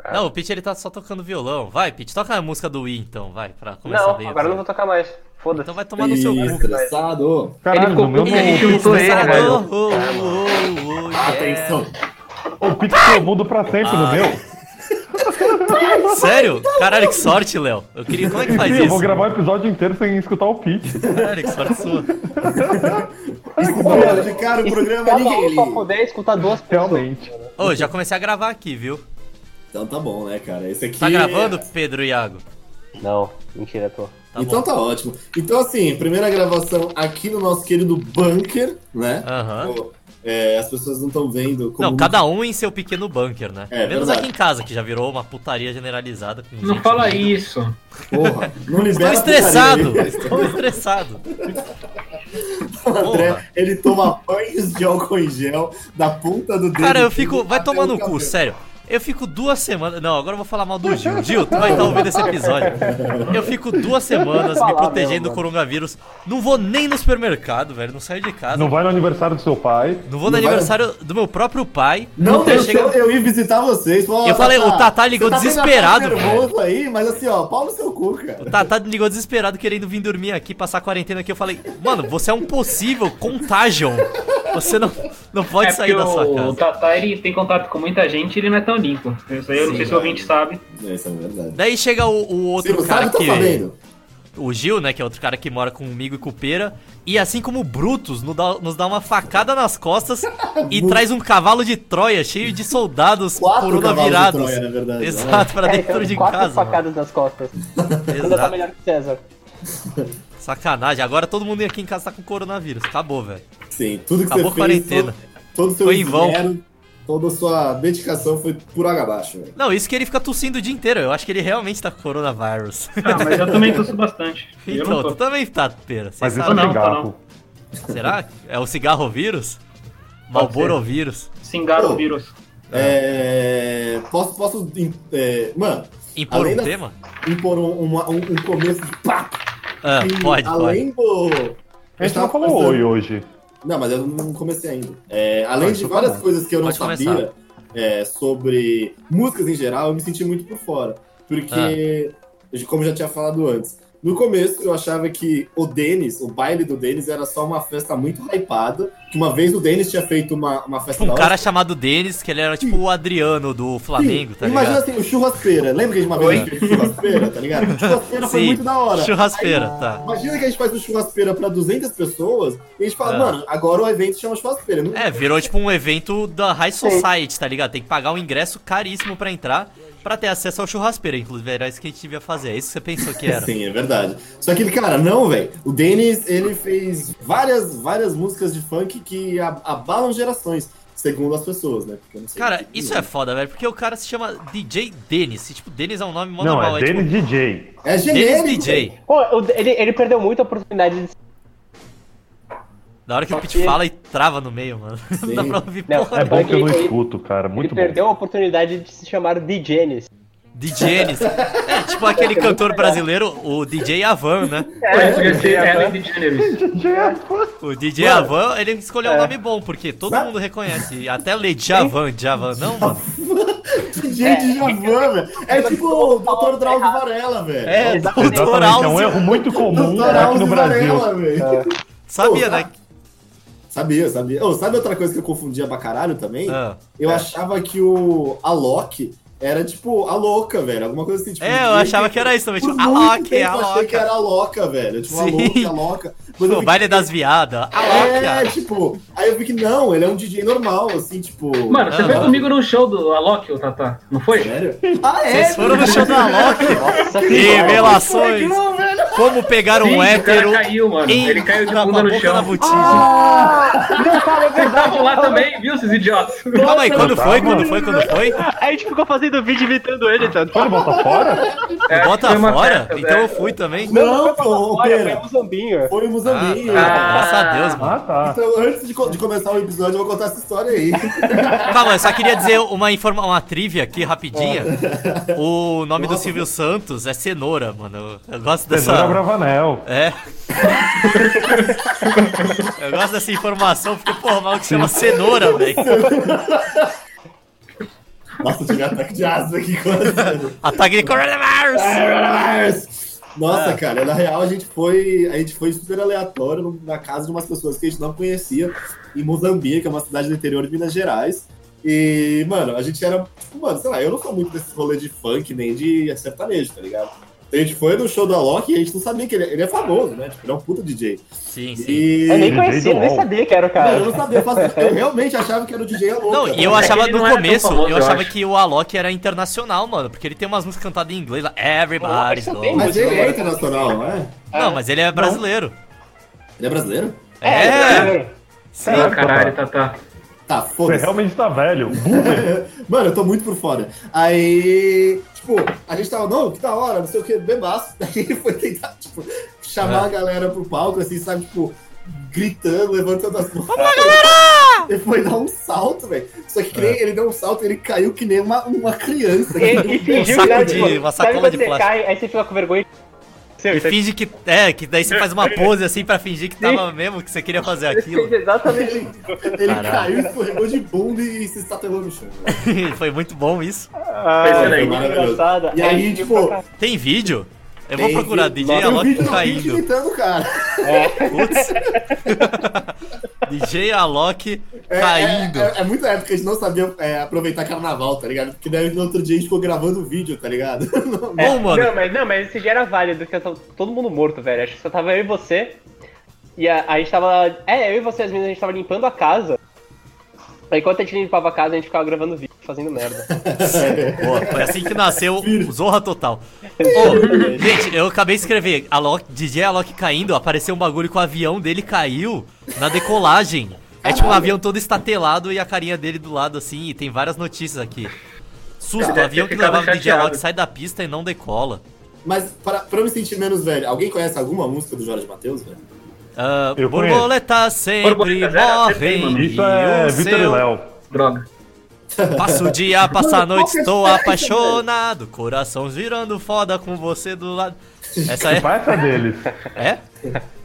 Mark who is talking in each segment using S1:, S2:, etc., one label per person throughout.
S1: cara.
S2: Não, o Pete ele tá só tocando violão. Vai, Pete, toca a música do Wii então, vai, pra começar
S1: Não,
S2: bem. assim.
S1: agora eu não vou tocar mais. Foda-se.
S2: Então vai tomar no seu cu.
S3: Estressado.
S1: Ele
S4: Caralho,
S1: ficou
S4: no meu
S1: puto que a gente
S4: não.
S1: chutou ele,
S2: Sabe?
S1: velho.
S2: Oh, oh, oh, oh, yeah.
S3: Atenção.
S4: O Pix foi mundo pra sempre no
S2: Ah.
S4: meu.
S2: Sério? Caralho, que sorte, Léo. Eu queria. Como é que faz
S4: Sim, eu vou
S2: isso?
S4: gravar o episódio inteiro sem escutar o Pete.
S2: Caralho, que sorte sua.
S3: Olha, de cara, é o programa
S1: Cada
S3: ninguém
S1: um só
S3: liga.
S1: puder escutar duas pessoas.
S4: Realmente.
S2: Ô, já comecei a gravar aqui, viu?
S3: Então tá bom, né, cara? Esse aqui.
S2: Tá gravando, Pedro e Iago?
S1: Não, mentira, tô.
S2: Tá
S3: então
S2: bom.
S3: tá ótimo. Então, assim, primeira gravação aqui no nosso querido bunker, né?
S2: Aham.
S3: Pô, é, as pessoas não estão vendo como.
S2: Não, cada um em seu pequeno bunker, né?
S3: É,
S2: Menos
S3: verdade.
S2: aqui em casa, que já virou uma putaria generalizada. Com
S5: Não
S2: gente.
S5: fala isso.
S3: Porra,
S2: Estou
S3: não libera. a
S2: estressado!
S3: porcaria.
S2: Estou estressado!
S3: O André, ele toma banhos de álcool em gel da ponta do dedo.
S2: Cara, eu
S3: dele
S2: fico. Vai
S3: até
S2: tomar
S3: o
S2: no
S3: cabelo.
S2: cu, sério. Eu fico duas semanas. Não, agora eu vou falar mal do Gil. Gil, tu vai estar ouvindo esse episódio. Eu fico duas semanas me
S1: Falar
S2: protegendo
S1: mesmo,
S2: do
S1: mano.
S2: coronavírus. Não vou nem no supermercado, velho. Não saio de casa.
S4: Não vai no aniversário do seu pai.
S2: Não vou no
S3: Não vai-
S2: aniversário do meu próprio pai.
S3: Não
S2: Até
S3: deixou
S2: chegar-
S3: eu ir visitar vocês. Falou, ó,
S2: Eu falei, o Tatá ligou
S3: você tá tendo
S2: desesperado,
S3: ataque nervoso aí, mas assim, ó, pau no seu cu, cara.
S2: Tá, tá ligou desesperado querendo vir dormir aqui, passar a quarentena aqui. Eu falei, mano, você é um possível contagion. Você não, não pode
S5: é
S2: sair
S5: porque
S2: da sua
S5: o,
S2: casa.
S5: o Tatá ele tem contato com muita gente e ele não é tão limpo. Isso aí eu não
S2: Sim,
S5: sei se o ouvinte sabe.
S3: Isso é verdade.
S2: Daí chega o, o outro
S3: Se não
S2: cara
S3: sabe, tá
S2: que.
S3: sabendo.
S2: O Gil, né, que é outro cara que mora comigo e com o Pera. E assim como o Brutus, nos dá, nos dá uma facada nas costas e traz um cavalo de Troia cheio de soldados
S3: Quatro cavalos de
S2: coronavirados.
S3: Troia, na verdade. né?
S2: Exato, pra dentro
S1: Cara,
S2: de
S1: É, quatro
S2: casa. mano.
S1: facadas nas costas. Ainda tá
S2: Exato.
S1: melhor que César.
S2: Sacanagem, agora todo mundo aqui em casa tá com coronavírus. Acabou, velho.
S3: Sim, tudo que
S2: Acabou a
S3: você fez,
S2: quarentena.
S3: todo- todo o seu
S2: Foi em vão.
S3: esmero, toda a sua dedicação foi por água abaixo, velho.
S2: Não, isso que ele fica tossindo o dia inteiro. Eu acho que ele realmente tá com coronavírus.
S5: Ah, mas eu também tosso bastante. E eu
S2: então,
S5: não
S2: tu
S5: tô.
S2: também tá, Pera. Você
S4: Mas isso
S2: sabe? tá,
S4: é
S5: não,
S4: cigarro.
S2: Será? É o cigarro-vírus? Malborovírus?
S5: Singaro
S3: Pô.
S5: o vírus.
S3: É, posso, posso é, mano,
S2: Impor
S3: Além
S2: um
S3: da-
S2: tema?
S3: impor um, uma- um- um começo de papo.
S2: Ah,
S3: que,
S2: pode, pode.
S3: além do...
S4: A gente
S3: tava
S4: não falou
S3: conversando-
S4: oi hoje.
S3: Não, mas eu não comecei ainda. É, além
S4: Ah,
S3: de
S4: então tá
S3: várias
S4: bom.
S3: coisas que eu não
S2: Pode
S3: sabia
S2: começar.
S3: é, sobre músicas em geral, eu me senti muito por fora. Porque,
S2: Ah.
S3: como eu já tinha falado antes, no começo eu achava que o Denis, o baile do Denis, era só uma festa muito hypada. Que uma vez o Denis tinha feito uma, uma festa
S2: Um
S3: da
S2: cara chamado Denis, que ele era tipo o Adriano do Flamengo, tá
S3: Imagina
S2: ligado?
S3: assim, o churraspeira. Lembra que a gente uma vez
S5: Oi?
S3: fez churraspeira, tá ligado? O churraspeira foi
S2: Sim,
S3: muito da hora.
S2: Churraspeira, tá.
S3: Imagina que a gente faz um churraspeira pra 200 pessoas e a gente fala,
S2: Ah.
S3: mano, agora o evento chama churraspeira. Não
S2: É, virou tipo um evento da High Society, tá ligado? Tem que pagar um ingresso caríssimo pra entrar, pra ter acesso ao churraspeira, inclusive. Era isso que a gente devia fazer, é isso que você pensou que era.
S3: Sim, é verdade. Só que, ele, cara, não, velho. O Denis, ele fez várias, várias músicas de funk que a- abalam gerações, segundo as pessoas, né? Porque eu não sei o
S2: Cara,
S3: que-
S2: isso é foda, velho, porque o cara se chama DJ Denis. E, tipo, Denis é um nome mó
S4: Não,
S2: normal.
S4: é
S2: tipo,
S4: Denis DJ.
S3: É
S2: Denis
S3: genérico.
S2: DJ.
S1: Pô, o- ele, ele perdeu muita oportunidade de
S2: Na hora que o
S1: Só
S2: Pete
S1: que-
S2: fala e trava no meio, mano. Não dá
S3: Sim.
S2: pra ouvir
S1: Não,
S2: porra.
S4: É bom que eu não
S1: Ele-
S4: escuto, cara. Muito
S1: ele
S4: bom.
S1: perdeu a oportunidade de se chamar DJs.
S2: DJs. É, tipo aquele cantor brasileiro, o DJ Avan, né?
S5: É, podia ser
S1: é,
S5: Ellen DeGeneres.
S2: O DJ
S3: Mano.
S2: Avan, ele escolheu um nome bom, porque todo
S3: Sabe-
S2: mundo reconhece. Até lê Djavan, Djavan. Não, mano.
S3: DJ é de Javan, velho. É tipo o Dr. Drauzio Varela, velho.
S2: É,
S1: Exatamente.
S2: doutor
S4: Exatamente, é um
S2: Alves.
S4: erro muito comum
S3: Dr.
S4: aqui no
S3: Drauzio
S4: Brasil.
S3: Varela, velho.
S2: Sabia,
S3: Pô,
S2: né?
S3: Sabia, sabia. Ô, sabe outra coisa que eu confundia pra caralho também?
S2: Ah.
S3: Eu achava que o Alok era tipo a louca, velho. Alguma coisa assim. Tipo,
S2: É, eu
S3: ninguém-
S2: achava que era isso também.
S3: Por
S2: Tipo,
S3: muito tempo
S2: Alok,
S3: eu achei
S2: Alok.
S3: que era a Loca, velho. Tipo, a
S2: Sim.
S3: Loca, a Loca. Mas eu
S2: O
S3: vi
S2: baile das viadas.
S3: que-
S2: Alok.
S3: É, tipo, aí eu vi que não, ele é um DJ normal, assim, tipo.
S5: Mano, você
S2: Ah,
S5: foi
S2: não.
S5: comigo no show do Alok, o Tatá, não foi?
S3: Sério? Ah, é?
S2: Vocês foram no show do Alok.
S1: Nossa,
S2: Revelações. Como pegar
S5: Sim,
S2: um
S5: o cara
S2: hétero
S5: caiu, mano.
S2: em-
S5: Ele caiu de
S2: com a
S5: bunda no
S2: boca
S5: chão.
S2: na botija.
S5: Vocês estavam lá também, viu, esses idiotas?
S2: Calma aí, quando
S4: Tá,
S2: foi?
S4: mano.
S2: Quando foi? Quando foi?
S1: A gente ficou fazendo vídeo imitando ele, tá?
S4: Foi no Bota Fora?
S5: É,
S2: Bota
S5: foi uma
S2: fora?
S5: festa,
S2: Então eu
S5: velho.
S2: fui também.
S3: Não, pô, ô,
S1: Olha,
S3: pera.
S1: foi um zambinho.
S3: Foi o
S2: Ah,
S3: Muzambinho.
S2: tá. graças a Deus, mano.
S4: Ah, tá.
S3: Então, antes de, co- de começar o episódio, eu vou contar essa história aí.
S2: Calma, eu só queria dizer uma, informa uma trivia aqui rapidinha. O nome do Silvio Santos é Cenoura, mano. Eu gosto
S4: Tesoura
S2: dessa.
S4: Bravanel.
S2: É. Eu gosto dessa informação, porque, porra, o maluco chama Cenoura, velho.
S3: Nossa, eu tive um ataque de asma aqui quase.
S2: Ataque de coronavírus!
S3: Nossa, cara, na real a gente foi. A gente foi super aleatório na casa de umas pessoas que a gente não conhecia em Mozambique, que é uma cidade do interior de Minas Gerais. E, mano, a gente era, tipo, mano, sei lá, eu não sou muito desse rolê de funk nem de sertanejo, tá ligado? A gente foi no show da Loki e a gente não sabia que ele, ele é famoso, né? Tipo, ele é um puta DJ.
S2: Sim, É sim.
S3: E.
S1: Eu nem
S4: DJ
S1: conhecia,
S4: do
S1: eu nem
S4: UOL.
S1: sabia que era o
S3: Mano, eu
S1: cara.
S3: não sabia, eu, faço- eu realmente achava que era o DJ Alô.
S2: Não,
S3: cara.
S2: e eu achava
S5: ele
S2: no
S5: não era tão
S2: começo,
S5: famoso,
S2: eu
S5: eu
S2: achava
S5: acho.
S2: que o Alok era internacional, mano, porque ele tem umas músicas cantadas em inglês lá. Everybody's
S1: Eu também,
S2: Going.
S3: Mas ele é internacional, não é?
S2: Não, mas ele é brasileiro.
S3: Ele é brasileiro?
S2: É, sim.
S5: Ah, caralho, tá, tá.
S3: Tá,
S4: Você
S3: foda-se.
S4: realmente tá velho. Boomer.
S3: Mano, eu tô muito por fora. Aí, tipo, a gente tava, não, que da hora, não sei o que, bebaço. Daí ele foi tentar, tipo, chamar
S2: É.
S3: a galera pro palco, assim, sabe, tipo, gritando, levantando as mãos. Ele foi dar um salto, velho. Só que que
S2: É.
S3: nem ele deu um salto, ele caiu que nem uma, uma criança.
S1: E, e fingiu
S2: saco
S1: que era,
S2: de-
S1: tipo,
S2: uma
S1: sabe
S2: sacola
S1: quando
S2: de
S1: você
S2: plástico.
S1: cai, aí você fica com vergonha. Seu,
S2: E
S1: isso
S2: finge que. É, que daí você faz uma pose assim pra fingir que tava mesmo, que você queria fazer aquilo.
S1: fez exatamente
S3: Ele, ele
S2: Caralho.
S3: caiu, escorregou de bunda e se estatelou no chão. velho.
S2: Foi muito bom isso.
S1: ah,
S5: Excelente.
S3: É
S1: muito engraçado.
S3: E aí,
S1: ele
S3: tipo,
S1: ficou pra-
S2: Tem vídeo? Eu vou
S3: Tem
S2: procurar
S3: vídeo-
S2: DJ
S3: Tem um
S2: Alok
S3: vídeo do Alok
S2: tá caindo.
S3: imitando o cara.
S2: Putz. DJ Alok
S3: É,
S2: caindo.
S3: É, é- é muito época, a gente não sabia é, aproveitar carnaval, tá ligado? Porque daí no outro dia a gente ficou gravando o vídeo, tá ligado?
S2: Bom, mano.
S1: É. Não, mas, não, mas esse dia era válido, porque tava todo mundo morto, velho. Acho que só tava eu e você. E a, a gente tava. É, eu e você, às vezes, a gente tava limpando a casa. Aí enquanto a gente limpava a casa, a gente ficava gravando vídeo, fazendo merda.
S2: Boa, foi assim que nasceu o Zorra Total. Ô, gente, eu acabei de escrever Alok, DJ Alok caindo, apareceu um bagulho com o avião dele caiu na decolagem. É tipo um avião todo estatelado e a carinha dele do lado assim, e tem várias notícias aqui. Susto, o
S5: Deve
S2: avião que
S5: ter ficado
S2: levava o DJ
S5: chateado.
S2: Alok sai da pista e não decola.
S3: Mas pra, pra eu me sentir menos velho, alguém conhece alguma música do Jorge Matheus, velho?
S2: Ah,
S4: Eu conheço.
S2: borboletas sempre
S5: Borboletas era- sempre,
S2: morrem.
S5: mano.
S2: e
S4: Isso é
S2: o
S4: Vitor e
S2: seu-
S4: Léo.
S5: Droga.
S2: Passa o dia, passa a
S3: Mano,
S2: noite,
S3: qual que é
S2: estou
S3: a diferença,
S2: apaixonado. Coração girando foda com você do lado. Essa é?
S4: Pá, essa deles.
S2: É?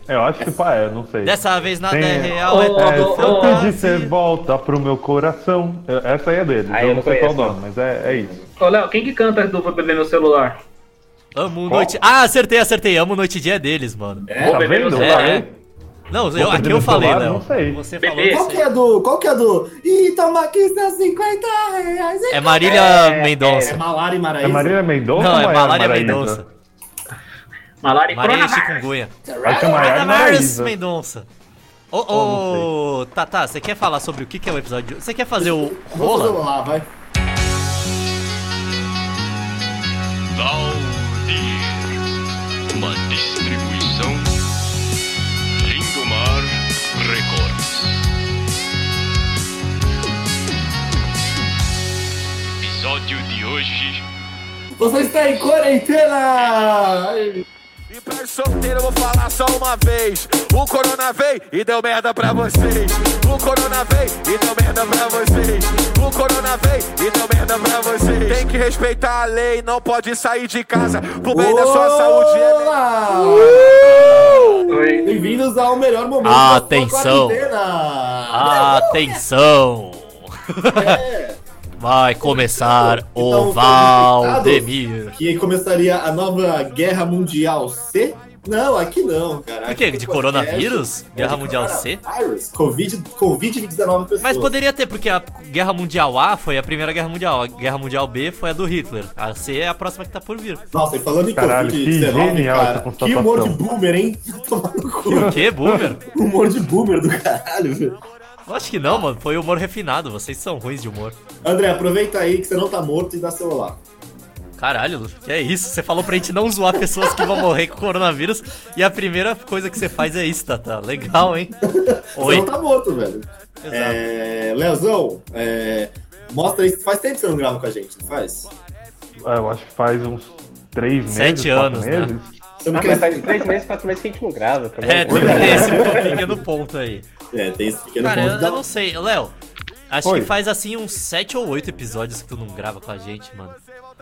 S4: Eu acho que pá, é, não sei.
S2: Dessa vez nada é
S4: Tem-
S2: real,
S5: Ô,
S2: é
S4: É,
S5: ô,
S2: tudo
S5: ô,
S4: Santos
S2: fantasia.
S4: de ser volta pro meu coração. Eu- Essa aí é deles.
S1: Aí eu
S4: eu não
S1: não
S4: sei qual o
S1: conheço,
S4: nome, mas é, é isso.
S5: Ô, Léo, quem que canta do Vou Beber Meu Celular?
S2: Amo noite. Ah, acertei, acertei. Amo noite e dia é deles, mano.
S3: É,
S5: Vou
S4: tá
S5: Beber Meu
S4: vendo?
S5: Celular.
S6: né?
S2: É, é. Não, eu,
S4: Vou
S2: aqui
S4: perder
S2: eu
S4: meu
S2: falei,
S4: celular,
S2: Léo.
S4: não sei.
S2: Você
S5: Bebê.
S2: falou. eu
S3: Qual
S2: sei.
S3: que é do. Qual que é do. Ih, toma aqui seus 50 reais. hein?
S2: É Marília
S3: É
S2: Mendonça.
S3: Malara e Maraísa.
S4: É Marília Mendonça?
S2: Não,
S4: ou
S2: é Malária
S4: Maraísa?
S2: Mendonça.
S5: Malária e
S2: Maria
S5: Coronavírus.
S2: Chikungunya.
S4: Acho que é Marília
S2: Mars
S4: Maraísa.
S2: Mendonça. Ô, ô, Tata, você quer falar sobre o que que é o episódio de hoje? Você quer fazer o
S3: Vamos fazer
S2: rola?
S3: o lá, vai.
S7: Valdir, uma distribuição Lindomar Records. Episódio de hoje.
S3: Você está em quarentena! Ai,
S6: E pra solteiro eu vou falar só uma vez. O corona veio e deu merda pra vocês. O corona veio e deu merda pra vocês. O corona veio e deu merda pra vocês. Tem que respeitar a lei, não pode sair de casa. Pro bem da sua saúde é melhor.
S3: Olá!
S5: Oi.
S3: Bem-vindos ao melhor momento
S2: Ah, Atenção. Ah,
S3: da sua quarentena!
S2: Atenção! Vai começar
S3: É. Então,
S2: o
S3: todos
S2: Valdemir.
S3: Que aí começaria a nova Guerra Mundial C? Não, aqui não, cara.
S2: Por quê?
S3: Aqui
S2: De
S3: no
S2: coronavírus?
S3: podcast-
S2: Guerra
S3: de
S2: Mundial C?
S3: coronavírus, Covid, Covid-19 pessoas.
S2: Mas poderia ter, porque a Guerra Mundial A foi a primeira Guerra Mundial, a Guerra Mundial B foi a do Hitler, a C é a próxima que tá por vir.
S3: Nossa, e falando em
S4: Caralho, que
S3: Covid-19,
S4: genial essa
S3: cara, que
S4: constatação.
S3: humor de boomer, hein? Tomar no cu.
S2: O quê, boomer?
S3: Humor de boomer do caralho, velho.
S2: Eu acho que não, mano, foi humor refinado, vocês são ruins de humor.
S3: André, aproveita aí que você não tá morto e dá celular.
S2: Caralho, que é isso? Você falou pra gente não zoar pessoas que vão morrer com coronavírus e a primeira coisa que você faz é isso, Tata. Legal, hein?
S3: Você não
S2: Oi.
S3: tá morto, velho.
S2: Exato.
S3: É, Leozão, é, mostra aí. Faz tempo que você não grava com a gente, não faz?
S4: Ah, Eu acho que faz uns três meses.
S2: Sete
S4: quatro
S2: anos, né?
S4: meses.
S3: Você não
S1: Ah,
S3: quer...
S1: mas faz três meses, quatro meses que a gente não grava, tá bom?
S2: É, tem que ter esse pequeno ponto aí.
S3: É, tem esse pequeno
S2: Cara, eu,
S3: ponto. da-
S2: eu não sei. Léo, Acho
S4: Oi.
S2: que faz assim uns 7 ou 8 episódios que tu não grava com a gente, mano.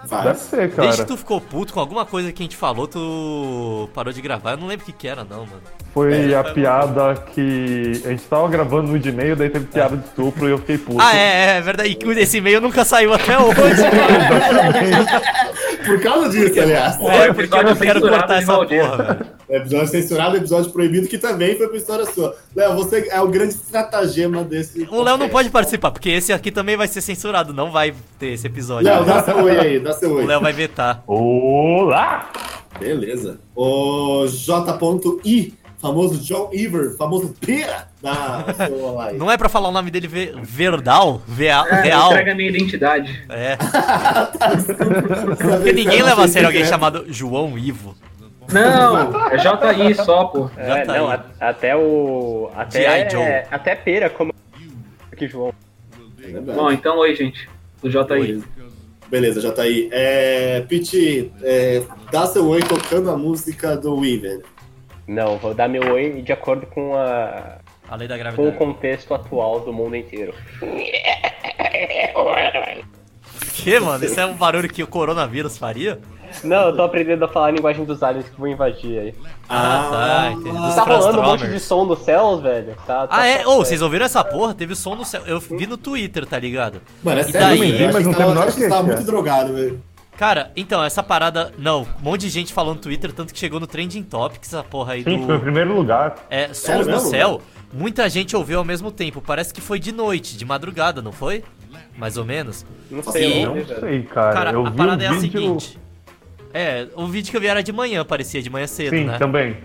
S3: Vai.
S4: Deve ser,
S2: Ah, Desde que
S4: cara.
S2: tu ficou puto com alguma coisa que a gente falou, tu parou de gravar. Eu não lembro o que que era, não, mano.
S4: Foi
S2: É,
S4: a
S2: foi-
S4: piada que. A gente tava gravando no de e-mail, daí teve piada de estupro e eu fiquei puto.
S2: Ah, é, é verdade. E Esse e-mail nunca saiu até hoje.
S3: Por causa disso, aliás.
S2: É, porque eu não quero
S5: Censurado
S2: cortar
S5: de
S2: essa
S5: Valdez.
S2: porra, velho.
S3: Episódio censurado, episódio proibido, que também foi pra história sua. Léo, você é o grande estratagema desse.
S2: O Léo não pode participar, porque esse aqui também vai ser censurado. Não vai ter esse episódio.
S3: Léo, dá seu oi aí, dá seu
S2: O
S3: oi.
S2: Léo vai vetar.
S4: Olá!
S3: Beleza. O J.I, famoso John Ever, famoso Pira da sua live.
S2: Não é pra falar o nome dele ve- Verdal? Vea-
S5: É,
S2: real?
S5: Entrega minha identidade.
S2: É. Porque ninguém leva a sério alguém chamado João Ivo.
S5: Não, é JI só, pô.
S1: É,
S2: tá
S1: não,
S2: aí.
S1: a- até o. Até,
S2: G.I.
S1: é,
S2: Joe.
S1: até pera, como. Que João.
S5: Bom,
S3: chamado.
S5: então oi, gente. Do JI.
S3: Beleza, já tá aí. É, Pete, é, dá seu oi tocando a música do Weaver.
S1: Não, vou dar meu oi de acordo com, a,
S2: A lei da
S1: com o
S2: gravidade.
S1: contexto atual do mundo inteiro.
S2: Que, mano? Isso é um barulho que o coronavírus faria?
S1: Não, eu tô aprendendo a falar a linguagem dos aliens que vão invadir aí.
S2: Ah, tá, entendi. Dos
S1: Tá rolando um monte de
S2: Transformers.
S1: som dos céus, velho. Tá, tá-
S2: Ah, é?
S1: tá-
S2: Ô, vocês ouviram essa porra? Teve som no céu. Eu vi no Twitter, tá ligado?
S3: Mano, é
S2: E
S3: sério,
S2: daí?
S3: velho. Eu acho
S4: Mas não
S3: que
S4: tem
S3: tava-
S4: a menor
S3: acho que você tava
S4: queixa.
S3: muito drogado, velho.
S2: Cara, então, essa parada. Não, um monte de gente falou no Twitter, tanto que chegou no Trending Topics, essa porra aí
S4: Sim, foi o
S2: do.
S4: primeiro lugar.
S2: É, Sons no
S3: mesmo?
S2: Céu. Muita gente ouviu ao mesmo tempo. Parece que foi de noite, de madrugada, não foi? Mais ou menos.
S1: Não sei, eu não
S4: Não
S1: sei, velho.
S4: sei, cara.
S2: Cara,
S4: eu
S2: a
S4: vi
S2: parada
S4: um
S2: é a
S4: vídeo-
S2: seguinte. É, o vídeo que eu vi era de manhã, parecia de manhã cedo,
S4: Sim,
S2: né?
S4: também.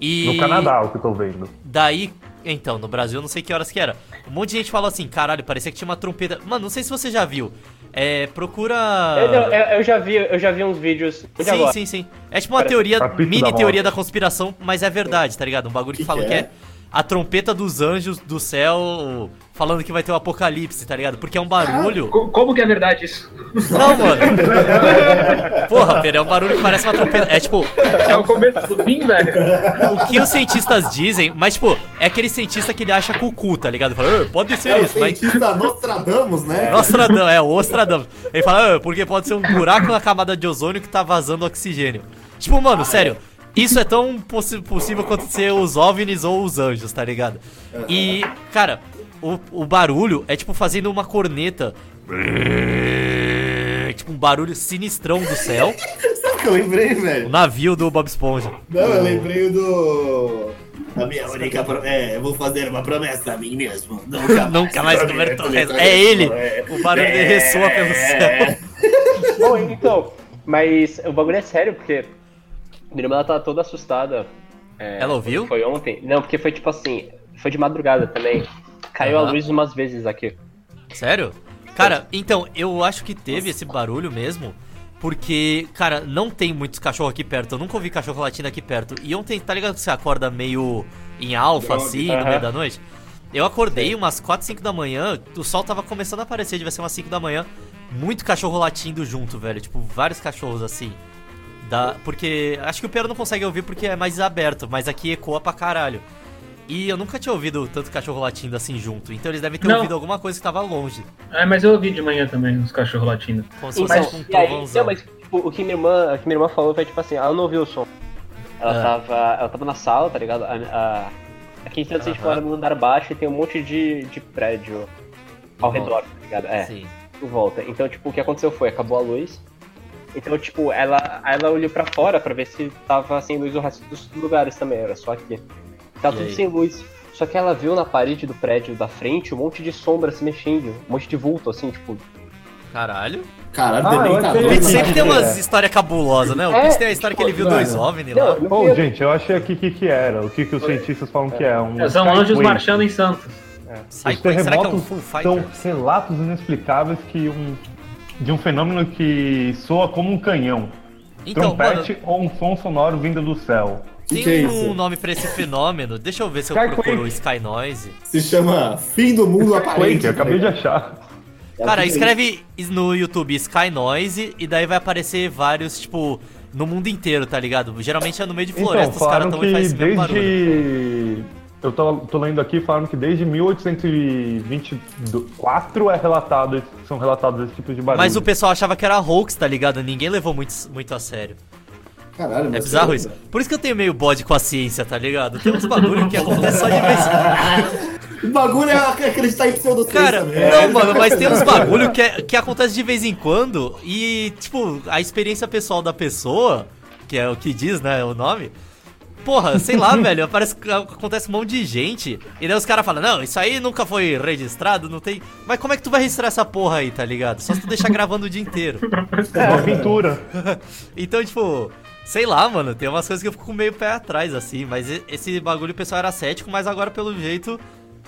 S2: E
S4: No Canadá, o que eu tô vendo.
S2: Daí, então, no Brasil, não sei que horas que era. Um monte de gente falou assim, caralho, parecia que tinha uma trompeta. Mano, não sei se você já viu. É, procura.
S1: Eu, não, eu- eu já vi, eu já vi uns vídeos. de
S2: Sim,
S1: agora.
S2: sim, sim. É tipo uma
S1: Parece-
S2: teoria,
S4: Capítulo
S2: mini
S4: da morte.
S2: teoria da conspiração, mas é verdade, tá ligado? Um bagulho que,
S3: Que
S2: fala
S3: que
S2: que é?
S3: é?
S2: a trompeta dos anjos do céu falando que vai ter um apocalipse, tá ligado? Porque é um barulho.
S5: Co- Como que é verdade isso?
S2: Não, mano. Porra, Pedro, é um barulho que parece uma trompeta. É tipo,
S5: É o começo do fim, velho.
S2: o que os cientistas dizem, mas tipo, é aquele cientista que ele acha cucu, tá ligado? Fala, "Ah, pode ser
S3: É o
S2: isso, mas
S3: cientista Nostradamus, né?
S2: Nostradamus, é, o Ostradamus. Ele fala, "Ah, porque pode ser um buraco na camada de ozônio que tá vazando oxigênio. Tipo, mano, sério, isso é tão possi- possível quanto ser os OVNIs ou os anjos, tá ligado? E, cara, o, o barulho é tipo fazendo uma corneta. Tipo um barulho sinistrão do céu.
S3: Sabe o que eu lembrei,
S2: O
S3: velho?
S2: navio do Bob Esponja.
S3: Não, eu lembrei do. A minha única promessa. É, eu vou fazer uma promessa a mim mesmo. Nunca mais,
S2: Nunca mais comer torres.
S3: torresmo.
S2: É ele!
S3: É.
S2: O barulho dele ressoa pelo céu.
S1: Bom, então, mas o bagulho é sério, porque minha irmã ela tava toda assustada. É,
S2: Ela ouviu?
S1: Foi ontem. Não, porque foi tipo assim, foi de madrugada também. Caiu
S2: Aham.
S1: a luz umas vezes aqui.
S2: Sério? Cara, então, eu acho que teve esse barulho mesmo. Porque, cara, não tem muitos cachorros aqui perto. Eu nunca ouvi cachorro latindo aqui perto. E ontem, tá ligado que você acorda meio em alfa, assim, no
S1: aham.
S2: meio da noite? Eu acordei umas 4, 5 da manhã. O sol tava começando a aparecer, devia ser umas 5 da manhã. Muito cachorro latindo junto, velho. Tipo, vários cachorros assim. Da, porque acho que o Pedro não consegue ouvir porque é mais aberto, mas aqui ecoa pra caralho. E eu nunca tinha ouvido tanto cachorro latindo assim junto. Então eles devem ter
S5: Não.
S2: ouvido alguma coisa que tava longe.
S5: É, mas eu ouvi de manhã também os cachorros latindo.
S2: Como se fosse
S1: Mas,
S2: um
S1: Então, e aí,
S2: trovãozão.
S1: não, mas tipo, o que minha irmã, o que minha irmã falou foi tipo assim, ela não ouviu o som. Ela
S2: Ah.
S1: tava. Ela tava na sala, tá ligado? A, a, aqui em Santos a gente
S2: Aham.
S1: mora no andar baixo e tem um monte de, de prédio ao
S2: Em volta.
S1: redor, tá ligado? É.
S2: Sim.
S1: por volta. Então, tipo, o que aconteceu foi, acabou a luz. Então, tipo, ela, ela olhou pra fora pra ver se tava sem luz o resto dos lugares também, era só aqui. Tava
S2: E
S1: tudo
S2: aí?
S1: sem luz. Só que ela viu na parede do prédio da frente um monte de sombra se mexendo, um monte de vulto, assim, tipo.
S2: Caralho.
S3: Caralho,
S4: Ah,
S3: também
S4: eu
S3: tá
S4: achei-
S2: O
S3: doido.
S2: Pete
S4: Não,
S2: sempre tem
S4: não,
S2: umas
S4: é.
S2: histórias cabulosas, né? O
S1: É,
S2: Pete tem a história que ele viu
S3: mano.
S2: dois OVNI lá.
S1: Não, não
S4: Ô,
S1: foi-
S4: gente, eu achei aqui o que, que era. O que, que os cientistas falam que é. Um
S5: São
S4: skyway.
S5: anjos marchando em Santos.
S2: Sai
S4: Os
S2: com- será que é um
S4: terremotos
S2: Full
S4: são
S2: Fighter?
S4: relatos inexplicáveis que um, de um fenômeno que soa como um canhão.
S2: Então, mano,
S4: trompete ou um som sonoro vindo do céu.
S3: Que que é
S2: tem
S3: isso?
S2: um nome pra esse fenômeno. Deixa eu ver se eu
S4: Skyquake.
S2: procuro Sky Noise.
S3: Se chama Fim do Mundo Aparente.
S4: Quake, eu acabei
S2: é
S4: de achar.
S2: Cara, escreve no YouTube Sky Noise e daí vai aparecer vários, tipo, no mundo inteiro, tá ligado? Geralmente é no meio de
S4: Então,
S2: floresta, os caras
S4: falaram
S2: tão
S4: que
S2: e fazem esse mesmo barulho.
S4: desde Eu tô, tô lendo aqui falando que desde 1824 é relatado, esse- são relatados esse tipo de barulho.
S2: Mas o pessoal achava que era hoax, tá ligado? Ninguém levou muito, muito a sério.
S3: Caralho,
S2: É bizarro isso. Por isso que eu tenho meio bode com a ciência, tá ligado? Tem uns bagulho que acontece só de vez.
S3: O bagulho é acreditar em pseudociência.
S2: Cara, é,
S3: né?
S2: não, mano, mas tem uns bagulho que, é, que acontece de vez em quando e, tipo, a experiência pessoal da pessoa, que é o que diz, né, o nome. Porra, sei lá, velho, parece que acontece um monte de gente. E daí os caras falam, não, isso aí nunca foi registrado, não tem. Mas como é que tu vai registrar essa porra aí, tá ligado? Só se tu deixar gravando o dia inteiro.
S4: É uma pintura.
S2: Então, tipo, sei lá, mano, tem umas coisas que eu fico com meio pé atrás, assim, mas e- esse bagulho o pessoal era cético, mas agora, pelo jeito,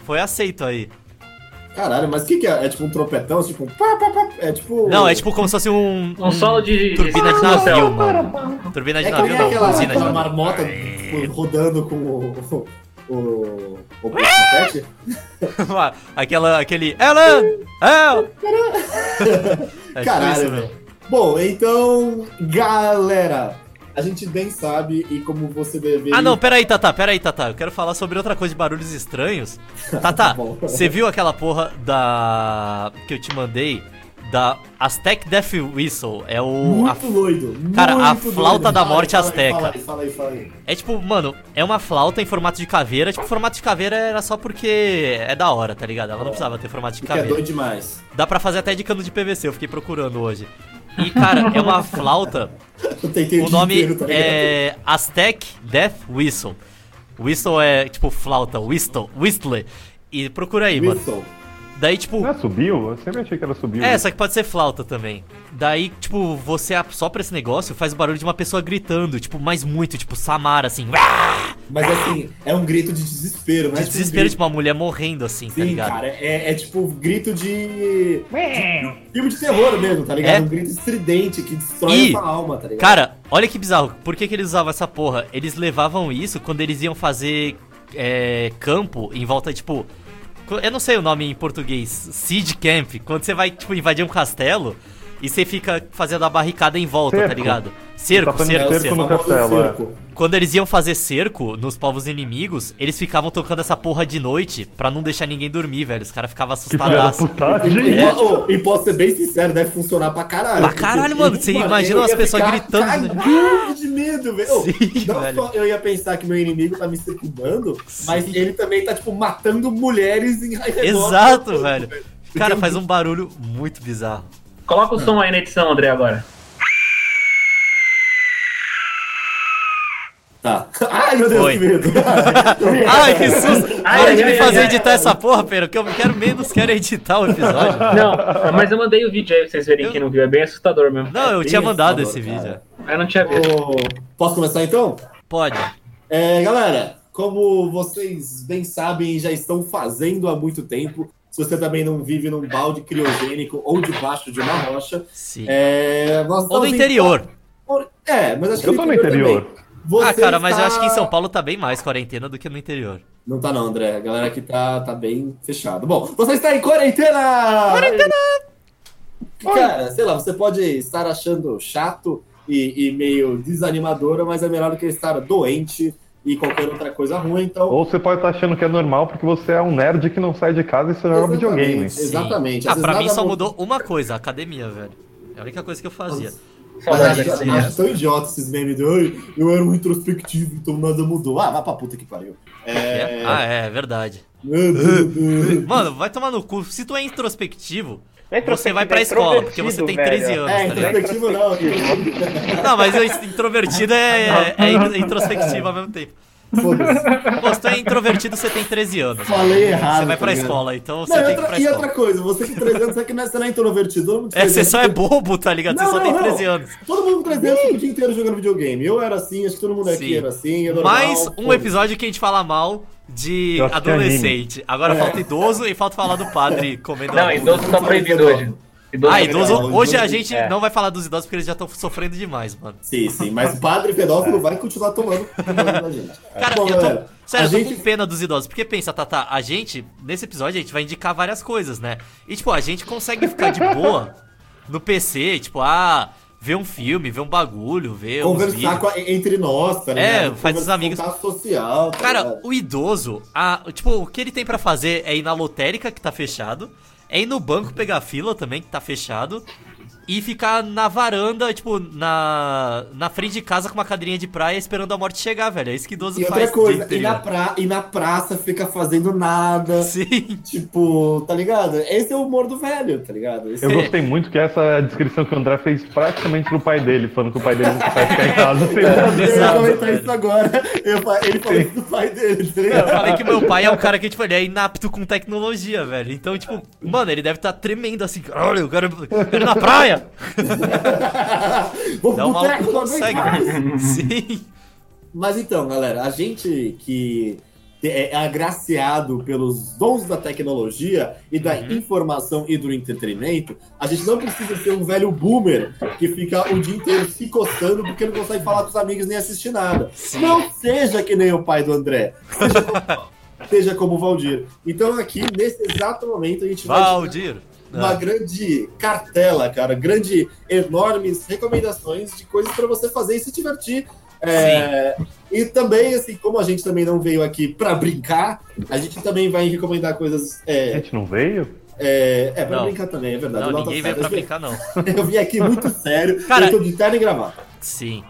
S2: foi aceito aí.
S3: Caralho, mas o que, que é? É tipo um trompetão? Tipo um. pá, pá, pá, é tipo.
S2: Não, é tipo como se fosse um.
S5: Um solo de.
S2: Turbina de
S5: Ah,
S2: navio, mano. Turbina
S3: É
S2: de
S3: que
S2: navio,
S3: nem
S2: não,
S3: aquela,
S2: usina de É.
S3: aquela
S2: navio.
S3: marmota tipo, rodando com o. O. O. O.
S2: Ah!
S3: pet.
S2: Aquela, aquele. Ela! Ela! É
S3: Caralho,
S2: tipo isso,
S3: velho. Bom, então, galera, a gente bem sabe e como você deve.
S2: Ah, não, peraí, Tata, peraí, Tata. Eu quero falar sobre outra coisa de barulhos estranhos. Tata,
S3: Tá bom.
S2: você viu aquela porra da. que eu te mandei? Da Aztec Death Whistle. É o. a-
S3: Muito doido.
S2: Cara, a
S3: muito
S2: flauta
S3: doido.
S2: da
S3: Fala aí,
S2: morte
S3: fala aí,
S2: asteca.
S3: Fala aí, fala aí, fala aí.
S2: É tipo, mano, é uma flauta em formato de caveira. Tipo, formato de caveira era só porque é da hora, tá ligado? Ela não precisava ter formato de
S3: Porque é
S2: caveira.
S3: doido demais.
S2: Dá pra fazer até de cano de PVC, eu fiquei procurando hoje. E, cara, é uma flauta
S3: Eu tentei
S2: o
S3: dia
S2: nome
S3: inteiro, tá ligado?
S2: é Aztec Death Whistle. Whistle é tipo flauta, whistle, whistler. E procura aí, mano.
S3: Wilson.
S2: Daí, tipo.
S4: Não é subiu? Eu sempre achei que era subiu.
S2: É, só que pode ser flauta também. Daí, tipo, você sopra esse negócio, faz o barulho de uma pessoa gritando, tipo, mas muito, tipo, Samara, assim.
S3: Mas assim, é um grito de desespero, né?
S2: De desespero, tipo, uma mulher morrendo, assim, tá
S3: Sim,
S2: ligado?
S3: cara, é, é tipo grito de... de filme de terror mesmo, tá ligado?
S2: É.
S3: Um grito estridente que destrói
S2: E-
S3: a sua alma, tá ligado?
S2: Cara, olha que bizarro. Por que, que eles usavam essa porra? Eles levavam isso quando eles iam fazer é, campo em volta, tipo. co- Eu não sei o nome em português. Siege Camp. Quando você vai, tipo, invadir um castelo e você fica fazendo a barricada em volta, tá
S4: Cerco.
S2: ligado?
S4: Tá
S2: Cerco,
S4: fazendo
S2: cerco,
S4: cerco
S2: cerco.
S4: no
S3: famoso
S4: castelo, é.
S3: circo.
S2: Quando eles iam fazer cerco nos povos inimigos, eles ficavam tocando essa porra de noite pra não deixar ninguém dormir, velho. Os caras ficavam
S4: Que filha da
S2: assustadaços.
S3: E,
S4: putagem.
S3: po- oh, e posso ser bem sincero, deve funcionar pra caralho.
S2: É. Pra caralho,
S3: Porque,
S2: mano, você imagina
S3: eu
S2: umas
S3: ia
S2: pessoas
S3: ficar
S2: gritando, né?
S3: cagado de medo, velho. Oh,
S2: Sim,
S3: não
S2: velho.
S3: só eu ia pensar que meu inimigo tá me circundando, mas ele também tá, tipo, matando mulheres em redor.
S2: Exato, velho. Cara, faz um barulho muito bizarro.
S5: Coloca o som aí na edição, André, agora.
S3: Tá. Ai, meu Deus,
S2: Foi.
S3: que medo.
S2: Ai, que susto!
S5: Ai,
S2: Para de me
S5: ai, ai,
S2: fazer
S5: ai,
S2: editar essa porra, Pedro, que eu quero menos quero editar o episódio.
S5: Não, mas eu mandei o vídeo aí pra vocês verem
S2: Eu-
S5: quem não viu. É bem assustador mesmo.
S2: Não, eu
S3: bem
S2: tinha
S5: tá
S2: mandado esse
S3: assustador,
S2: vídeo.
S3: cara.
S5: Eu não tinha visto.
S3: Ô, posso começar então?
S2: Pode.
S3: É, galera, como vocês bem sabem, já estão fazendo há muito tempo. Se você também não vive num balde criogênico ou debaixo de uma rocha,
S2: Sim.
S3: é, tá
S2: Ou
S3: nós
S2: no
S3: estamos em-
S2: interior.
S3: É, mas acho que
S4: Eu tô no interior.
S3: também. Você
S2: ah, cara, mas eu
S3: está-
S2: acho que em São Paulo tá bem mais quarentena do que no interior.
S3: Não tá não, André. A galera aqui tá, tá bem fechado. Bom, você está em quarentena! Quarentena! Cara, sei lá, você pode estar achando chato e, e meio desanimadora, mas é melhor do que estar doente e qualquer outra coisa ruim, então...
S4: Ou você pode estar achando que é normal porque você é um nerd que não sai de casa e você joga
S3: Exatamente.
S4: videogame.
S2: Sim.
S3: Exatamente. Às
S2: Ah,
S3: vezes
S2: pra mim
S3: nada
S2: só
S3: mu-
S2: mudou uma coisa, a academia, velho. É a única coisa que eu fazia.
S3: Mas
S5: Saudade
S3: acho,
S4: assim,
S5: desse
S4: é.
S3: acho tão idiota esses memes de "Ai, eu era um introspectivo, então nada mudou. Ah, vai pra puta que pariu.
S2: É? Ah, é, é verdade. Mano, vai tomar no cu. Se tu é introspectivo,
S1: Não é
S2: você vai pra
S1: é
S2: escola, porque você tem 13
S1: velho.
S2: anos,
S3: É,
S2: tá ligado?
S3: introspectivo não.
S2: Não, mas eu- introvertido é, é, é introspectivo ao mesmo tempo.
S3: Foda-se.
S2: Pô, se tu é introvertido, você tem 13 anos.
S3: Falei errado.
S2: Você vai pra
S3: tá ligado?
S2: escola, então você
S3: Não, e
S2: tem que ir
S3: outra,
S2: pra
S3: e
S2: escola.
S3: outra coisa, você com 3 anos, é que não é- você não é introvertido. Todo mundo com
S2: É,
S3: 13
S2: você
S3: anos-
S2: só é bobo, tá ligado? Você
S3: Não,
S2: só tem
S3: não,
S2: 13
S3: não.
S2: anos.
S3: Todo mundo com 3 anos fica o dia inteiro jogando videogame. Eu era assim, acho que todo mundo aqui
S2: Sim.
S3: era assim. É normal,
S2: Mais um
S3: foda-se.
S2: episódio que a gente fala mal de
S4: Eu acho que é
S2: adolescente. Agora falta idoso e falta falar do padre comendo.
S5: Não,
S2: a
S5: idoso tá proibido hoje. Idoso
S2: Ah,
S5: tá
S2: idoso.
S3: Não, idoso-
S2: Hoje a gente
S1: é.
S2: não vai falar dos idosos porque eles já estão sofrendo demais, mano.
S3: Sim, sim, mas o padre pedófilo vai continuar tomando tomando da gente.
S2: Cara,
S3: Bom,
S2: eu tô.
S3: galera,
S2: Sério,
S3: É. a
S2: eu tô
S3: gente-
S2: com pena dos idosos. Porque pensa, Tata, a gente, nesse episódio, a gente vai indicar várias coisas, né? E, tipo, a gente consegue ficar de boa no PC, tipo, ah. ver um filme, ver um bagulho, ver uns
S3: Conversar
S2: vídeos.
S3: com a- entre nós, tá
S2: É,
S3: ligado?
S2: faz os
S3: Conversar-
S2: amigos.
S3: contato social, tá
S2: Cara,
S3: ligado?
S2: o idoso, a, tipo, o que ele tem pra fazer é ir na lotérica que tá fechado, é ir no banco pegar fila também que tá fechado e ficar na varanda, tipo, na na frente de casa com uma cadeirinha de praia esperando a morte chegar, velho. É isso que idoso
S3: E
S2: faz.
S3: outra
S2: o
S3: coisa,
S2: dia
S3: e na,
S2: inteiro.
S3: pra, e na praça fica fazendo nada.
S2: Sim.
S3: Tipo, tá ligado? Esse é o humor do velho, tá ligado? Esse
S4: Eu gostei muito que essa descrição que o André fez praticamente pro pai dele, falando que o pai dele não vai ficar em casa sem
S3: Eu ia
S2: Exato,
S3: comentar
S2: velho.
S3: isso agora. Eu fa- ele falou isso do pai dele, tá
S2: Eu
S3: ligado?
S2: falei que meu pai é um cara que, tipo, ele é inapto com tecnologia, velho. Então, tipo, mano, ele deve estar tá tremendo assim. Olha, eu quero, eu quero ir na praia.
S3: Vamos
S2: Dá
S3: pro
S2: uma
S3: boteco, não aguento
S2: consegue.
S3: mais.
S2: Sim.
S3: Mas então, galera, a gente que é agraciado pelos dons da tecnologia e da
S2: Uhum.
S3: informação e do entretenimento, a gente não precisa ser um velho boomer que fica o dia inteiro se coçando porque não consegue falar com os amigos nem assistir nada. Não seja que nem o pai do André. Seja como- Seja como o Valdir. Então, aqui, nesse exato momento, a gente vai
S2: Valdir.
S3: uma
S2: Ah,
S3: grande cartela, cara, grande, enormes recomendações de coisas para você fazer e se divertir. É, e também, assim, como a gente também não veio aqui para brincar, a gente também vai recomendar coisas.
S4: A
S3: É,
S4: gente não veio?
S3: é, é pra
S2: Não.
S3: brincar também, é verdade.
S2: Não,
S3: Nota
S2: ninguém veio
S3: séria.
S2: pra brincar, não.
S3: Eu vim aqui muito sério,
S2: Cara,
S3: eu tô de terno e gravata.
S2: Sim.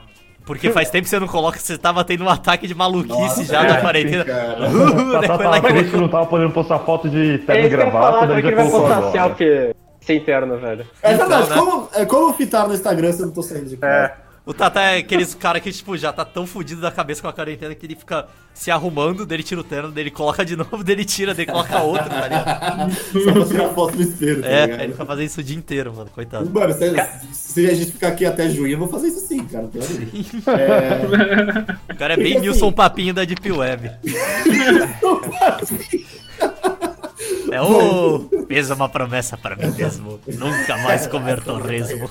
S2: Porque faz tempo que você não coloca, você tava tendo um ataque de maluquice
S3: Nossa,
S2: já
S4: cara,
S2: na quarentena.
S3: cara.
S2: Uh,
S4: Tá,
S2: daí
S4: tá,
S2: foi lá
S4: tá,
S2: que
S4: por
S2: eu-
S4: isso que não tava podendo postar foto de
S1: É
S4: terno e
S1: isso que eu ia falar,
S4: gravata,
S1: como é
S4: daí
S1: que
S4: já
S1: ele vai
S4: colocou
S1: postar
S4: agora.
S1: selfie sem terno, velho?
S3: É
S2: Então,
S3: verdade,
S2: né?
S3: como, é, como fitar no Instagram se eu não tô saindo de casa?
S2: O Tata é aqueles cara que, tipo, já tá tão fudido da cabeça com a quarentena que ele fica se arrumando, dele tira o terno, dele coloca de novo, dele tira, dele coloca outro, tá ligado?
S3: Só pra tirar foto no espelho, tá
S2: É,
S3: ligado?
S2: ele fica fazendo isso o dia inteiro, mano, coitado.
S3: Mano, se, se a gente ficar aqui até junho, eu vou fazer isso sim, cara. não tem nada a ver. É,
S2: O cara é bem
S3: Porque,
S2: Nilson
S3: assim,
S2: Papinho da Deep Web. É o. Fez uma promessa pra mim mesmo. Nunca mais comer torresmo.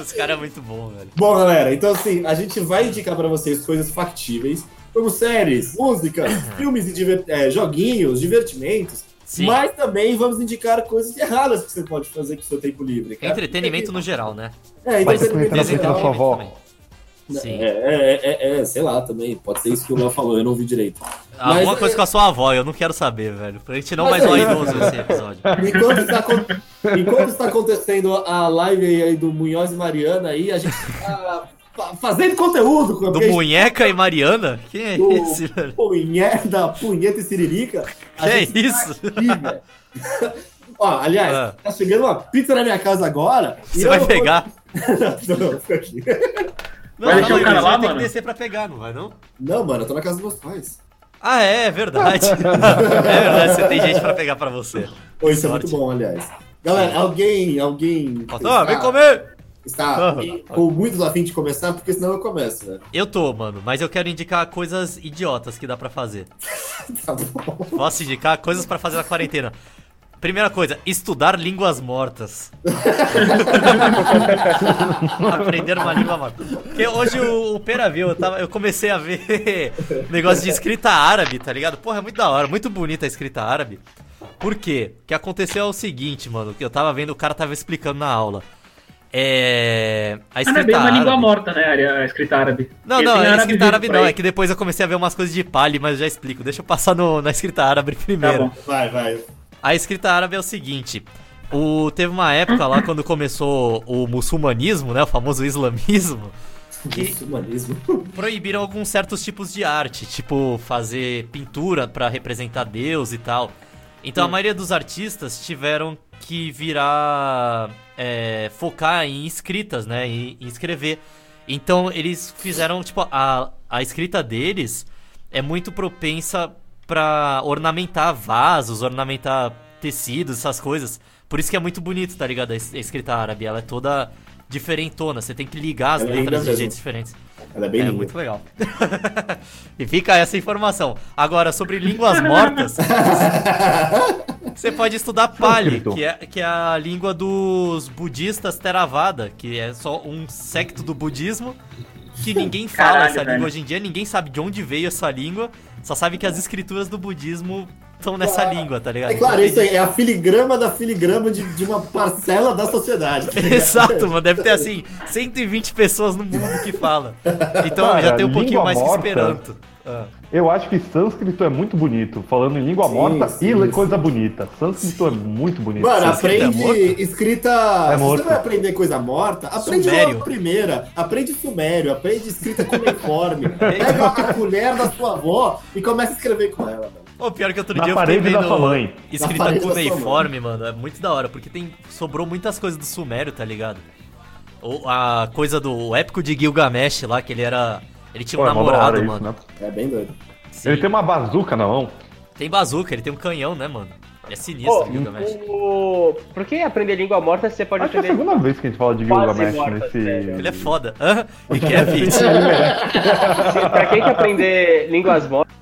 S2: Os caras é muito bom, velho.
S3: Bom, galera, então assim, a gente vai indicar pra vocês coisas factíveis, como séries, músicas, filmes e diver- eh, joguinhos, divertimentos,
S2: Uhum. Sim.
S3: mas também vamos indicar coisas erradas que você pode fazer com o seu tempo livre. cara.
S2: Entretenimento no geral, né?
S3: É,
S4: Vai se
S3: entretenimento
S4: conectar na frente da
S3: geral.
S4: sua avó.
S2: também. Sim.
S3: Então, É, é, é, é, sei lá também, pode ser isso que o Léo falou, eu não vi direito.
S2: Alguma
S3: Mas,
S2: coisa
S3: é-
S2: com a sua avó, eu não quero saber, velho. Pra gente não
S3: Mas
S2: mais
S3: é,
S2: zoar
S3: né,
S2: idoso esse episódio.
S3: Enquanto está, acon- enquanto está acontecendo a live aí do Munhoz e Mariana aí, a gente tá fa- fazendo conteúdo com a
S2: Do
S3: gente-
S2: Munheca e Mariana? Quem é
S3: Do-
S2: esse, velho?
S3: punheta, punheta e siririca. a
S2: Que
S3: gente tá
S2: isso?
S3: aqui, velho. Ó, aliás,
S2: Ah.
S3: tá chegando uma pizza na minha casa agora. e
S2: Você
S3: eu
S2: vai
S3: vou-
S2: pegar?
S3: não, fica aqui.
S2: Não,
S5: deixar o
S2: aí,
S5: cara
S2: você
S5: lá,
S2: vai ter que
S5: mano?
S2: descer pra pegar, não vai não?
S3: Não, mano, eu tô na casa dos meus pais.
S2: Ah, é, é verdade. é verdade, você tem gente pra pegar pra você.
S3: Pô, isso é
S2: Sorte.
S3: muito bom, aliás. Galera, alguém, alguém
S2: Faltou, vem
S3: está,
S2: comer!
S3: está
S2: Ah.
S3: com muitos afim de começar, porque senão eu começo, né?
S2: Eu tô, mano, mas eu quero indicar coisas idiotas que dá pra fazer.
S3: Tá bom.
S2: Posso indicar coisas pra fazer na quarentena. Primeira coisa, estudar línguas mortas. Aprender uma língua morta. Porque hoje o, o Pera viu, eu, tava- eu comecei a ver negócio de escrita árabe, tá ligado? Porra, é muito da hora, muito bonita a escrita árabe. Por quê? O que aconteceu é o seguinte, mano, que eu tava vendo, o cara tava explicando na aula. É. A
S5: Ah, não
S2: escrita
S5: é bem uma
S2: árabe.
S5: língua morta, né? A a escrita árabe.
S2: Não,
S5: Porque
S2: não,
S5: tem
S2: é
S5: árabe
S2: escrita
S5: vivo
S2: árabe
S5: por
S2: não,
S5: aí.
S2: é que depois eu comecei a ver umas coisas de Pali, mas eu já explico. Deixa eu passar no- na escrita árabe primeiro.
S5: bom.
S3: Vai, vai.
S2: A escrita árabe é o seguinte. O, teve uma época lá quando começou o muçulmanismo, né? O famoso islamismo. Que
S3: Isso, humanismo.
S2: proibiram alguns certos tipos de arte, tipo fazer pintura pra representar Deus e tal. Então a maioria dos artistas tiveram que virar. é, focar em escritas, né? Em, em escrever. Então eles fizeram, tipo, a, a escrita deles é muito propensa pra ornamentar vasos, ornamentar tecidos, essas coisas. Por isso que é muito bonito, tá ligado? A es- a escrita árabe, ela é toda diferentona. Você tem que ligar as
S3: É linda
S2: letras de
S3: mesmo.
S2: jeitos diferentes
S3: Ela é bem
S2: é
S3: linda.
S2: muito legal. e fica essa informação. Agora, sobre línguas mortas, você pode estudar Pali,
S4: escritor.
S2: que é, que é a língua dos budistas Theravada, que é só um secto do budismo que ninguém fala
S5: Caralho,
S2: essa língua
S5: velho.
S2: hoje em dia, ninguém sabe de onde veio essa língua, só sabe que as escrituras do budismo estão nessa língua, tá ligado?
S3: É claro, isso aí é a filigrama da filigrama de, de uma parcela da sociedade. tá ligado?
S2: Exato, mano. Deve ter assim, 120 pessoas no mundo que fala. Então
S4: Cara,
S2: já tem um pouquinho
S4: língua
S2: mais
S4: morta.
S2: que Esperanto. Ah,
S4: Eu acho que sânscrito é muito bonito, falando em língua
S3: Sim,
S4: morta
S3: sim,
S4: e
S3: sim.
S4: coisa bonita. Sânscrito é muito bonito.
S3: Mano,
S2: escrita é
S3: aprende
S2: morto?
S3: escrita. Se você
S4: morto.
S3: vai aprender coisa morta, aprende
S2: Sumério.
S3: logo a primeira. Aprende sumério, aprende escrita cuneiforme. Pega a colher da sua avó e começa a escrever com ela, mano.
S2: Ô, pior que outro
S4: Na
S2: dia eu fiquei
S4: parede da sua
S2: vendo
S4: mãe.
S3: Na
S2: escrita
S3: parede da sua
S2: cuneiforme, tá mano. É muito da hora, porque tem sobrou muitas coisas do Sumério, tá ligado? Ou a coisa do épico de Gilgamesh lá, que ele era. Ele tinha um
S4: Pô, é mó da hora
S2: namorado,
S4: isso,
S2: mano.
S4: né?
S3: É bem doido.
S2: Sim.
S4: Ele tem uma bazuca na mão.
S2: Tem bazuca, ele tem um canhão, né, mano? Ele é sinistro,
S1: Pô,
S2: o Gilgamesh.
S1: O... Por que aprender língua morta se você pode
S4: Acho que é a
S1: aprender.
S4: segunda vez que a gente fala de
S1: Quase
S4: Gilgamesh
S1: morta,
S4: nesse.
S1: velho.
S2: Ele é foda. Hã? E que é fit.
S1: Se- pra quem que aprender línguas mortas?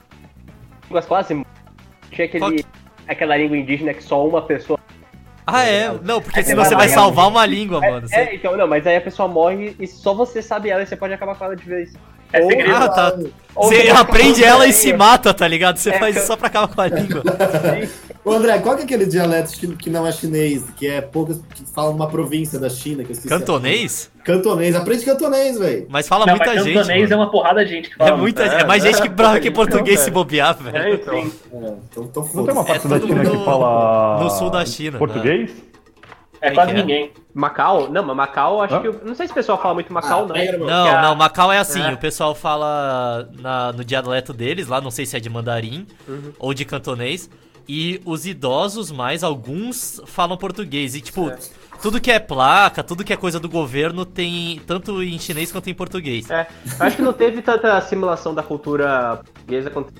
S1: Línguas quase mortas. Tinha aquele. Aquela língua indígena que só uma pessoa.
S2: Ah, é? Não, porque
S1: Aí
S2: senão
S1: você
S2: você vai
S1: vai
S2: salvar uma língua, mano. Você-
S1: É, então, não, mas aí a pessoa morre e só você sabe ela e você pode acabar com ela de vez. É
S3: Ou-
S1: segredo.
S2: Ah, tá.
S1: Ou
S2: Você
S1: vai
S2: aprende
S1: ficar
S2: ela e
S1: sozinho.
S2: se mata, tá ligado? Você
S1: É,
S2: faz isso
S1: eu-
S2: só pra acabar com a língua.
S3: Ô, André, qual que é aquele dialeto chi- que não é chinês, que é poucas que falam numa província da China que eu esqueci?
S2: Cantonês?
S3: Cantonês, aprende cantonês, velho.
S2: Mas fala
S5: Não,
S2: tá muita
S5: mas
S2: gente.
S5: cantonês é
S2: mano.
S5: uma porrada de gente que
S2: É,
S5: fala.
S2: muita gente. É mais gente que brava que português se bobear,
S5: É,
S2: velho.
S5: então.
S3: É, então, então
S4: Não tem uma
S3: foda-se.
S4: parte da
S2: É todo
S4: China
S2: mundo
S4: que fala.
S2: no sul da China, né?
S4: Português?
S5: É
S2: Quem
S5: quase
S2: que é?
S5: ninguém.
S1: Macau? Não, mas Macau acho
S4: Hã?
S1: que. eu- Não sei se o pessoal fala muito Macau,
S3: Ah,
S1: não.
S4: é.
S3: pega, irmão.
S2: né? Não, não, Macau é assim,
S1: É.
S2: o pessoal fala na- no dialeto deles, lá não sei se é de mandarim ou de cantonês, e os idosos mais, alguns falam português, e tipo, tudo que é placa, tudo que é coisa do governo tem tanto em chinês quanto em português.
S1: É, acho que não teve tanta assimilação da cultura portuguesa quanto.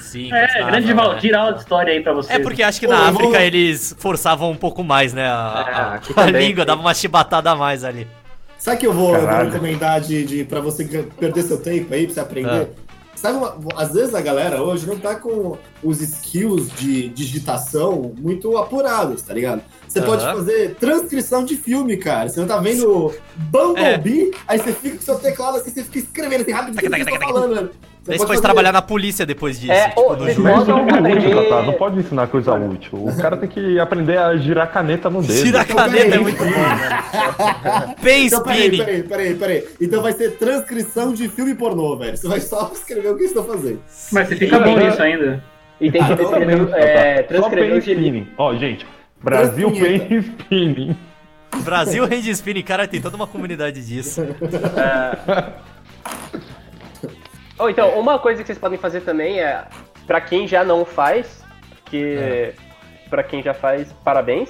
S2: Sim,
S5: É,
S2: continuava,
S5: grande
S2: né?
S5: Valdir, aula de história aí pra vocês.
S2: É porque acho que
S3: Pô,
S2: na
S3: eu
S2: África
S3: vou-
S2: eles forçavam um pouco mais, né?
S1: Ah,
S2: A, a-
S1: aqui
S2: a
S1: também,
S2: língua,
S1: sim.
S2: dava uma chibatada a mais ali.
S3: Sabe que eu vou, eu vou
S4: Caralho.
S3: recomendar de, de, pra você que- perder seu tempo aí, pra você aprender?
S2: Ah.
S3: Sabe, uma- às vezes a galera hoje não tá com os skills de digitação muito apurados, tá ligado? Você pode
S2: Aham.
S3: fazer transcrição de filme, cara. Você não tá vendo Bumblebee, aí você fica com seu teclado assim, você fica escrevendo assim rápido,
S2: É. Taca, taca,
S3: você tá
S2: taca,
S3: falando, mano. Você
S2: Daí você pode
S3: fazer-
S2: trabalhar na polícia depois disso,
S1: É,
S2: tipo,
S1: ô,
S2: no
S1: vocês
S2: jogo.
S4: Mas isso
S1: Não,
S4: não é
S1: não,
S4: útil,
S1: não.
S4: Tatá. Não pode ensinar coisa útil. O cara tem que aprender a girar caneta no dedo.
S2: Tira a caneta, é muito bom. Pen
S3: Então, peraí,
S2: spinning.
S3: peraí, peraí, peraí. Então vai ser transcrição de filme pornô, velho. Você vai só escrever o que eles estão fazendo.
S5: Mas você fica bom nisso ainda.
S1: E tem que
S4: Eu também Ah, não
S1: transcrever,
S4: sei,
S1: é,
S4: Tatá. Só
S1: transcrever
S4: pen
S1: o gibi.
S4: spinning. Ó, gente. Brasil
S3: Transcunheta.
S4: pen spinning.
S2: Brasil Hand Spinning, cara, tem toda uma comunidade disso.
S1: Ou então, uma coisa que vocês podem fazer também é, pra quem já não faz,
S2: É.
S1: que pra quem já faz, parabéns,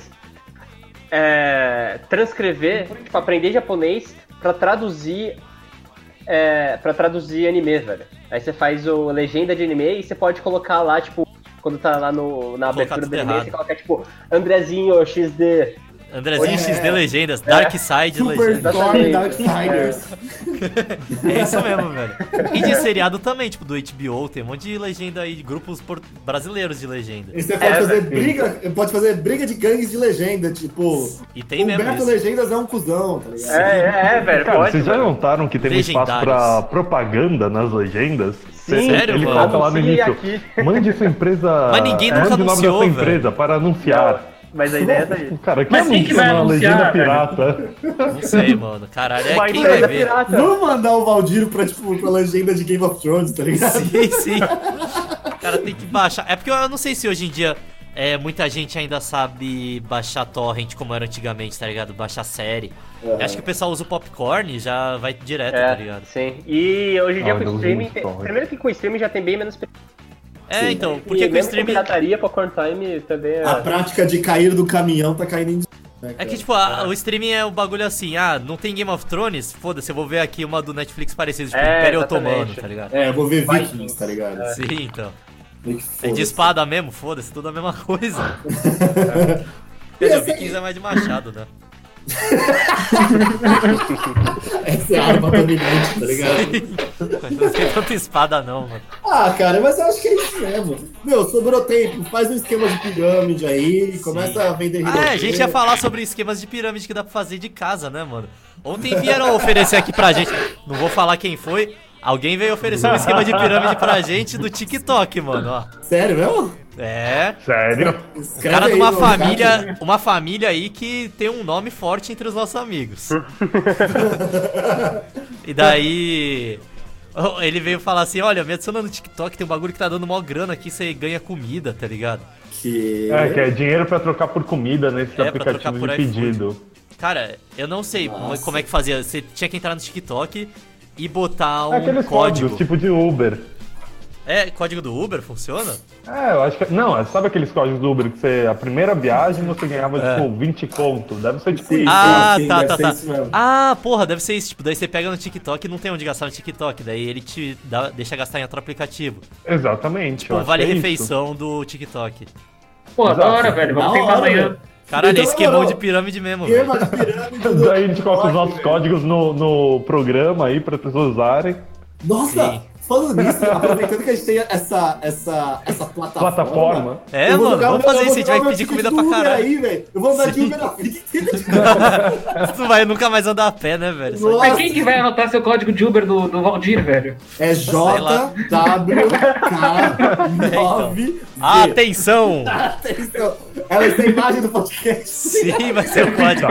S1: é, transcrever, tipo, aprender japonês pra traduzir é, para traduzir anime, velho. Aí você faz o legenda de anime e você pode colocar lá, tipo, quando tá lá no, na
S2: Colocar
S1: abertura
S2: tudo
S1: do anime,
S2: errado.
S1: você coloca, tipo, Andrezinho XD.
S2: Andrezinho
S3: É.
S2: XD Legendas, Dark Side
S3: Super
S2: Legendas.
S3: Storm
S1: Exatamente.
S3: Darksiders.
S2: É isso mesmo, velho. E de seriado também, tipo, do HBO, tem um monte de legenda aí, de grupos por- brasileiros de legenda.
S3: E você pode fazer briga, pode fazer briga de gangues de legenda, tipo,
S2: E tem mesmo
S3: Humberto
S2: isso.
S3: Legendas é um cuzão, tá ligado?
S1: É, é, velho,
S4: Cara,
S1: pode.
S4: vocês já notaram que teve um espaço
S2: Legendários.
S4: pra propaganda nas legendas?
S1: Sim.
S2: Sério,
S4: Ele
S2: mano?
S4: coloca lá no
S1: Anuncie
S4: início.
S1: aqui.
S4: Mande sua empresa. é,
S2: Mas ninguém nunca
S4: mande o nome da
S2: anunciou,
S4: sua
S2: velho.
S4: empresa para anunciar.
S1: Mas a ideia tá aí.
S4: Cara, quem
S5: Mas quem
S4: anuncia
S5: que vai
S4: uma
S5: anunciar,
S4: legenda
S5: velho?
S4: pirata?
S2: Não sei, mano. Caralho, é quem vai
S1: empresa
S2: ver.
S3: Vamos mandar o Valdir pra, tipo, pra legenda de Game of Thrones, tá ligado?
S2: Sim, sim. O cara tem que baixar. É porque eu não sei se hoje em dia é, muita gente ainda sabe baixar torrent como era antigamente, tá ligado? Baixar série. Eu acho que o pessoal usa o popcorn e já vai direto, tá
S1: É,
S2: ligado?
S1: sim. E hoje em dia
S4: Ah,
S1: com
S4: eu
S1: o
S4: uso
S1: streaming.
S4: muito
S1: tem-
S4: torrent.
S1: Primeiro que com o streaming já tem bem menos.
S2: É, então,
S1: e
S2: porque com o
S1: mesmo
S2: streaming. Ah,
S1: Com pirataria, Popcorn Time também é.
S3: A prática de cair do caminhão tá caindo em... né,
S2: É
S3: cara?
S2: que, tipo, a- o streaming é um bagulho assim, ah, não tem Game of Thrones? Foda-se, eu vou ver aqui uma do Netflix parecida, tipo,
S1: É,
S2: Império
S1: exatamente. É.
S2: Otomano, tá ligado?
S3: É, eu vou ver Vikings, tá ligado?
S2: Sim, então.
S3: Meio que
S2: É de
S3: foda-se.
S2: espada mesmo? Foda-se, tudo a mesma coisa.
S3: E
S2: Quer dizer, o
S3: essa,
S2: Vikings é mais de machado, né?
S3: essa é a arma dominante, tá ligado?
S2: Mas não tem tanta espada não, mano.
S3: Ah, cara, mas eu acho que é isso mesmo. Meu, sobrou tempo, faz um esquema de pirâmide aí, começa a vender
S2: Ah, é, a
S3: Rinochet.
S2: gente ia falar sobre esquemas de pirâmide que dá pra fazer de casa, né, mano? Ontem vieram oferecer aqui pra gente, não vou falar quem foi, alguém veio oferecer um esquema de pirâmide pra gente do TikTok, mano, ó.
S3: Sério mesmo?
S2: É.
S4: Sério?
S3: Escreve
S2: Cara de
S3: aí
S2: uma
S3: no chat.
S2: família, uma família aí que tem um nome forte entre os nossos amigos. e daí oh, ele veio falar assim: "Olha, me adiciona no TikTok, tem um bagulho que tá dando mó grana aqui, você ganha comida, tá ligado?"
S3: Que...
S4: É, que é dinheiro pra trocar por comida nesses
S2: É, pra trocar
S4: aplicativos
S2: por
S4: de
S2: iFood.
S4: pedido.
S2: Cara, eu não sei
S3: Nossa.
S2: como é que fazia. Você tinha que entrar no TikTok e botar um
S4: É aqueles
S2: código.
S4: códigos, tipo de Uber.
S2: É, código do Uber funciona?
S4: É, eu acho que. Não, é- sabe aqueles códigos do Uber que você. A primeira viagem você ganhava, tipo, 20 conto. Deve ser tipo
S3: Sim.
S4: isso.
S2: É. Ah,
S3: sim,
S2: tá,
S3: deve
S2: tá,
S3: ser
S2: tá.
S3: isso mesmo.
S2: Ah, porra, deve ser isso. Tipo, daí você pega no TikTok e não tem onde gastar no TikTok. Daí ele te dá- deixa gastar em outro aplicativo.
S4: Exatamente. eu
S2: Tipo,
S4: acho
S2: vale
S4: que é isso.
S2: refeição do TikTok.
S5: Pô, da
S4: Exato.
S5: hora, velho.
S3: Da
S5: Vamos tentar
S3: hora,
S5: amanhã.
S3: velho.
S2: Caralho,
S3: Então,
S2: esquemão
S3: mano,
S2: de pirâmide mesmo, velho.
S3: Esquema de pirâmide. do-
S4: Daí a gente coloca os nossos códigos no, no programa aí pra pessoas usarem.
S3: Tá Nossa,
S2: Sim.
S3: falando nisso, aproveitando que a gente tem essa, essa, essa plataforma.
S4: Plataforma.
S2: É,
S3: eu vou
S2: mano,
S3: jogar
S2: vamos
S3: meu-
S2: fazer
S3: eu
S2: isso.
S3: vou
S2: A gente
S3: jogar
S2: vai
S3: meu
S2: pedir
S3: ticket
S2: comida
S3: do
S2: pra
S3: Uber
S2: caralho.
S3: Aí, velho. eu vou andar de
S2: Sim.
S3: Uber na vida inteira de caralho.
S2: Tu vai nunca mais andar a pé, né, velho? Só
S3: Nossa.
S5: Mas quem que vai anotar seu código de Uber do, do Valdir, velho?
S3: É
S2: lá. É, então.
S3: JWK9.
S2: Ah, Atenção!
S3: Atenção. Ela tem imagem do podcast.
S2: Sim, vai ser o
S3: Tá
S2: código.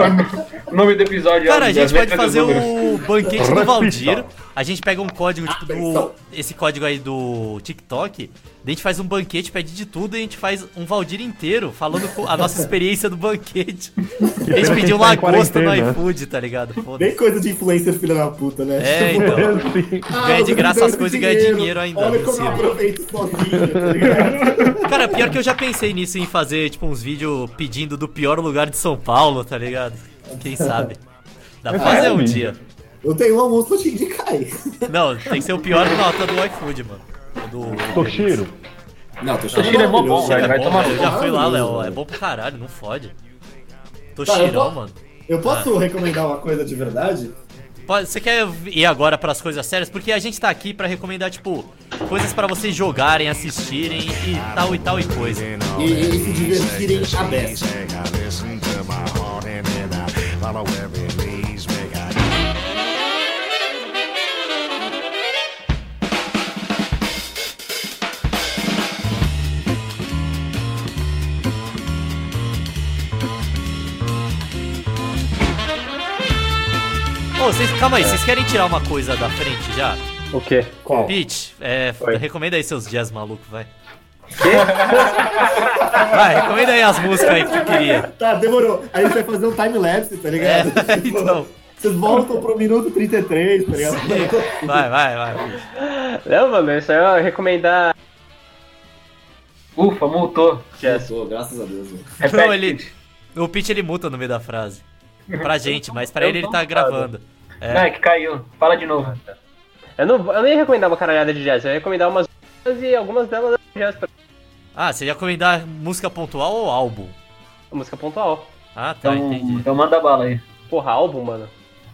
S5: O nome do episódio
S2: Cara,
S5: é
S2: a
S5: o-
S2: gente
S5: das
S2: pode
S5: letras
S2: fazer
S5: dos números.
S2: o banquete do
S4: Repita.
S2: Valdir. A gente pega um código, tipo, do.
S3: Atenção.
S2: Esse código aí do TikTok. Daí a gente faz um banquete, pede de tudo e a gente faz um Valdir inteiro falando co- a nossa experiência do banquete. A
S4: pena que
S2: gente
S4: a gente
S2: pediu
S4: tá em
S2: lagosta no
S4: quarentena.
S2: iFood, tá ligado?
S3: Bem
S2: Foda-se.
S3: coisa de influencer, filha da puta, né?
S2: É,
S3: Tipo,
S2: então.
S4: Sim.
S3: ah,
S2: ganha de
S3: você me
S2: graça
S3: deu
S2: as
S3: esse
S2: coisas e ganha dinheiro ainda, né,
S3: Olha como eu
S2: Luciano.
S3: aproveito sozinho, tá ligado?
S2: Cara, pior que eu já pensei nisso em fazer, tipo, uns vídeos pedindo do pior lugar de São Paulo, tá ligado? Quem sabe? Dá pra
S4: Ah, é
S2: fazer um
S4: um
S2: dia.
S4: vídeo.
S3: Eu tenho um almoço pra te indicar aí.
S2: Não, tem que ser o pior nota do iFood, mano. Ou Do
S4: Toshiro.
S3: Não, tô
S5: Toshiro é mó bom,
S2: Toshiro
S5: velho.
S2: é
S5: Vai
S2: bom,
S5: tomar
S2: velho. Eu
S5: no
S2: já
S3: cu.
S2: fui lá, Léo.
S3: Maravilhoso.
S2: É bom pra caralho, não fode.
S3: Tá, eu
S2: Toshirão,
S3: po-
S2: mano.
S3: Eu posso
S2: Ah.
S3: recomendar uma coisa de verdade?
S2: Pode- Você quer ir agora pras coisas sérias? Porque a gente tá aqui pra recomendar, tipo, coisas pra vocês jogarem, assistirem e tal e tal e coisa.
S3: E, e
S2: é,
S3: se divertirem a besta.
S2: Ô, vocês, calma aí, vocês querem tirar uma coisa da frente já?
S1: O quê?
S3: Qual?
S2: Pete, é,
S1: Oi.
S2: recomenda aí seus jazz malucos, vai. vai, recomenda aí as músicas aí que tu queria.
S3: Tá, demorou. A gente vai fazer um time-lapse, tá ligado?
S2: É, então.
S3: Vocês voltam pro minuto 33, tá ligado?
S2: Vai, vai, vai. Pete.
S1: Não, mano, isso aí eu ia recomendar.
S2: um-
S5: Ufa, multou.
S3: Pô, graças a Deus, velho.
S5: Repete.
S2: Não, ele, o Pete ele muta no meio da frase. É Pra gente, mas pra
S5: Eu
S2: ele ele
S5: tô
S2: tá
S5: mutado.
S2: gravando. É.
S5: Não, é que caiu. Fala de novo.
S1: Eu não, eu não ia recomendar uma caralhada de jazz, eu ia recomendar umas músicas e algumas delas eram jazz pra
S2: Ah, você ia recomendar música pontual ou álbum?
S1: música pontual.
S2: Ah, tá,
S5: Então,
S2: entendi.
S5: então manda bala aí.
S1: Porra, álbum, mano.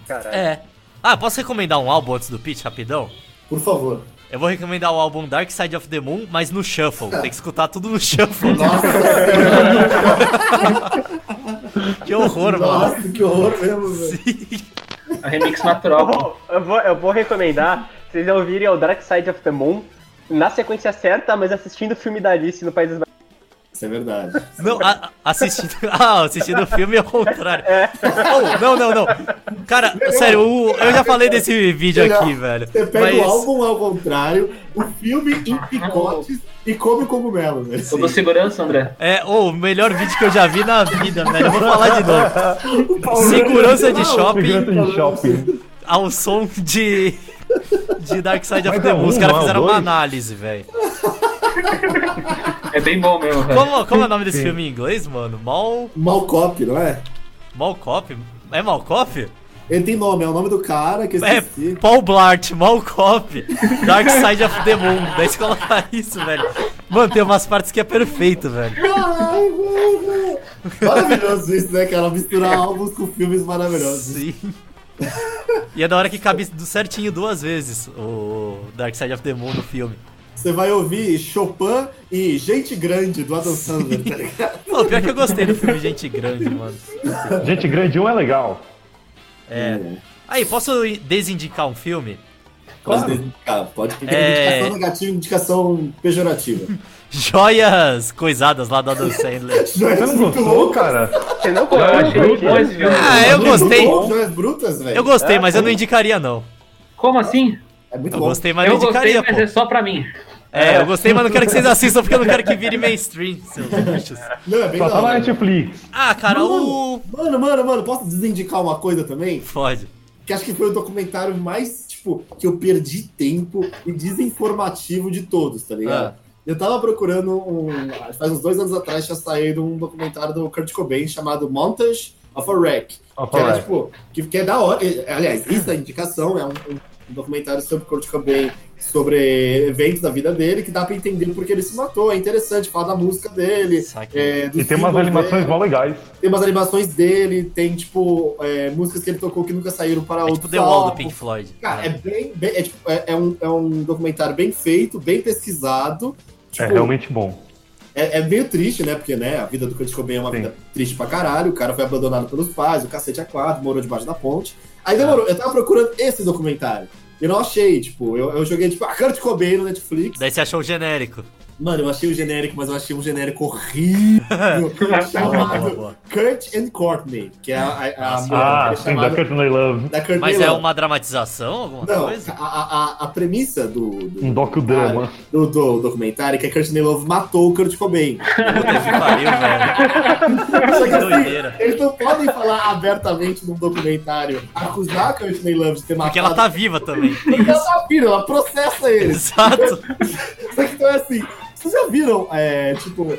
S1: Caralho.
S2: É. Ah, posso recomendar um álbum antes do Pete, rapidão?
S3: Por favor.
S2: Eu vou recomendar o álbum Dark Side of the Moon, mas no shuffle. Tem que escutar tudo no shuffle. que horror, mano.
S3: Nossa, que horror mesmo, velho.
S5: A remix natural. pô.
S1: Bom, eu vou, eu vou recomendar vocês ouvirem é o Dark Side of the Moon na sequência certa, mas assistindo o filme da Alice no País das Maravilhas.
S3: Isso é verdade.
S2: Não, a- a- assistindo. Ah, assistindo o filme é o contrário. Oh, não, não, não. Cara, sério, o- eu já falei desse vídeo aqui, velho.
S3: Você pega o álbum ao contrário, o filme em picotes e come o cogumelo, né? velho.
S5: Eu dou segurança, André.
S2: É, ô, o melhor vídeo que eu já vi na vida, velho. Eu vou falar de novo. Segurança de shopping
S4: Segurança de shopping.
S2: ao um som de. De Dark Side of
S4: Mas
S2: the
S4: é
S2: Moon.
S4: um,
S2: Os caras
S4: não é
S2: fizeram uma
S4: dois?
S2: análise, velho.
S5: É bem bom mesmo, velho.
S2: Como, como é o nome desse filme em inglês, mano? Mal.
S3: Mal cop, não é?
S2: Mal Cop? É Mal Cop?
S3: Ele tem nome, é o nome do cara que eu
S2: É
S3: esqueci.
S2: Paul Blart, Mal Cop, Dark Side of the Moon. Daí você coloca isso, velho. Mano, tem umas partes que é perfeito, velho.
S3: Ai, mano. Maravilhoso isso, né, cara? Misturar álbuns com filmes maravilhosos.
S2: Sim. E é da hora que cabe do certinho duas vezes o Dark Side of the Moon no filme.
S3: Você vai ouvir Chopin e Gente Grande do Adam Sandler, tá ligado?
S2: Pô, pior que eu gostei do filme Gente Grande, mano.
S4: Gente, grande um é legal.
S2: É. Aí, posso desindicar um filme?
S3: Pode identificar. Pode ter
S2: É.
S3: indicação negativa e indicação pejorativa.
S2: Joias coisadas lá do Adam Sandler.
S3: Joias
S4: Você não
S3: é muito assim,
S4: gostou,
S3: loucas.
S4: cara?
S1: Você não conhece?
S5: Eu achei
S1: Bruno?
S5: bom esse filme.
S2: é Ah, eu
S3: Muito
S2: gostei.
S3: bom, Joias brutas, velho.
S2: Eu gostei, mas eu não indicaria, não.
S5: Como assim?
S3: É muito
S2: Eu
S3: bom.
S2: gostei, mas não
S5: Eu gostei,
S2: indicaria,
S5: mas
S2: pô.
S5: é só pra mim.
S2: É, eu gostei, mas não quero que vocês assistam porque eu não quero que vire mainstream, seus bichos.
S3: Não, é bem
S4: Só
S3: da
S4: tá na
S3: hora.
S4: Netflix.
S2: Ah, cara, o.
S3: Mano, mano, mano, posso desindicar uma coisa também?
S2: Fode.
S3: Que acho que foi o documentário mais, tipo, que eu perdi tempo e desinformativo de todos, tá
S4: Ah.
S3: ligado? Eu tava procurando um. Faz uns dois anos atrás tinha saído um documentário do Kurt Cobain chamado Montage of a Wreck.
S4: Ó,
S3: Que, era,
S4: fala.
S3: tipo, que, que é da hora. e, Aliás, isso é indicação, é um, um documentário sobre Kurt Cobain, sobre eventos da vida dele, que dá pra entender porque ele se matou. É interessante, fala da música dele.
S2: Saquei.
S3: É, dos
S4: E tem umas
S3: singles
S4: animações
S3: dele,
S4: mó legais. É
S3: Tem umas animações dele, tem, tipo, é, músicas que ele tocou que nunca saíram para
S2: É
S3: outro
S2: tipo The Wall do
S3: álbum.
S2: Pink Floyd.
S3: Cara, é
S2: É.
S3: bem. bem- é, tipo, é- é um, é um documentário bem feito, bem pesquisado.
S4: É
S3: Tipo,
S4: realmente bom.
S3: é, é meio triste, né? Porque né, a vida do Kurt Cobain é uma
S4: Sim.
S3: vida triste pra caralho. O cara foi abandonado pelos pais, o cacete a quatro, morou debaixo da ponte. Aí demorou, eu tava procurando esse documentário. Eu não achei, tipo, eu, eu joguei, tipo, a Kurt Cobain no Netflix.
S2: Daí você achou o genérico.
S3: Mano, eu achei o genérico, mas eu achei um genérico horrível.
S2: Boa, boa,
S3: chamado
S2: boa.
S3: Kurt and Courtney, que é a, a, a
S2: Ah,
S3: mulher
S4: Ah,
S3: que é
S4: sim, da
S3: chamada
S4: Curtain I Love.
S3: da Courtney
S2: Mas é
S3: Love.
S2: uma dramatização, alguma
S3: Não,
S2: coisa?
S3: a, a- a, a premissa do, do,
S4: Um docudrama.
S3: do, do documentário é que a Courtney Love matou o Kurt Cobain.
S2: Puta que pariu, velho.
S3: Só que
S2: Que
S3: assim,
S2: doideira.
S3: eles não podem falar abertamente num documentário, acusar a Courtney Love de ter matado.
S2: Porque ela tá viva também.
S3: Porque ela tá vindo, ela processa eles.
S2: Exato.
S3: Só que então é assim. Vocês já viram, é, tipo,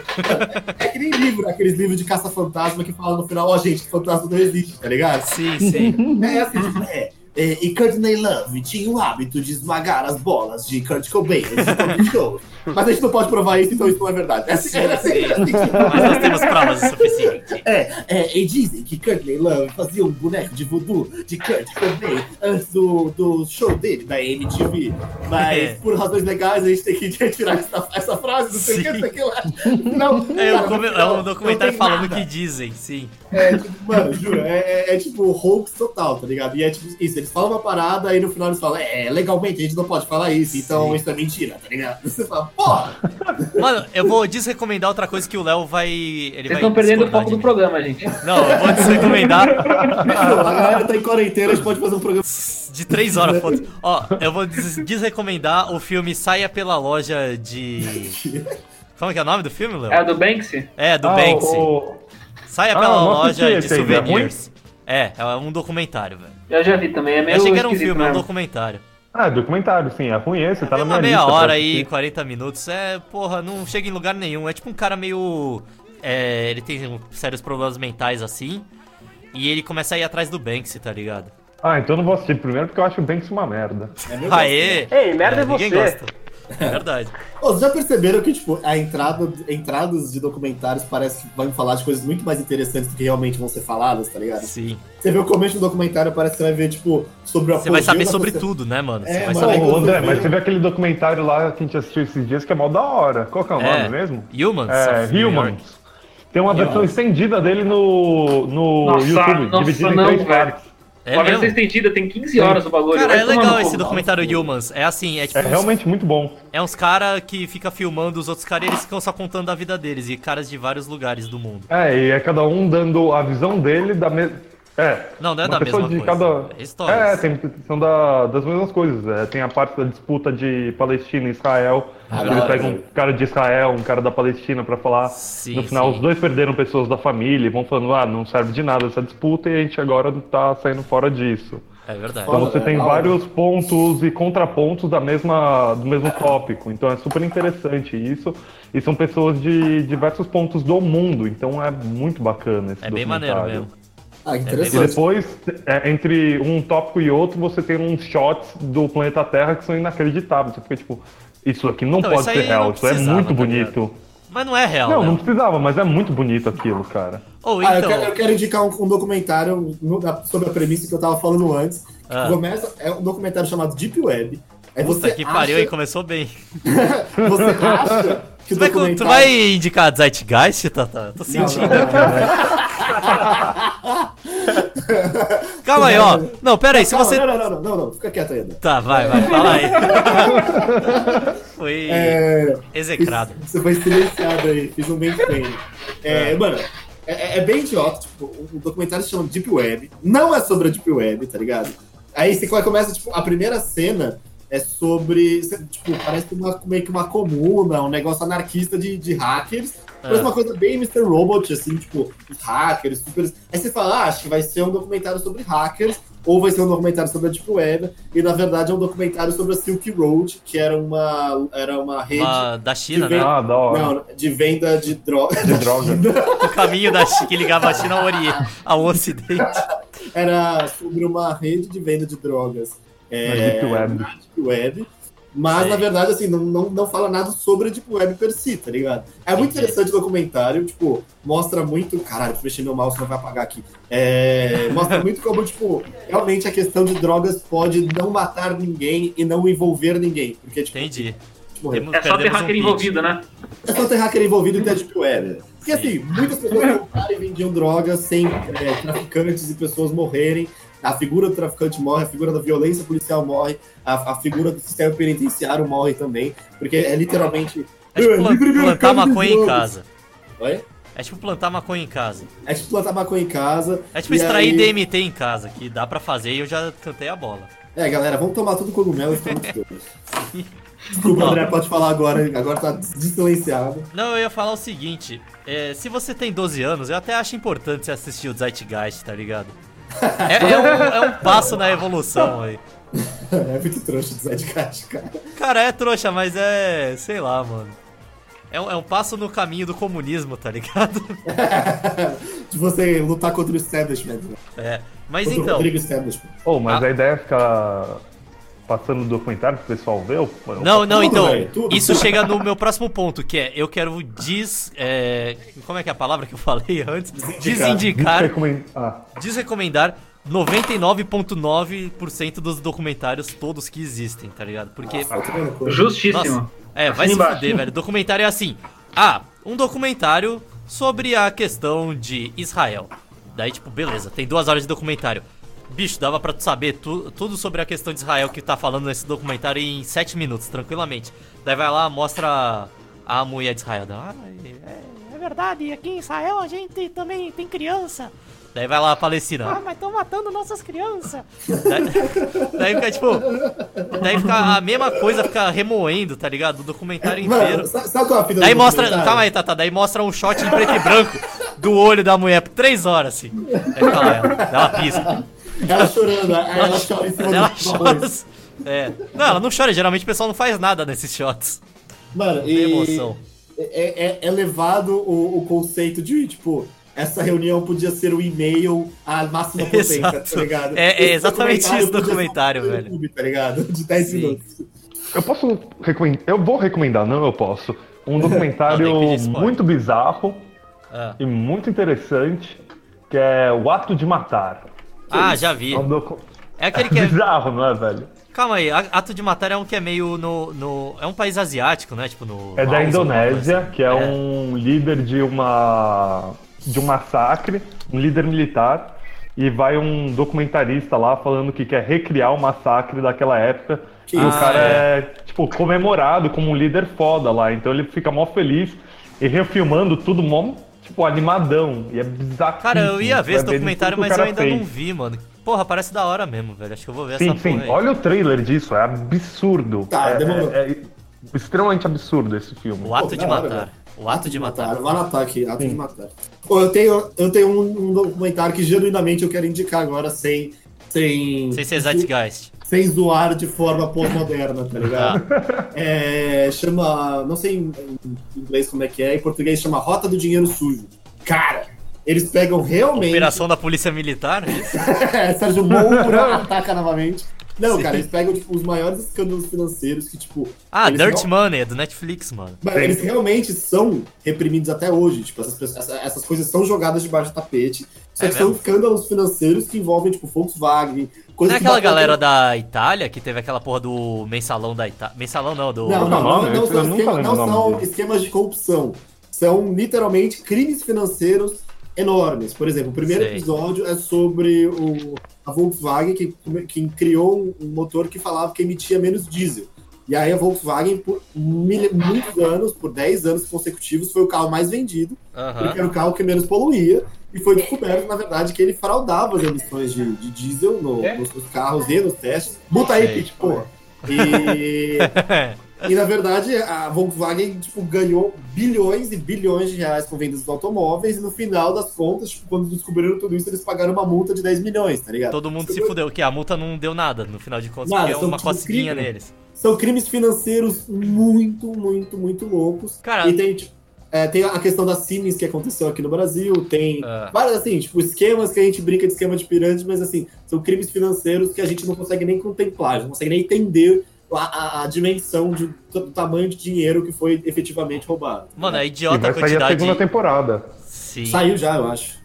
S3: é que nem livro, aqueles livros de caça-fantasma que falam no final, ó, gente, fantasma não existe, tá ligado?
S2: Sim, sim.
S3: É assim,
S2: Uhum.
S3: tipo, é. é, e Courtney Love tinha o hábito de esmagar as bolas de Kurt Cobain antes de tocar o show. Mas a gente não pode provar isso, então isso não é verdade. É assim, era assim, era assim.
S2: Mas nós temos provas o suficiente.
S3: É, é, e dizem que Courtney Love fazia um boneco de voodoo de Kurt Cobain antes do, do show dele da MTV. Mas
S2: É.
S3: por razões legais a gente tem que retirar essa, essa frase, não sei o que, não sei o que lá. Não,
S2: É,
S3: cara,
S2: um, come- é um
S3: não,
S2: documentário
S3: não tem
S2: falando o
S3: nada.
S2: que dizem, sim.
S3: É, tipo, mano, juro, é, é- é tipo hoax total, tá ligado? E é tipo isso, eles falam uma parada, aí no final eles falam, é, legalmente a gente não pode falar isso, então
S2: Sim.
S3: isso é mentira, tá ligado? Você fala, porra!
S2: Mano, eu vou desrecomendar outra coisa que o Léo vai. Ele
S5: Vocês
S2: vai
S5: estão perdendo o
S2: discordar
S5: foco
S2: de
S5: do
S2: mim. Então.
S5: programa, gente.
S2: Não, eu vou desrecomendar
S3: Não, a galera tá em quarentena, a gente pode fazer um programa.
S2: de três horas, foda Ó, eu vou des- desrecomendar o filme Saia pela Loja de. Como é que é o nome do filme, Léo?
S5: É o do Banksy?
S2: É, do
S4: Ah,
S2: Banksy.
S4: o-
S2: Saia
S4: Ah,
S2: pela
S4: eu não assisti
S2: Loja de
S4: esse aí, é ruim?
S2: souvenirs. É, é um documentário, velho.
S5: Eu já vi também, é
S2: Eu
S5: meio
S2: achei que era um
S5: esquisito
S2: filme, é um
S5: mesmo.
S2: documentário.
S4: Ah, é documentário, sim. É ruim esse, né? tá
S2: Tem
S4: na
S2: uma
S4: minha
S2: meia
S4: lista. pra
S2: hora
S4: assistir.
S2: aí, 40 minutos, é, porra, não chega em lugar nenhum. É tipo um cara meio. é, ele tem um- sérios problemas mentais assim. E ele começa a ir atrás do Banksy, tá ligado?
S4: Ah, então eu não vou assistir primeiro porque eu acho o Banks uma merda.
S2: Aê!
S1: Ei, merda é
S2: ninguém
S1: você.
S2: gosta. É verdade.
S3: Ô, Vocês já perceberam que, tipo, a entrada, entradas de documentários parece que vão falar de coisas muito mais interessantes do que realmente vão ser faladas, tá ligado?
S2: Sim.
S3: Você vê o começo do documentário, parece que você vai ver, tipo, sobre o
S2: Você vai
S3: apogeu
S2: saber
S3: da
S2: sobre
S3: sociedade.
S2: tudo, né, mano? Você
S3: É,
S2: vai
S3: mano.
S4: Ô,
S2: saber.
S3: Ô,
S4: André,
S3: André,
S4: mas você viu aquele documentário lá que a gente assistiu esses dias que é mó da hora. Qual que é o
S2: É.
S4: nome mesmo?
S2: Humans?
S4: É,
S2: of New York.
S4: Humans. Tem uma versão estendida dele no, no
S5: Nossa,
S4: YouTube,
S5: nossa,
S4: dividida em
S5: não,
S4: três
S5: velho.
S4: partes.
S2: É
S5: Uma versão
S2: mesmo?
S5: estendida, tem 15 horas o bagulho.
S2: Cara,
S5: vai
S2: é
S5: tomar no
S2: legal
S5: cu.
S2: esse documentário Humans. É assim, é tipo
S4: É
S2: uns-
S4: realmente muito bom.
S2: É uns cara que fica filmando os outros caras e eles ficam só contando a vida deles. E caras de vários lugares do mundo.
S4: É, e é cada um dando a visão dele da mesma. É.
S2: Não, não é
S4: uma
S2: da
S4: pessoa
S2: mesma
S4: de
S2: coisa.
S4: Cada...
S2: É histórias.
S4: É, tem, são da- das mesmas coisas. É, tem a parte da disputa de Palestina e Israel.
S2: Ah,
S4: que eles
S3: verdade,
S4: pegam um
S3: né?
S4: cara de Israel, um cara da Palestina pra falar.
S2: Sim,
S4: no final,
S2: sim.
S4: os dois perderam pessoas da família e vão falando, ah, não serve de nada essa disputa e a gente agora tá saindo fora disso.
S2: É verdade.
S4: Então
S3: Olha,
S4: você tem
S3: olha.
S4: vários pontos e contrapontos da mesma, do mesmo tópico. Então é super interessante isso. E são pessoas de diversos pontos do mundo. Então é muito bacana esse
S2: É bem maneiro
S4: documentário.
S2: mesmo.
S3: Ah,
S4: E
S3: interessante.
S4: depois, é, entre um tópico e outro, você tem uns shots do planeta Terra que são inacreditáveis. Você fica tipo, isso aqui não
S2: Então,
S4: pode
S2: isso
S4: ser
S2: aí não
S4: real, isso é
S2: precisava,
S4: muito
S2: tá
S4: bonito.
S2: Mas não é real,
S4: Não,
S2: né?
S4: não precisava, mas é muito bonito aquilo, cara.
S2: Ou
S3: Ah, eu,
S2: então.
S3: quero, eu quero indicar um, um documentário no- da- sobre a premissa que eu tava falando antes. que
S2: Ah.
S3: Começa, é um documentário chamado Deep Web. Aí
S2: Puta
S3: você
S2: que
S3: acha-
S2: pariu, hein? Começou bem.
S3: Você acha que
S2: é Tu vai,
S3: documentário...
S2: tu vai indicar Zeitgeist, Tata? Tô sentindo. Calma aí, ó. Não, pera aí, se
S3: Calma,
S2: você.
S3: não, não, não, não, não, fica quieto ainda.
S2: Tá, vai, vai, fala aí. Foi
S3: É,
S2: execrado.
S3: Você foi silenciado aí, fiz um bem feio. É, Mano, é, é bem idiota. Tipo, o documentário se chama Deep Web. Não é sobre a Deep Web, tá ligado? Aí você começa, tipo, a primeira cena é sobre. Tipo, parece uma, meio que uma comuna, um negócio anarquista de, de hackers. Mas
S2: Ah.
S3: uma coisa bem Mr. Robot, assim, tipo, os hackers, super. Aí você fala, ah, acho que vai ser um documentário sobre hackers, ou vai ser um documentário sobre a Deep Web, e na verdade é um documentário sobre a Silk Road, que era uma, era uma rede.
S2: Uma da China,
S3: que
S2: né?
S3: vem-
S4: Ah, da hora.
S3: Não, de venda de droga.
S4: De droga.
S2: O caminho da Chi- que ligava a China ao, Oriente, ao Ocidente.
S3: Era sobre uma rede de venda de drogas.
S4: Na
S3: É,
S4: Deep Web.
S3: na Deep Web. Mas,
S2: Sei.
S3: na verdade, assim, não, não, não fala nada sobre a Deep Web per si, tá ligado? É muito
S2: Entendi.
S3: interessante o documentário, tipo, mostra muito. Caralho, mexer meu mouse não vai apagar aqui. É, mostra muito como, tipo, realmente a questão de drogas pode não matar ninguém e não envolver ninguém. Porque, tipo,
S2: Entendi.
S3: tipo,
S2: Temos-
S5: É só ter
S2: perdemos um
S5: hacker
S2: pitch.
S5: envolvido, né?
S3: É só ter hacker envolvido e ter Deep Web. Porque assim, muitas pessoas compraram e vendiam drogas sem é, traficantes e pessoas morrerem. A figura do traficante morre, a figura da violência policial morre, a, a figura do sistema penitenciário morre também. Porque é literalmente.
S2: É tipo
S3: "Ah, livre
S2: plan- plantar
S3: mercado de
S2: maconha em
S3: drogas."
S2: casa.
S3: Oi?
S2: É tipo plantar maconha em casa.
S3: É tipo plantar maconha em casa.
S2: É tipo
S3: e
S2: extrair
S3: aí-
S2: DMT em casa, que dá pra fazer e eu já cantei a bola.
S3: É, galera, vamos tomar tudo cogumelo e ficar muito doido. Desculpa, André, pode falar agora. Agora tá silenciado.
S2: Não, eu ia falar o seguinte: é, se você tem 12 anos, eu até acho importante você assistir o Zeitgeist, tá ligado? É, é um, é um passo na evolução aí.
S3: É muito trouxa do Zedcast, cara.
S2: Cara, é trouxa, mas é. sei lá, mano. É um, é um passo no caminho do comunismo, tá ligado?
S3: De você lutar contra o establishment. né?
S2: É. Mas
S3: Contra o
S2: então.
S3: Rodrigo Establishment.
S4: Oh, mas
S2: Ah.
S4: a ideia é ficar passando o documentário pro pessoal ver? Eu- eu-
S2: Não, não,
S3: Tudo,
S2: então.
S3: velho, tudo.
S2: Isso chega no meu próximo ponto, que é eu quero des. é, como é que é a palavra que eu falei antes? Desindicar.
S4: Desrecomend- Ah,
S2: desrecomendar 99,9% dos documentários todos que existem, tá ligado? Porque.
S3: Vai tomar no cu.
S5: Justíssimo.
S2: Nossa, é, vai se
S8: embaixo.
S2: fuder, velho. Documentário é assim. Ah, um documentário sobre a questão de Israel. Daí, tipo, beleza, tem duas horas de documentário. Bicho, dava pra tu saber tu- tudo sobre a questão de Israel que tá falando nesse documentário em sete minutos, tranquilamente. Daí vai lá, mostra a mulher de Israel. Ah, é, é verdade, aqui em Israel a gente também tem criança. Daí vai lá a Palestina. Ah, mas estão matando nossas crianças. Daí, daí fica tipo. Daí fica a mesma coisa, fica remoendo, tá ligado? O documentário
S3: Mano,
S2: inteiro.
S3: sabe sabe qual é a fita
S2: Daí
S3: do
S2: mostra. tá,
S3: documentário?
S2: Calma aí, Tata. Daí mostra um shot em preto e branco do olho da mulher por três horas, assim. Daí fica lá, ela, ela pisca.
S3: Ela chorando, aí ela chora em cima
S2: Ela
S3: dos
S2: chora.
S3: pobres.
S2: É. Não, ela não chora. Geralmente o pessoal não faz nada nesses shots.
S3: Mano,
S2: Tem
S3: e
S2: emoção.
S3: É, é- é levado o, o conceito de, tipo, essa reunião podia ser o e-mail à máxima potência,
S2: Exato.
S3: tá ligado?
S2: É- é
S3: Esse
S2: exatamente isso o documentário,
S3: documentário podia ser
S2: velho.
S3: no YouTube, tá ligado? De 10
S2: Sim.
S3: minutos.
S4: eu posso recomendar. Eu vou recomendar, não, eu posso. Um documentário
S2: Não, tem que pedir spoiler.
S4: muito bizarro
S2: Ah,
S4: e muito interessante, que é O Ato de Matar.
S2: Ah, já vi.
S4: É um docu...
S2: É aquele que é.
S4: bizarro, não é, velho?
S2: Calma aí, a- Ato de Matar é um que é meio no. no- é um país asiático, né? Tipo no.
S4: É
S2: Laos, alguma
S4: da
S2: coisa
S4: Indonésia,
S2: assim.
S4: que é, um líder de uma de um massacre, um líder militar, e vai um documentarista lá falando que quer recriar o massacre daquela época.
S3: Que
S4: e
S3: isso,
S4: o cara
S2: é.
S4: é. tipo comemorado como um líder foda lá, então ele fica mó feliz e refilmando tudo mó tipo animadão, e é bizarro.
S2: Cara, eu ia ver esse documentário, mas eu ainda
S4: fez.
S2: não vi, mano. Porra, parece da hora mesmo, velho. Acho que eu vou ver
S4: Sim,
S2: essa
S4: sim.
S2: porra aí.
S4: Olha o trailer disso, é absurdo.
S3: Tá,
S4: é,
S3: demorou.
S4: é- é extremamente absurdo esse filme.
S2: O ato
S3: Pô,
S2: de
S3: da hora,
S2: matar.
S3: velho.
S2: o ato de matar.
S3: Vai matar aqui, ato de matar. Ô, eu tenho, eu tenho um, um documentário que genuinamente eu quero indicar agora sem. Sem,
S2: Sem ser é Zeitgeist.
S3: sem zoar de forma pós-moderna, tá
S2: Ah,
S3: ligado? É, chama. Não sei em em inglês como é que é, em português chama Rota do Dinheiro Sujo. Cara, eles pegam realmente.
S2: operação da Polícia Militar? isso?
S3: Sérgio Moura ataca novamente. Não,
S2: Sim.
S3: cara, eles pegam tipo, os maiores escândalos financeiros que, tipo.
S2: Ah,
S3: eles
S2: Dirt
S3: não-
S2: Money, é do Netflix, mano.
S3: Mano, eles realmente são reprimidos até hoje. Tipo, essas, pessoas- essa- essas coisas são jogadas debaixo do tapete. Só
S2: É
S3: que são
S2: mesmo?
S3: escândalos financeiros que envolvem, tipo, Volkswagen. Coisa
S2: Não é
S3: que
S2: aquela
S3: dá pra-
S2: galera da Itália que teve aquela porra do mensalão da Itália? Mensalão não, do.
S3: Não, não,
S4: Não,
S3: não,
S4: não,
S3: não,
S4: eu
S3: são,
S4: nunca
S3: esquema-
S4: lembro
S3: não
S4: o nome
S3: são
S4: dele.
S3: esquemas de corrupção. São literalmente crimes financeiros enormes. Por exemplo, o primeiro
S2: Sei.
S3: episódio é sobre o, a Volkswagen que, que criou um- um motor que falava que emitia menos diesel. E aí a Volkswagen, por mil- muitos anos, por 10 anos consecutivos, foi o carro mais vendido,
S2: Aham.
S3: porque era o carro que menos poluía. E foi descoberto, na verdade, que ele fraudava as emissões de, de diesel no-
S1: É?
S3: nos, nos carros e nos testes. Multa aí,
S2: Sei.
S3: Pete, porra. E e na verdade, a Volkswagen tipo, ganhou bilhões e bilhões de reais com vendas dos automóveis, e no final das contas, tipo, quando descobriram tudo isso, eles pagaram uma multa de 10 milhões, tá ligado?
S2: Todo mundo se fudeu, que a multa não deu nada, no final de contas,
S3: Nada,
S2: porque é
S3: são
S2: uma
S3: tipo
S2: cosquinha
S3: crime.
S2: neles.
S3: São crimes financeiros muito, muito, muito loucos.
S2: Cara-
S3: E tem, tipo, é, tem a questão da Siemens que aconteceu aqui no Brasil, tem
S2: Ah.
S3: várias, assim, tipo, esquemas que a gente brinca de esquema de pirâmide, mas, assim, são crimes financeiros que a gente não consegue nem contemplar, a gente não consegue nem entender a, a- a dimensão de, do tamanho de dinheiro que foi efetivamente roubado. Né?
S2: Mano, é
S4: E
S2: idiota
S4: vai
S2: a
S4: sair a
S2: quantidade.
S4: segunda temporada.
S2: Sim.
S3: Saiu já, eu acho.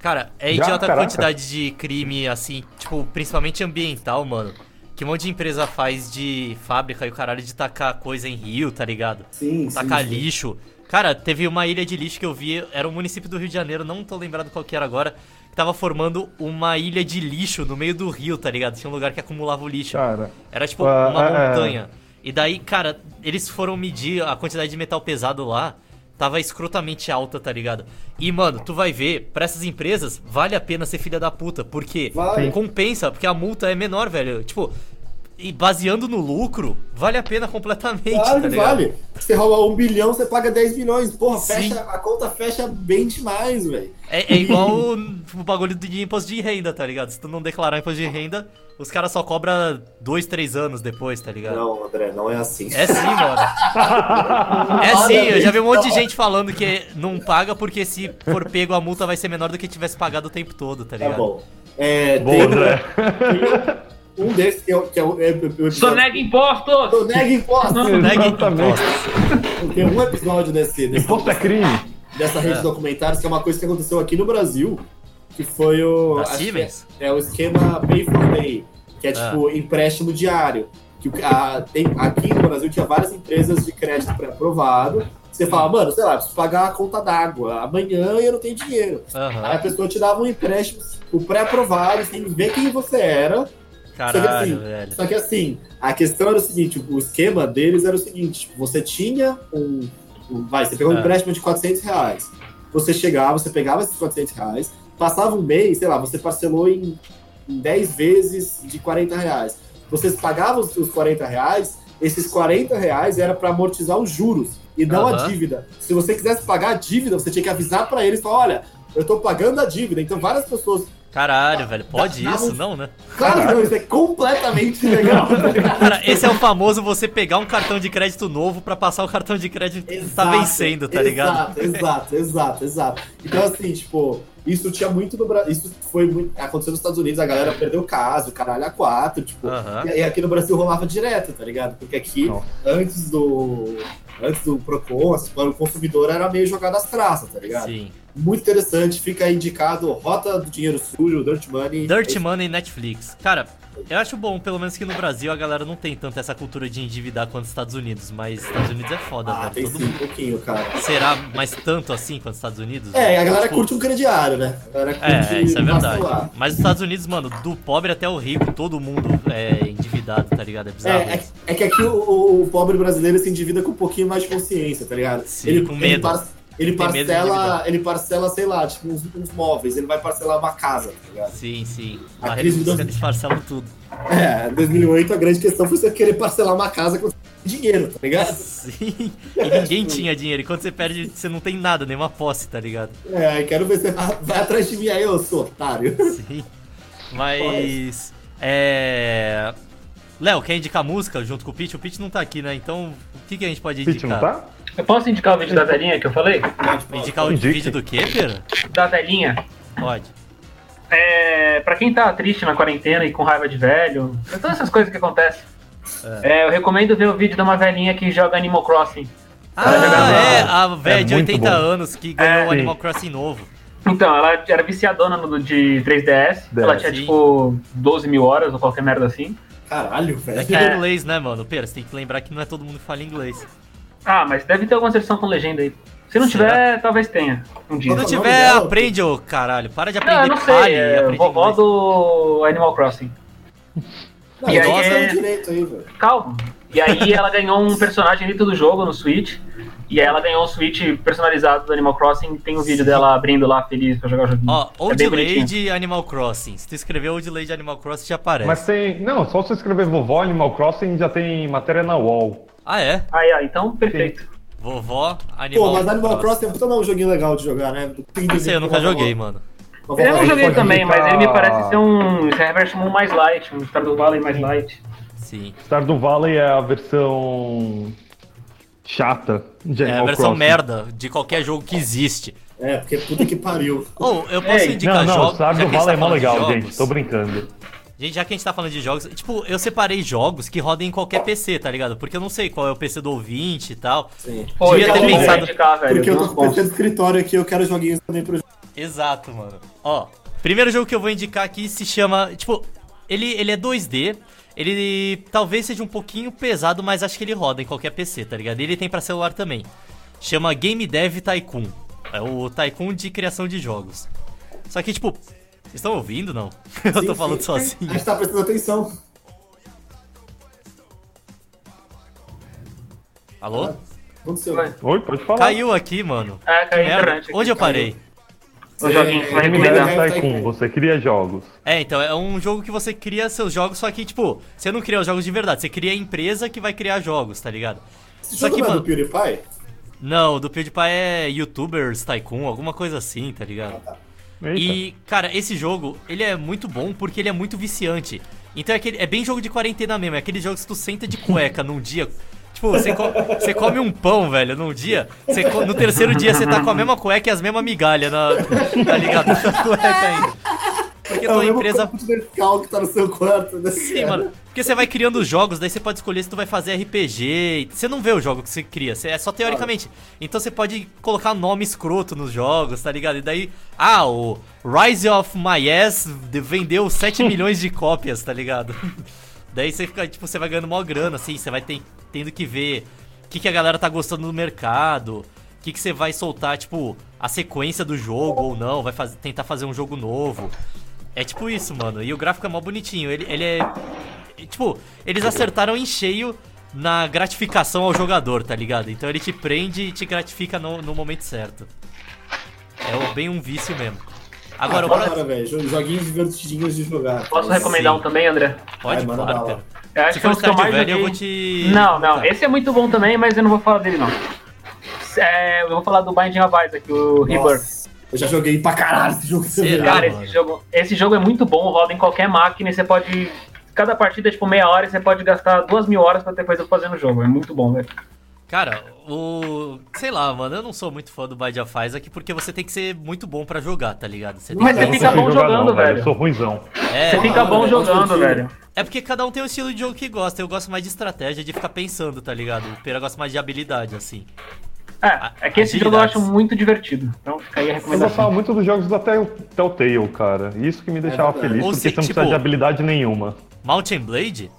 S2: Cara, é
S4: Já?
S2: idiota a
S4: Caraca.
S2: quantidade de crime, assim, tipo, principalmente ambiental, mano. Que um monte de empresa faz de fábrica e o caralho de tacar coisa em rio, tá ligado?
S3: Sim,
S2: Tacar
S3: sim, sim.
S2: lixo. Cara, teve uma ilha de lixo que eu vi, era um município do Rio de Janeiro, não tô lembrado qual que era agora, que tava formando uma ilha de lixo no meio do rio, tá ligado? Tinha um lugar que acumulava o lixo.
S4: Cara,
S2: Era tipo
S4: Ah,
S2: uma
S4: é, é.
S2: montanha. E daí, cara, eles foram medir a quantidade de metal pesado lá. Tava escrotamente alta, tá ligado? E, mano, tu vai ver, pra essas empresas, vale a pena ser filha da puta. Porque
S3: Vale.
S2: compensa, porque a multa é menor, velho. Tipo, e baseando no lucro, vale a pena completamente,
S3: Claro
S2: tá
S3: que
S2: ligado?
S3: vale. Você rouba um bilhão, você paga 10 milhões. Porra,
S2: Sim.
S3: fecha, a conta fecha bem demais, velho.
S2: É, é igual o, o bagulho de imposto de renda, tá ligado? Se tu não declarar imposto de renda, os caras só cobram dois, três anos depois, tá ligado?
S3: Não, André, não é assim.
S2: É sim, mano. É sim, eu já vi um monte de gente falando que não paga porque se for pego a multa vai ser menor do que tivesse pagado o tempo todo, tá
S3: Tá
S2: ligado?
S3: bom. É,
S4: Boa,
S3: tem
S4: André.
S3: um, um desses que é, o- que é o é o episódio.
S5: Só nega impostos!
S3: Sonega imposto.
S2: Nega
S4: Exatamente.
S2: imposto.
S3: Tem um episódio desse, desse-
S4: Imposto é crime.
S3: dessa rede
S2: É.
S3: de documentários que é uma coisa que aconteceu aqui no Brasil, que foi o.
S2: Da
S3: acho que é-
S2: Siemens?
S3: É o esquema Pay for Day, que é
S2: Ah.
S3: tipo empréstimo diário. Que o- a- tem- aqui no Brasil tinha várias empresas de crédito pré-aprovado. Você fala, mano, sei lá, preciso pagar a conta d'água. Amanhã eu não tenho dinheiro. Aí
S2: Aham.
S3: a pessoa te dava um empréstimo, o pré-aprovado, sem ver quem você era.
S2: Caralho,
S3: Só que assim,
S2: velho.
S3: Só que assim, a questão era o seguinte: o esquema deles era o seguinte: tipo, você tinha um. um- vai, você pegou um
S2: Ah.
S3: empréstimo de 400 reais. Você chegava, você pegava esses 400 reais, passava um mês, sei lá, você parcelou em, em 10 vezes de 40 reais. Você pagava os, os 40 reais, esses 40 reais era para amortizar os juros e não
S2: Aham.
S3: a dívida. Se você quisesse pagar a dívida, você tinha que avisar para eles: falar, olha, eu tô pagando a dívida. Então várias pessoas
S2: Caralho, velho. Pode
S3: Dá- dá
S2: isso?
S3: um-
S2: Não, né?
S3: Claro que não, isso é completamente legal. né?
S2: Cara, esse é o famoso você pegar um cartão de crédito novo pra passar o cartão de crédito que tá vencendo, tá ligado?
S3: Exato, exato, exato, exato. Então, assim, tipo, isso tinha muito no Brasil. Isso foi muito. Aconteceu nos Estados Unidos, a galera perdeu o caso, caralho, a quatro, tipo.
S2: Aham.
S3: E e aqui no Brasil rolava direto, tá ligado? Porque aqui,
S4: Não.
S3: antes do. Antes do Procon, assim, quando o consumidor era meio jogado às traças, tá ligado?
S2: Sim.
S3: Muito interessante, fica aí indicado Rota do Dinheiro Sujo, Dirt Money.
S2: Dirt Money Netflix. Cara, eu acho bom, pelo menos que no Brasil a galera não tem tanto essa cultura de endividar quanto os Estados Unidos, mas Estados Unidos é foda,
S3: Ah, tem
S2: velho. Todo
S3: sim, um pouquinho, cara.
S2: Será mais tanto assim quanto os Estados Unidos?
S3: É,
S2: velho?
S3: a galera
S2: Tipo,
S3: curte um crediário, né? A galera curte
S2: É, isso é verdade.
S3: vacilar.
S2: Mas os Estados Unidos, mano, do pobre até o rico, todo mundo é endividado, tá ligado? É bizarro.
S3: É, é,
S2: isso.
S3: é que aqui o, o- o pobre brasileiro se endivida com um pouquinho mais de consciência, tá ligado?
S2: Sim, com medo.
S3: Ele, par- ele
S2: Tem medo de
S3: parcela,
S2: endividar.
S3: ele parcela, sei lá, tipo, uns, uns móveis, ele vai parcelar uma casa, tá ligado?
S2: Sim, sim. Na
S3: A
S2: rede
S3: crise do-
S2: dos eles parcelam tudo.
S3: É, em 2008 a grande questão foi você querer parcelar uma casa com dinheiro, tá ligado?
S2: Sim. E ninguém tinha dinheiro. E quando você perde, você não tem nada, nenhuma posse, tá ligado?
S3: É, quero ver se vai, vai atrás de mim aí, ô seu otário.
S2: Sim. Mas. É. Léo, quer indicar música junto com o Pete? O Pete não tá aqui, né? Então, o que, que a gente pode indicar?
S4: Pitch, não tá?
S5: Eu posso indicar o vídeo da velhinha que eu falei?
S2: Indicar o
S4: Indique.
S2: vídeo do quê, Pera?
S5: Da velhinha.
S2: Pode.
S5: É, pra quem tá triste na quarentena e com raiva de velho, é todas essas coisas que acontecem. É, eu recomendo ver o vídeo de uma velhinha que joga Animal Crossing.
S2: Ah,
S5: é
S2: é,
S5: verdade.
S2: a velha de
S4: É muito
S2: 80
S4: bom.
S2: anos que ganhou o
S5: É.
S4: sim.
S2: Animal Crossing novo.
S5: Então, ela era viciadona no, de 3DS. ela tinha,
S2: sim.
S5: tipo, 12 mil horas ou qualquer merda assim.
S3: Caralho,
S2: É
S3: velho.
S2: que é inglês, né, mano? Pera, você tem que lembrar que não é todo mundo que fala inglês.
S5: Ah, mas deve ter alguma versão com legenda aí. Se não
S2: Será?
S5: tiver, talvez tenha. Um dia.
S3: Não,
S2: Se
S3: não,
S2: tiver,
S3: não.
S2: aprende, ô caralho. Para de
S5: Não, eu
S2: aprender
S5: não
S2: palha
S5: sei.
S2: e
S5: É,
S2: aprende
S5: vovó
S2: inglês.
S5: do Animal Crossing.
S3: Não,
S5: E aí
S3: então
S5: é-
S3: tá no direito aí, velho.
S5: Calma. E aí ela ganhou um personagem dentro do jogo no Switch. E aí ela ganhou um Switch personalizado do Animal Crossing. Tem um vídeo dela abrindo lá, feliz pra jogar o joguinho.
S2: Ó,
S5: É
S2: Old
S5: bem bonitinho.
S2: Lady Animal Crossing. Se tu escrever Old Lady Animal Crossing, já aparece.
S4: Mas tem. Não, só se você escrever vovó Animal Crossing já tem matéria na wall.
S2: Ah, é?
S5: Aí, ó, então, perfeito.
S2: Vovó Animal
S3: Pô, mas Animal
S2: Crossing.
S3: Crossing é puta um joguinho legal de jogar, né?
S2: Não sei, Ah, eu nunca joguei, mano.
S5: Eu não joguei
S4: pode
S5: também,
S4: ficar-
S5: mas ele me parece ser um Herbert Moon mais light, um Star do Valley mais light.
S2: Sim.
S4: Stardew Valley é a versão chata de
S2: É
S4: Animal
S2: a versão
S4: Crossing.
S2: merda de qualquer jogo que existe.
S3: É, porque puta que pariu.
S2: Ou eu posso
S5: Ei,
S2: indicar
S4: Não, não,
S2: jogos. já
S4: Stardew
S2: que a gente tá
S4: Valley é mó
S2: falando de
S4: legal,
S2: jogos-
S4: gente. Tô brincando.
S2: Gente, já que a gente tá falando de jogos, tipo, eu separei jogos que rodem em qualquer PC, tá ligado? Porque eu não sei qual é o PC do ouvinte e tal.
S3: Sim.
S5: Pô, então é.
S2: Devia
S5: eu
S2: ter
S5: vou
S2: pensado-
S5: indicar, velho.
S3: Porque eu tô
S5: uns
S3: com o
S5: bons.
S3: PC do escritório aqui, eu quero joguinhos também pro
S2: Exato, mano. Ó, primeiro jogo que eu vou indicar aqui se chama. Tipo, ele, ele é 2D. Ele talvez seja um pouquinho pesado, mas acho que ele roda em qualquer PC, tá ligado? E Ele tem pra celular também. Chama Game Dev Tycoon. É o Tycoon de criação de jogos. Só que, tipo, vocês estão ouvindo não? eu tô
S3: Sim,
S2: falando
S3: sim.
S2: sozinho.
S3: A gente tá prestando atenção.
S2: Alô?
S3: Aconteceu.
S5: Vai.
S4: Oi, pode falar.
S2: Caiu aqui, mano.
S5: É, caiu a
S2: Merda.
S5: internet. aqui.
S2: né? Onde eu parei?
S5: O joguinho que vai
S3: É,
S4: Game Dev
S5: recomendar.
S3: é,
S4: Tycoon, você cria jogos.
S2: É, então, é um jogo que você cria seus jogos, só que, tipo, você não cria os jogos de verdade, você cria a empresa que vai criar jogos, tá ligado?
S3: Esse
S2: Só
S3: jogo
S2: que,
S3: não é
S2: mano,
S3: do PewDiePie?
S2: não, o do PewDiePie é YouTubers Tycoon, alguma coisa assim, tá ligado?
S4: Eita.
S2: E, cara, esse jogo, ele é muito bom porque ele é muito viciante. Então é, aquele, é bem jogo de quarentena mesmo, é aquele jogo que tu senta de cueca num dia. Tipo, você, co- você come um pão, velho, num dia. você co- no terceiro dia você tá com a mesma cueca e as mesmas migalhas, na, tá ligado? Na cueca ainda. Porque
S3: É o
S2: tua
S3: mesmo
S2: empresa
S3: copo de Nescau que tá no seu quarto. Né?
S2: Sim, mano. Porque você vai criando os jogos, daí você pode escolher se tu vai fazer RPG. Você não vê o jogo que você cria, você- é só teoricamente. Então você pode colocar nome escroto nos jogos, tá ligado? E daí, ah, o Rise of My Ass de- vendeu 7 milhões de cópias, tá ligado? Daí você fica, tipo, você vai ganhando mó grana, assim, você vai ten- tendo que ver o que, que a galera tá gostando no mercado, o que, que você vai soltar, tipo, a sequência do jogo ou não, vai faz- tentar fazer um jogo novo. É tipo isso, mano. E o gráfico é mó bonitinho. Ele, ele é. é, Tipo, eles acertaram em cheio na gratificação ao jogador, tá ligado? Então ele te prende e te gratifica no, no momento certo. É o- bem um vício mesmo. Agora,
S3: Ah,
S2: o
S3: da hora,
S2: próximo.
S3: velho. Jo- Joguinhos divertidinhos de jogar.
S5: Posso
S3: Mas-
S5: recomendar
S2: Sim.
S5: um também, André?
S2: Pode,
S3: Ai, manda
S2: claro,
S3: bala.
S2: pera.
S5: Eu acho
S2: Se
S5: que é um
S2: for
S5: dos que eu
S2: Stardew
S5: mais
S2: Valley, eu
S5: joguei.
S2: vou te.
S5: Não, não.
S2: Tá.
S5: Esse é muito bom também, mas eu não vou falar dele, não. É, eu vou falar do Binding of Isaac, o Rebirth.
S3: Nossa, Eu já joguei pra caralho esse jogo.
S2: Será?
S3: velho.
S5: Cara,
S2: Ah,
S5: esse
S2: mano.
S5: jogo, esse jogo é muito bom, roda em qualquer máquina e você pode. Cada partida é tipo meia hora e você pode gastar duas mil horas pra ter coisa pra fazer no jogo. É muito bom, velho.
S2: Cara, o. Sei lá, mano, eu não sou muito fã do Bad of Isaac porque você tem que ser muito bom pra jogar, tá ligado? Você tem
S5: Mas
S2: que-
S5: você
S4: Eu não
S5: fica
S4: consigo
S5: bom
S4: jogar,
S5: jogando,
S4: não,
S5: velho.
S4: Eu sou ruimzão.
S5: Você
S2: É,
S5: fica
S3: Ah,
S5: bom
S3: eu gosto
S5: jogando,
S3: disso.
S5: velho.
S2: é porque cada um tem o estilo de jogo que gosta. Eu gosto mais de estratégia, de ficar pensando, tá ligado? O Pera gosta mais de habilidade, assim.
S5: É, é que esse jogo eu
S2: Agilidades.
S5: acho muito divertido. Então fica aí a
S4: Eu gostava
S5: recomendação.
S4: muito dos jogos da Tell- Telltale, cara. Isso que me deixava
S3: verdade.
S4: feliz,
S2: Ou
S4: porque
S2: se,
S4: você não
S2: tipo-
S4: precisa de habilidade nenhuma.
S2: Mountain Blade?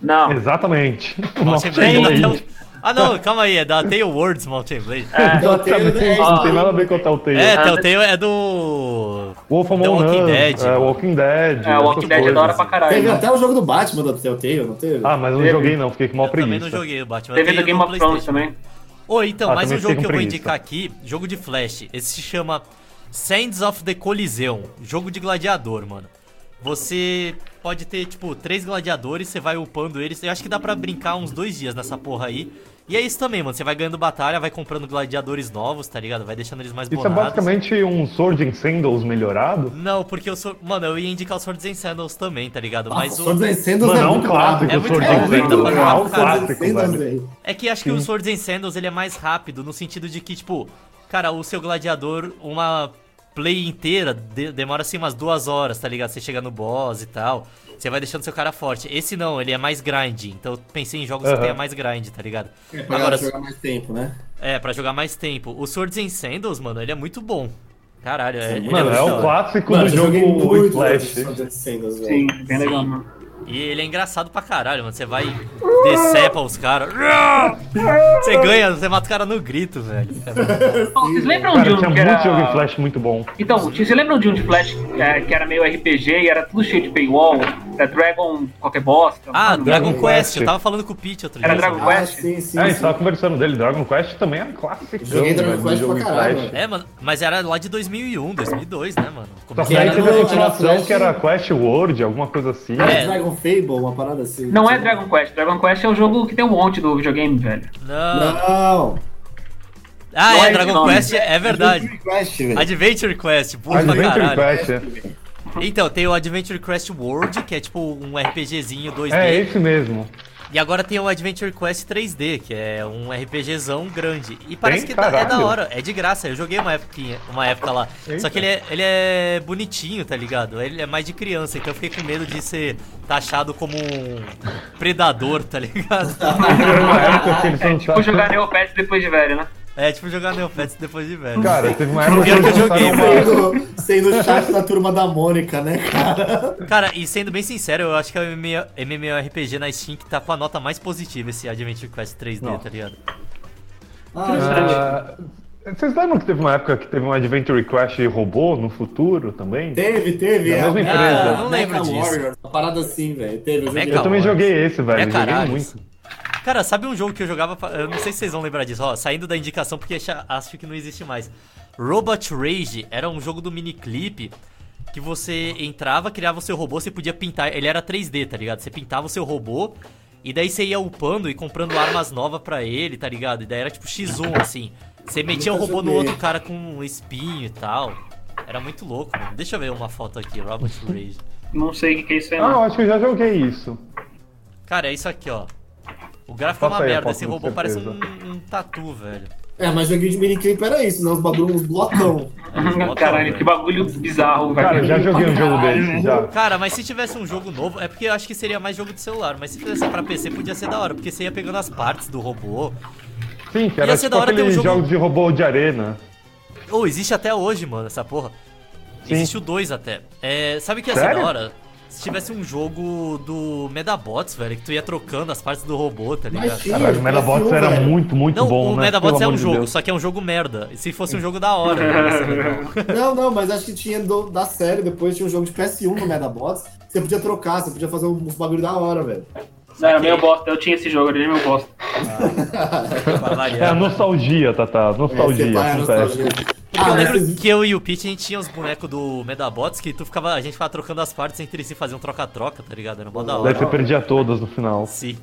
S5: Não.
S4: Exatamente.
S2: Mountain
S4: Nossa,
S2: Blade.
S4: gente.
S2: da Ah. Tell- Ah, não, calma aí, é da Tale Words Mountain Blade.
S5: É,
S3: Eu tenho, né?
S4: Não tem nada a ver com a Telltale.
S2: É,
S5: Ah,
S2: Telltale é do.
S4: Wolf
S2: The
S4: Among
S2: Walking
S4: Us,
S2: Dead.
S4: é, Walking Dead.
S5: é, o Walking
S4: essas
S5: Dead é da
S4: coisas.
S5: hora pra
S3: Teve
S5: caralho. né?
S3: até o jogo do Batman da Telltale, não teve?
S4: Ah, mas eu não
S5: Teve.
S4: joguei não, fiquei com maior
S2: Eu também não
S4: preguiça.
S2: joguei o Batman. eu
S5: Teve do
S2: tenho
S5: Game
S2: no
S5: of Thrones
S2: PlayStation.
S5: também.
S2: Ou então,
S4: Ah,
S2: mais um
S4: também
S2: jogo
S4: fiquei
S2: que eu
S4: com
S2: vou
S4: preguiça.
S2: indicar aqui, jogo de Flash. Esse se chama Sands of the Coliseum, jogo de gladiador, mano. Você pode ter, tipo, três gladiadores, você vai upando eles. Eu acho que dá pra brincar uns dois dias nessa porra aí. E é isso também, mano. Você vai ganhando batalha, vai comprando gladiadores novos, tá ligado? Vai deixando eles mais
S4: Isso é
S2: bonados.
S4: basicamente um Sword and Sandals melhorado?
S2: Não, porque eu sou. Mano, eu ia indicar o Swords and Sandals também, tá ligado?
S3: Nossa,
S2: Mas o.
S3: Swords and Sandals
S4: Mano, é um
S3: muito
S4: clássico,
S2: É
S4: o
S2: muito
S4: Sword
S2: bom,
S4: and
S2: velho, dá pra
S3: né?
S4: Sandals. É
S2: jogar
S4: um
S2: pra caralho.
S4: clássico, velho.
S2: É que acho que o Swords and Sandals ele é mais rápido, no sentido de que, tipo, cara, o seu gladiador, uma play inteira de- demora assim umas duas horas, tá ligado? Você chega no boss e tal, você vai deixando seu cara forte. Esse não, ele é mais grind, então eu pensei em jogos que
S4: Aham.
S2: tenha mais grind, tá ligado?
S3: É, Pra
S2: Agora,
S3: jogar mais tempo, né?
S2: é, pra jogar mais tempo. O Swords and Sandals, mano, ele é muito bom. Caralho, é.
S4: Mano, é
S2: muito
S4: o
S2: da hora.
S4: clássico
S3: Mano,
S4: do
S3: eu joguei
S4: jogo
S3: muito
S4: Flash.
S3: Fazer cenas, velho.
S5: Sim, bem legal, mano.
S2: E ele é engraçado pra caralho, mano. Você vai decepa os caras. Você ganha, você mata o cara no grito, velho. É bom.
S5: Bom, vocês lembram de
S4: Cara, tinha
S5: um que
S4: muito jogo em
S5: era...
S4: Flash muito bom.
S5: Então, vocês lembram de um de Flash é, que era meio RPG e era tudo cheio de paywall? Da Dragon qualquer bosta?
S2: Ah,
S5: mano?
S2: Dragon
S4: Dragon
S2: Quest.
S4: Quest.
S2: Eu tava falando com o Pete outro
S5: Era
S2: dia.
S5: Dragon
S2: sobre-
S3: Ah,
S5: Quest?
S3: sim, sim.
S4: É, a
S3: sim.
S4: gente tava conversando dele. Dragon Quest também é um clássico.
S3: Joguei Dragon
S4: mano, do
S3: Quest pra
S4: jogo em
S3: caralho,
S4: Flash.
S3: mano.
S2: É, mano, mas era lá de 2001, 2002, né, mano?
S4: Só
S2: Começou
S4: que
S3: Era
S4: aí
S2: era
S4: teve a
S3: no-
S4: continuação
S3: era
S4: que era Quest World, alguma coisa assim.
S3: Era
S2: É.
S3: Dragon Fable, uma parada assim.
S5: Não é Dragon Quest. Dragon Quest é um jogo que tem um monte do videogame, velho.
S2: Não.
S3: Não!
S2: Ah,
S5: Não
S2: é,
S5: é
S2: Dragon
S5: nome.
S2: Quest é verdade.
S3: Dragon Quest, velho.
S2: Adventure Quest, burro pra
S4: Adventure
S2: caralho. né?
S4: Quest. é.
S2: Então, tem o Adventure Quest World, que é tipo um RPGzinho 2D.
S4: É esse mesmo.
S2: E agora tem o Adventure Quest 3D, que é um RPGzão grande. E parece que
S4: Tem?
S2: tá- é da
S4: Caralho.
S2: hora, é de graça. Eu joguei uma época, uma época lá. Só
S4: Eita.
S2: que ele é, ele é bonitinho, tá ligado? Ele é mais de criança, então eu fiquei com medo de ser taxado como um predador, tá ligado?
S4: Era uma época que eles
S5: É tipo jogar
S4: lançaram.
S5: Neopets depois de velho, né?
S2: É tipo jogar Neopets depois de velho.
S4: Cara, teve uma época que
S2: Pior que eu
S4: eles lançaram
S2: joguei,
S4: uma.
S3: Sendo, sendo chato da turma da Mônica, né, cara?
S2: Cara, e sendo bem sincero, eu acho que é o MMO MMORPG na Steam que tá com a nota mais positiva esse Adventure Quest 3D,
S4: Nossa.
S2: tá ligado?
S4: Ah, Vocês lembram que teve uma época que teve um Adventure Quest robô no futuro também?
S3: Teve, teve.
S4: Da
S3: é,
S4: mesma
S3: a-
S4: empresa.
S2: Ah, não lembro disso.
S3: Warrior, uma parada assim, velho. Teve. eu joguei.
S2: Mecha
S4: Eu também
S2: Wars.
S4: joguei esse, velho.
S2: É
S4: joguei
S2: caralho.
S4: muito.
S2: Cara, sabe um jogo que eu jogava. pra- Eu não sei se vocês vão lembrar disso, ó. Saindo da indicação, porque acha- acho que não existe mais. Robot Rage era um jogo do miniclip que você entrava, criava o seu robô, você podia pintar. Ele era 3D, tá ligado? Você pintava o seu robô. E daí você ia upando e comprando armas novas pra ele, tá ligado? E daí era tipo X1, assim. Você metia o
S3: Nunca
S2: robô no
S3: joguei.
S2: outro cara com um espinho e tal. Era muito louco, mano. Deixa eu ver uma foto aqui, Robot Rage.
S5: Não sei o que que é isso aí,
S4: Ah,
S5: não.
S4: eu acho que eu já joguei isso.
S2: Cara, é isso aqui, ó. O gráfico é uma
S4: Passa aí a
S2: merda,
S4: foto,
S2: esse
S4: com
S2: robô parece um,
S4: certeza.
S2: um tatu, velho.
S3: É, mas joguinho de miniclip era isso, né? Os bagulhos, uns blocão.
S5: Caralho, que bagulho bizarro, velho.
S4: Cara, eu já joguei um jogo desse, já.
S2: Cara, mas se tivesse um jogo novo, é porque eu acho que seria mais jogo de celular, mas se fizesse pra PC podia ser da hora, porque você ia pegando as partes do robô.
S4: Sim, que era
S2: Ia ser da
S4: tipo
S2: hora ter um
S4: aquele
S2: jogo-
S4: jogo de robô de arena.
S2: Ou existe até hoje, mano, essa porra.
S4: Sim.
S2: Existe o 2 até. É, sabe o que ia ser
S4: Sério?
S2: da hora? Se tivesse um jogo do Medabots, velho, que tu ia trocando as partes do robô, tá ligado?
S3: Mas tinha,
S4: Caralho, o Medabots
S3: parecia,
S4: era
S3: velho.
S4: muito, muito
S2: Não,
S4: bom,
S2: o
S4: né?
S2: Medabots
S4: Pelo
S2: é um
S4: amor de
S2: jogo,
S4: Deus.
S2: só que é um jogo merda. E se fosse um jogo da hora, ia ser legal.
S3: Não, não, mas acho que tinha do- da série, depois tinha um jogo de PS1 no Medabots. que Você podia trocar, você podia fazer uns bagulho da hora, velho.
S5: Não, era meu bosta. Eu tinha esse jogo, ele é meu bosta.
S2: pra
S4: É a
S2: variar.
S4: nostalgia, Tata. Nostalgia, assim,
S3: Você tá, é
S4: acontece.
S3: nostalgia.
S2: Eu
S3: Ah, mas
S2: lembro
S3: vocês-
S2: que eu e o Pete, a gente tinha os bonecos do Medabots que tu ficava, a gente ficava trocando as partes entre si, fazia um troca-troca, tá ligado? Era mó da
S4: Daí
S2: hora.
S4: você perdia todas no final.
S2: Sim.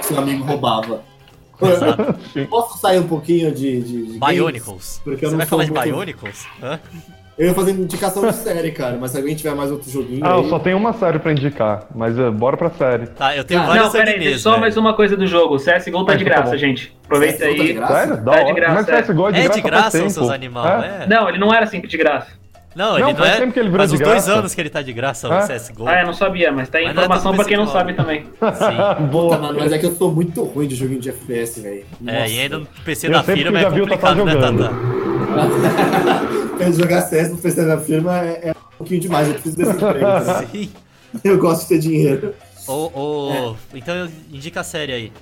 S3: seu amigo roubava.
S2: Exato.
S3: Posso sair um pouquinho de. de, de games?
S2: Bionicles.
S3: Porque eu
S2: Você
S3: não
S2: vai
S3: sou
S2: falar de
S3: muito-
S2: Bionicles? Hã?
S3: Eu ia fazer indicação de série, cara, mas se alguém tiver mais outro joguinho.
S4: Ah,
S3: aí...
S4: eu só tenho uma série pra indicar, mas eh, bora pra série.
S2: Tá, eu tenho
S3: Cara,
S5: Não,
S2: vários
S5: pera aí, deixa
S2: animes,
S5: só
S2: velho.
S5: mais uma coisa do jogo. O CSGO tá
S4: Ah,
S5: de
S4: então tá
S5: graça,
S4: bom.
S5: gente. Aproveita
S3: Tá de
S5: aí.
S3: graça?
S4: Sério? Da
S5: Tá de
S4: hora.
S5: graça,
S4: mas
S5: é.
S4: CSGO é de
S2: É
S4: graça
S2: de graça,
S4: faz
S2: os seus
S4: tempo.
S2: animal,
S4: É?
S2: é?
S5: Não, ele não era sempre de graça.
S2: Não, ele
S4: Não,
S2: não,
S4: faz
S2: é.
S4: tempo que ele virou
S2: faz
S4: de
S2: uns dois
S4: graça.
S2: anos que ele tá de graça, o
S4: É?
S2: CSGO.
S5: Ah, eu não sabia, mas tá aí
S2: Mas não é
S5: informação
S2: tão
S5: pra quem não sabe
S2: principal.
S5: também.
S2: Sim.
S3: Puta,
S4: Boa.
S3: mano, mas é que eu sou muito ruim de joguinho de FPS, velho.
S2: É, e ainda no PC
S4: Eu
S2: da
S4: sempre
S2: firma é
S4: já vi o Tatá
S2: complicado, né,
S4: jogando.
S2: Tata?
S3: Nossa, jogar CS no PC da firma é, é um pouquinho demais, eu preciso desse emprego. cara.
S2: Sim.
S3: Eu gosto de ter dinheiro.
S2: Ô, ô, Então eu- indica a série aí.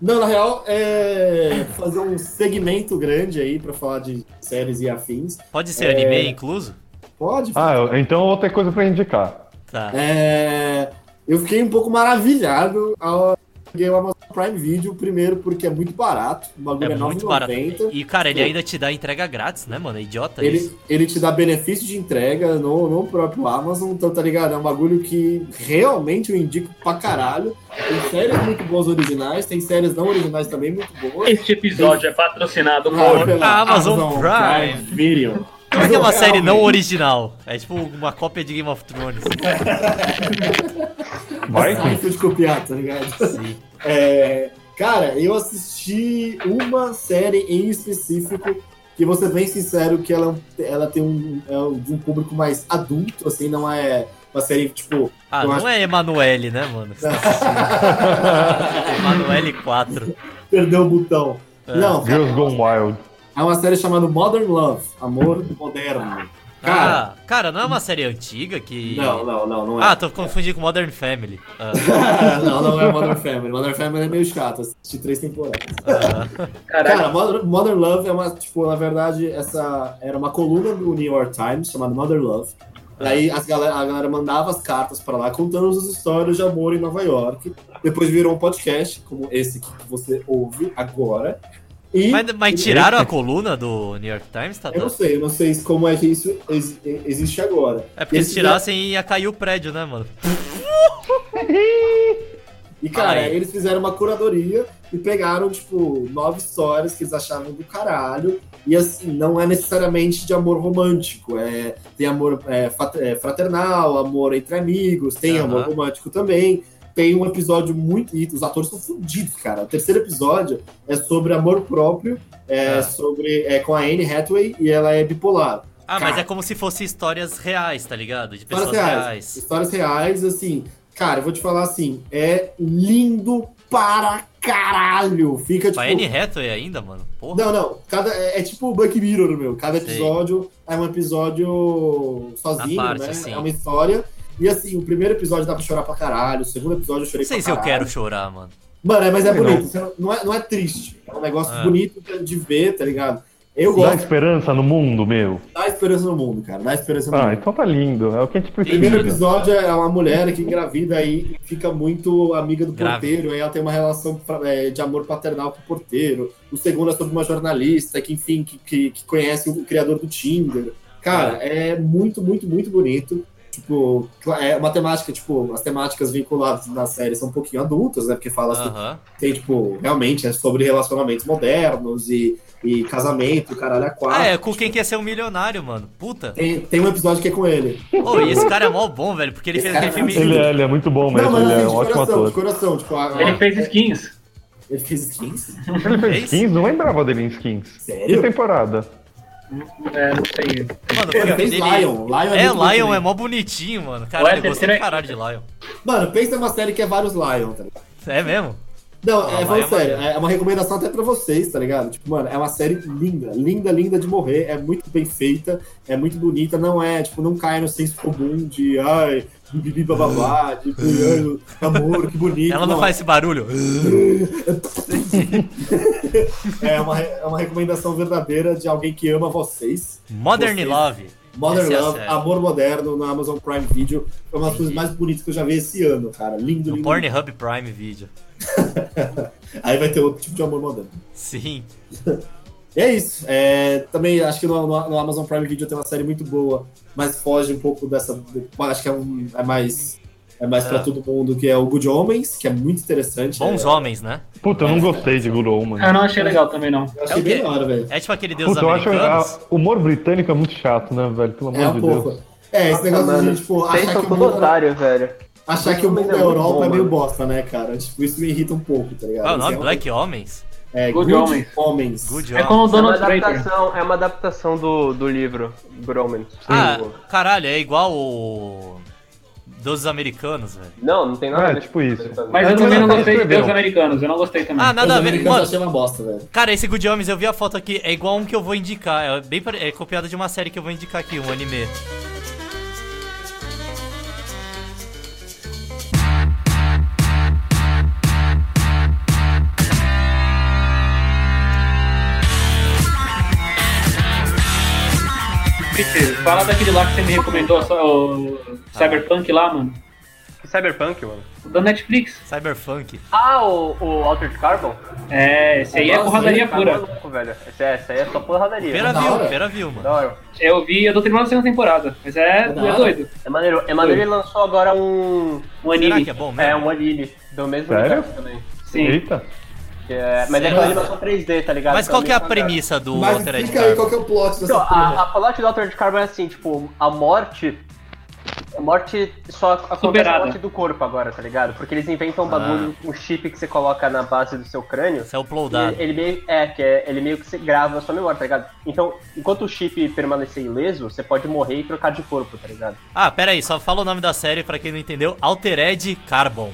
S3: Não, na real, é fazer um segmento grande aí pra falar de séries e afins.
S2: Pode ser anime incluso?
S3: Pode?
S4: Ah, eu- então outra coisa pra indicar.
S2: Tá.
S3: É, eu fiquei um pouco maravilhado ao peguei o Amazon Prime Video, primeiro porque é muito barato, o
S2: É
S3: bagulho é,
S2: muito barato.
S3: 9,90.
S2: E, cara, ele
S3: Pô.
S2: ainda te dá entrega grátis, né, mano? É idiota isso.
S3: Ele, ele te dá benefício de entrega no, no próprio Amazon, então tá ligado? É um bagulho que realmente eu indico pra caralho. Tem séries muito boas originais, tem séries não originais também muito boas.
S5: Este episódio é patrocinado
S3: Lá
S5: por.
S3: pela
S2: Amazon Prime.
S3: Video.
S2: Como é que é uma
S3: Mas eu
S2: série não
S3: realmente-
S2: original? É tipo uma cópia de Game of Thrones.
S4: Vai?
S3: Ah, fui de copiar, tá ligado? É, cara, eu assisti uma série em específico que, vou ser bem sincero, que ela, ela tem um, é um- de um público mais adulto, assim, não é uma série, tipo...
S2: Ah,
S3: Eu
S2: não
S3: acho-
S2: é Emanuele, né, mano? Emanuele 4.
S3: Perdeu o botão. Não,
S4: Girls Gone Wild.
S3: É uma série chamada Modern Love, Amor Moderno.
S2: ah,
S3: Cara,
S2: cara, não é uma série antiga que.
S3: não, não, não, não é.
S2: Ah, tô confundindo com Modern Family. Ah,
S3: não, não é Modern Family. Modern Family é meio chato, assisti três temporadas.
S5: Caralho.
S3: Cara, Modern, Modern Love é uma, tipo, na verdade, essa era uma coluna do New York Times chamada Mother Love. E aí as galera, a galera mandava as cartas pra lá contando as histórias de amor em Nova York. Depois virou um podcast, como esse que você ouve agora. E
S2: mas, mas tiraram a coluna do New York Times, tá?
S3: eu não sei, eu não sei como é que isso ex- existe agora.
S2: É porque
S3: Esse-
S2: se tirassem ia cair o prédio, né, mano?
S3: E, cara,
S2: Ai.
S3: eles fizeram uma curadoria e pegaram, tipo, nove histórias que eles achavam do caralho. E, assim, não é necessariamente de amor romântico. É, tem amor é, fat- é, fraternal, amor entre amigos, tem
S2: Aham.
S3: amor romântico também. Tem um episódio muito. E os atores estão fudidos, cara. O terceiro episódio é sobre amor próprio, é
S2: Ah.
S3: sobre. É com a Anne Hathaway e ela é bipolar.
S2: Ah, mas
S3: Cara.
S2: é como se fossem histórias reais, tá ligado? De
S3: Histórias
S2: pessoas
S3: reais.
S2: reais.
S3: Histórias reais, assim. Cara, eu vou te falar assim, é lindo para caralho. Fica tipo.
S2: Pra Anne Hathaway ainda, mano? Porra.
S3: Não, não. Cada, é, é tipo o Black Mirror, meu. Cada
S2: Sei.
S3: episódio é um episódio sozinho,
S2: À parte,
S3: né?
S2: assim.
S3: É uma história. E assim, o primeiro episódio dá pra chorar pra caralho, o segundo episódio eu
S2: Não
S3: chorei
S2: sei
S3: pra
S2: se eu
S3: caralho.
S2: quero chorar, mano.
S3: Mano, é, mas é
S4: Também
S3: bonito. Você Não, não é, não é triste. É um negócio
S2: Ah.
S3: bonito de ver, tá ligado? Eu
S4: Dá
S3: gosto.
S4: esperança no mundo, meu.
S3: Dá esperança no mundo, cara. Dá esperança no
S4: Ah,
S3: mundo.
S4: então tá lindo. É o que a gente
S3: O primeiro
S4: precisa.
S3: episódio é uma mulher que engravida e fica muito amiga do
S2: Grávida.
S3: porteiro, aí ela tem uma relação fra- é, de amor paternal com o porteiro. O segundo é sobre uma jornalista que, enfim, que, que, que conhece o criador do Tinder. Cara, é muito, muito, muito bonito. Tipo, cla- é uma temática, tipo, as temáticas vinculadas na série são um pouquinho adultas, né? Porque fala assim,
S2: Aham.
S3: tem, tipo, realmente é sobre relacionamentos modernos e, e casamento, caralho, a quatro.
S2: Ah, é com quem quer ser um milionário, mano. Puta.
S3: Tem, tem um episódio que é com ele.
S2: Ô, e esse cara é mó bom, velho, porque ele
S3: Esse
S2: fez aquele
S3: cara é
S2: filme.
S4: Ele é, ele é muito bom mesmo, ele
S3: assim,
S4: é um ótimo
S3: coração, de
S4: ator.
S3: coração, tipo, a- a-
S5: Ele fez skins.
S3: Ele fez skins?
S4: Ele fez
S2: Fez?
S4: skins, não lembrava dele em skins. Que
S3: assim, Sério?
S4: temporada?
S5: É, não sei.
S2: Mano, o
S3: Ele
S2: filme
S3: fez
S2: dele-
S3: Lion. Lion é,
S2: É,
S3: muito bom
S2: Lion
S3: também.
S2: é mó bonitinho, mano.
S5: Ué,
S2: Cara, eu gostei
S5: terceiro
S2: pra
S5: é-
S2: caralho de Lion.
S3: Mano, pensa numa série que é vários Lion, tá ligado?
S2: É mesmo?
S3: Não,
S2: Ah,
S3: é,
S2: Lion é
S3: falando sério,
S2: maneiro.
S3: é uma recomendação até pra vocês, tá ligado? Tipo, mano, é uma série linda, linda, linda de morrer, é muito bem feita, é muito bonita, não é, tipo, não cai no senso comum de, ai, bibi bababá, de ai, amor, que bonito.
S2: Ela não faz esse barulho.
S3: É uma, é uma recomendação verdadeira de alguém que ama vocês.
S2: Modern
S3: Vocês-
S2: Love.
S3: Modern
S2: Essa é a
S3: Love,
S2: série.
S3: Amor Moderno na Amazon Prime Video. Foi uma das coisas mais bonitas que eu já vi esse ano, cara. Lindo,
S2: No
S3: lindo.
S2: Pornhub Prime Video.
S3: Aí vai ter outro tipo de amor moderno.
S2: Sim.
S3: E é isso. É, também acho que no, no- no Amazon Prime Video tem uma série muito boa, mas foge um pouco dessa. Acho que é, um- é mais. É mais pra
S2: É.
S3: todo mundo, que é o Good Homens, que é muito interessante.
S2: Bons
S3: é,
S2: homens, né?
S4: Puta, eu não gostei de Guru, mano.
S5: Ah, Eu não achei legal também, não.
S3: eu achei
S2: É o
S3: bem
S2: quê?
S3: da hora, velho.
S2: É tipo aquele Deus
S4: Puta, eu acho
S2: Americanos.
S4: que o humor britânico é muito chato, né, velho? Pelo amor
S3: É
S4: de
S3: um
S4: Deus.
S3: pouco. É, esse
S1: Nossa,
S3: negócio
S1: mano,
S3: de, tipo,
S1: Vocês
S3: achar
S1: são
S3: que, o
S1: tudo
S3: mundo,
S1: otário, velho.
S3: achar que o mundo
S1: Mas é
S3: da
S1: muito
S3: Europa
S1: bom,
S3: é meio
S1: mano.
S3: bosta, né, cara? Tipo, isso me irrita um pouco, tá ligado?
S2: Qual é o
S3: Isso
S2: nome?
S3: é um-
S2: Black Homens?
S3: É,
S5: Good
S3: Good,
S5: Omens.
S3: Homens.
S2: Good
S5: É
S2: Homens.
S5: como
S1: É
S5: o
S1: uma
S5: Donald Draper.
S1: adaptação, é uma adaptação do, do livro, Broman.
S2: Ah, caralho, é igual o. Deuses Americanos, velho.
S1: Não, não tem nada
S4: É,
S1: a ver
S4: tipo
S1: com
S4: isso.
S1: americano.
S5: Mas eu
S4: Mas
S5: também não
S4: eles
S5: gostei de
S4: escreveram.
S5: Deus Americanos. Eu não gostei também.
S2: Ah, nada a
S3: Os
S2: ver.
S3: americanos é
S2: Mano,
S3: achei uma bosta, velho.
S2: cara, esse Good Homens eu vi a foto aqui. É igual um que eu vou indicar. É bem pare- é copiado de uma série que eu vou indicar aqui, um anime.
S5: Peter, Fala daquele lá que você me recomendou, só o Cyberpunk lá, mano.
S1: É Cyberpunk, mano.
S5: Da Netflix.
S2: Cyberpunk.
S1: Ah, o, o Altered Carbon?
S5: É, esse aí é
S3: Nossa,
S5: porradaria
S3: ele
S1: Tá
S5: pura.
S1: maluco, velho. Esse, é- esse aí é só porradaria.
S2: Pera
S3: da
S2: view,
S3: hora.
S2: pera view,
S1: Da
S2: mano.
S1: hora.
S5: Eu vi, eu tô terminando a segunda temporada. Mas é,
S3: da
S5: é
S3: hora.
S5: doido.
S1: É maneiro. É maneiro, ele lançou agora um...
S5: Um
S2: Será
S5: anime.
S2: que é bom
S1: É,
S2: mesmo?
S1: um anime do mesmo
S4: Sério?
S1: universo também.
S5: Sim.
S4: Eita.
S1: Que é- mas é
S2: Sim.
S1: com animação 3D, tá ligado?
S2: Mas
S1: Então,
S2: qual que é a
S1: meio quadrado.
S2: premissa do
S3: Mas
S2: Altered
S3: explica aí qual
S2: Carbon?
S3: que é o plot dessa
S1: Então,
S3: porra.
S1: a, a plot do Altered Carbon é assim, tipo, a morte... A morte só acontece
S5: Superada.
S1: a morte do corpo agora, tá ligado? Porque eles inventam um bagulho, um chip que você coloca na base do seu crânio.
S2: Isso é
S1: Ele-
S2: uploadado.
S1: Ele meio, é, que é, ele meio que se grava a sua memória, tá ligado? Então, enquanto o chip permanecer ileso, você pode morrer e trocar de corpo, tá ligado?
S2: Ah, pera aí, só fala o nome da série pra quem não entendeu. Altered Carbon.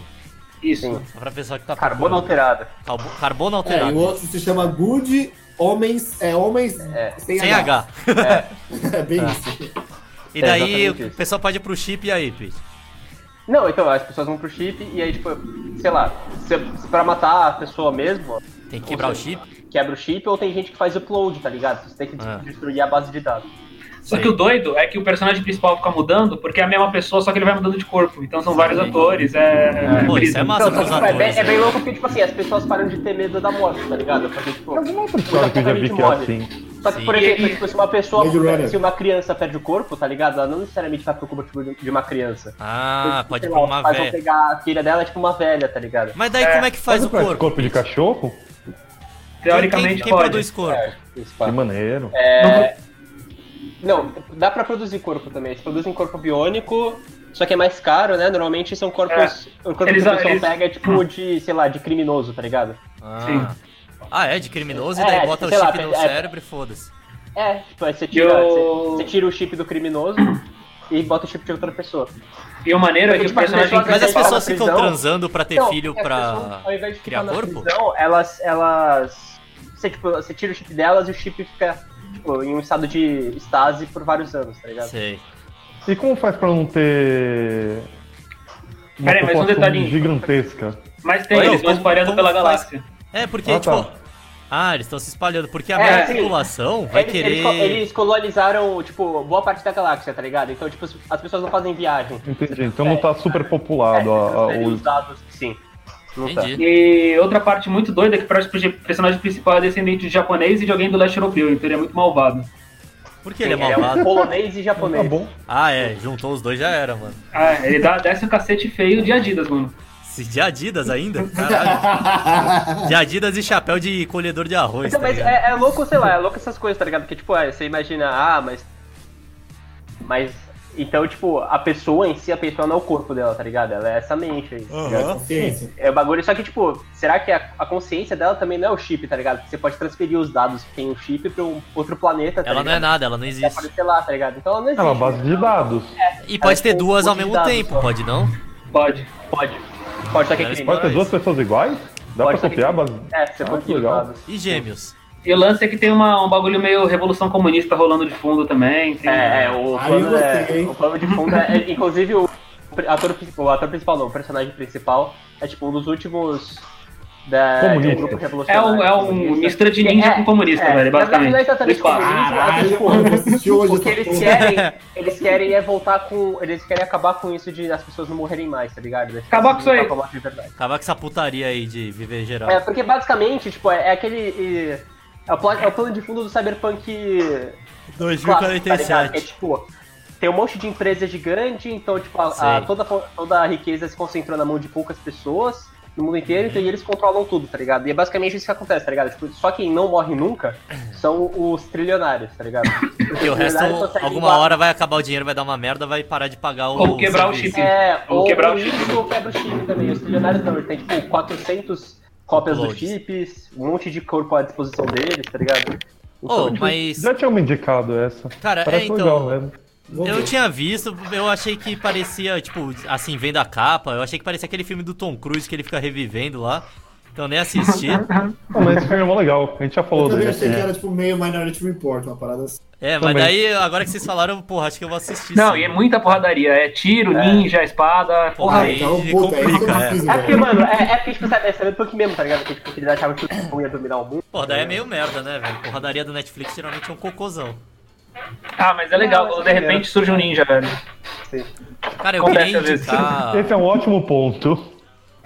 S5: Isso.
S1: Sim.
S2: Só pra pessoa que tá
S1: Carbono
S2: procurando.
S1: alterado.
S2: Calbo- Carbono
S3: É, e
S2: alterado.
S3: o outro se chama Good Homens. É, homens
S1: É.
S3: sem,
S2: Sem
S3: H.
S2: H.
S3: É bem isso.
S2: E
S1: É,
S2: daí
S1: exatamente
S2: o
S1: isso.
S2: pessoal pode ir pro chip e aí, Pete.
S1: Não, então, as pessoas vão pro chip e aí, tipo, sei lá, se, se pra matar a pessoa mesmo,
S2: Tem que quebrar o
S1: seja,
S2: chip.
S1: quebra o chip ou tem gente que faz upload, tá ligado? Você tem que
S2: Ah.
S1: destruir a base de dados.
S5: Só que o doido é que o personagem principal fica mudando porque é a mesma pessoa, só que ele vai mudando de corpo. Então são vários atores, é. é
S2: Pô, isso
S5: brisa.
S2: é massa pros
S1: Tipo, é, bem,
S2: atores.
S1: é
S2: né?
S1: bem louco porque, tipo assim, as pessoas param de ter medo da morte, tá ligado? Porque, tipo,
S4: Alguma outra história que eu já vi que é
S1: morre.
S4: assim.
S1: Só que,
S2: Sim.
S1: por exemplo, tipo, se uma pessoa,
S3: Blade Runner.
S1: se uma criança perde o corpo, tá ligado? Ela não necessariamente vai pro corpo tipo, de- de uma criança.
S2: Ah,
S1: Tipo,
S2: pode
S1: sei
S2: pôr
S1: lá,
S2: uma
S1: os pais vão
S2: velha.
S1: pegar a filha dela, é tipo uma velha, tá ligado?
S2: Mas daí como é que faz o corpo?
S4: um corpo de cachorro?
S5: Teoricamente
S2: quem, quem
S5: pode.
S2: produz corpo?
S1: Isso,
S4: Que
S1: pá.
S4: maneiro.
S1: Não, dá pra produzir corpo também. Eles produzem corpo biônico, só que é mais caro, né? Normalmente são corpos. O corpo
S5: Eles-
S1: que a pessoa
S5: eles-
S1: pega é tipo de, sei lá, de criminoso, tá ligado?
S2: Ah. Ah, é de criminoso e
S1: É,
S2: daí bota o
S1: sei lá,
S2: chip no
S1: é-
S2: cérebro e foda-se.
S1: É, tipo, aí você tira,
S5: Eu-
S1: você, você tira o chip do criminoso e bota o chip de outra pessoa.
S5: E o maneiro é que o
S1: Tipo, as
S5: personagem.
S1: pessoas-
S2: Mas as
S1: Quem tá
S2: pessoas
S1: na
S2: ficam
S1: prisão-
S2: transando pra ter
S1: Então,
S2: filho
S1: as pessoas,
S2: pra
S1: ao invés de
S2: criar
S1: ficar na
S2: corpo?
S1: prisão, elas. elas você, tipo, você tira o chip delas e o chip fica tipo, em um estado de estase por vários anos, tá ligado?
S2: Sei.
S4: E como faz pra não ter. Uma
S5: Peraí, mas um
S4: população
S5: detalhinho.
S4: Gigantesca.
S5: Mas tem,
S2: Olha,
S5: eles vão
S2: como-
S5: espalhando
S2: como
S5: pela
S2: faz-
S5: galáxia.
S2: É, porque,
S4: Ah,
S2: tipo.
S4: tá.
S2: Ah, eles estão se espalhando, porque a
S1: É,
S2: minha
S1: sim.
S2: população vai
S1: eles, eles co-
S2: querer.
S1: eles colonizaram, tipo, boa parte da galáxia, tá ligado? Então, tipo, as pessoas não fazem viagem.
S4: Entendi. Então não tá super populado a- a-
S1: Transferem
S4: os.
S1: os dados, sim. Não tá.
S2: Entendi.
S5: E outra parte muito doida é que parece que o personagem principal é descendente de japonês e de alguém do leste europeu, então ele é muito malvado.
S2: Por que ele é
S1: Sim, um
S2: malvado?
S1: polonês e
S4: Tá
S1: japonês.
S4: bom.
S2: Ah, é, juntou os dois já era, mano.
S5: Ah, ele dá, desce um cacete feio de Adidas, mano.
S2: Se de Adidas ainda? Caralho. De Adidas e chapéu de colhedor de arroz.
S1: Então,
S2: tá
S1: mas
S2: ligado?
S1: é, é louco, sei lá, é louco essas coisas, tá ligado? Porque, tipo, é, você imagina, ah, mas. Mas. Então, tipo, a pessoa em si, a pessoa não é o corpo dela, tá ligado? Ela é essa mente aí.
S2: Aham.
S3: Consciência.
S1: É o bagulho, só que, tipo, será que a, a consciência dela também não é o chip, tá ligado? Você pode transferir os dados que tem o chip pra um outro planeta, tá
S2: Ela não é
S1: ligado?
S2: nada, ela não
S1: Vai
S2: existe.
S1: aparecer lá, tá ligado? Então ela não
S4: É
S1: existe.
S4: uma base de dados.
S2: E pode
S1: Ela
S2: ter
S1: tem um
S2: duas ao
S1: monte de
S2: mesmo
S1: dados
S2: tempo,
S1: só.
S2: pode não?
S5: Pode.
S1: Pode. Pode, só que é crime.
S4: Pode ter duas pessoas iguais? Dá
S1: Pode
S4: pra
S1: ser que-
S4: copiar a base.
S1: É, você
S4: Ah,
S1: pode
S4: que legal.
S1: dados.
S2: E gêmeos?
S5: E o lance é que tem uma, um bagulho meio revolução comunista rolando de fundo também. tem-
S1: É, é, o
S3: Aí
S1: plano,
S3: eu
S1: é-
S3: gostei, hein?
S1: o plano de fundo é, é- inclusive o pri- ator, pri- o ator principal, não, o personagem principal é tipo um dos últimos da de
S4: Comunista.
S1: um grupo
S5: É
S1: revolucionário.
S5: um, é um
S1: comunista.
S5: mistura de ninja
S1: É,
S5: com comunista,
S1: é.
S5: velho,
S1: Na verdade, não é
S5: basicamente.
S1: exatamente
S5: Eles falam,
S1: comunista, é
S3: Caralho,
S1: tipo,
S3: mano, eu vou assistir hoje
S1: o que
S3: essa
S1: eles
S3: porra.
S1: querem, eles querem é voltar com, eles querem acabar com isso de as pessoas não morrerem mais, tá ligado? Deixar
S5: Acabar com
S1: as
S5: isso aí.
S1: pessoas voltar com a morte de verdade.
S2: Acabar com essa putaria aí de viver geral.
S1: É, porque basicamente, tipo, é, é aquele é, é o pla- é o plano de fundo do Cyberpunk Claro, tá ligado? é
S2: 2047.
S1: tipo, tem um monte de empresa gigante, então tipo, a, a-
S2: Sei.
S1: toda, toda a riqueza se concentrou na mão de poucas pessoas no mundo inteiro, então e eles controlam tudo, tá ligado? E é basicamente isso que acontece, tá ligado? Tipo, só quem não morre nunca são os trilionários, tá ligado?
S2: Porque o resto, alguma hora vai acabar o dinheiro, vai dar uma merda, vai parar de pagar o.
S5: Ou quebrar o
S2: serviço.
S5: chip.
S1: É,
S5: Ou
S1: ou quebrar
S5: quebrar o
S1: o
S5: chip.
S1: chip. Ou quebra o chip também. Os trilionários não, ele tem tipo 400 cópias dos
S2: Uploads.
S1: chips, um monte de corpo à disposição deles, tá ligado?
S2: Ô, mas.
S4: Já tinham me indicado essa.
S2: Cara, é
S4: Parece legal né?
S2: então.
S4: mesmo.
S3: Vamos
S2: Eu
S3: ver.
S2: tinha visto, eu achei que parecia, tipo, assim, vendo a capa, eu achei que parecia aquele filme do Tom Cruise que ele fica revivendo lá. Então nem assisti.
S4: Não, mas esse filme é mó legal. A gente já
S3: Eu
S4: falou
S3: também
S4: dele.
S3: achei que era tipo meio Minority Report, uma parada assim.
S2: É, mas
S4: Também.
S2: daí, agora que vocês falaram, porra, acho que eu vou assistir.
S5: Não,
S2: sim.
S5: e é muita porradaria. É tiro, ninja,
S2: Porra,
S5: espada, porra.
S2: aí
S3: Então, puta, é isso que eu
S2: complica, é.
S3: preciso,
S1: É porque,
S3: velho.
S1: mano, é, é porque, tipo, sabe, é Cyberpunk mesmo, tá ligado? Porque, tipo, eles achavam que o Tom ia dominar o mundo.
S2: Porra, daí é meio merda, né, velho? Porradaria do Netflix geralmente é um cocôzão.
S5: Ah, mas é legal, quando de repente surge um ninja, velho.
S2: Cara, eu
S5: Acontece
S2: queria
S5: às vezes.
S2: indicar.
S4: Esse é um ótimo ponto.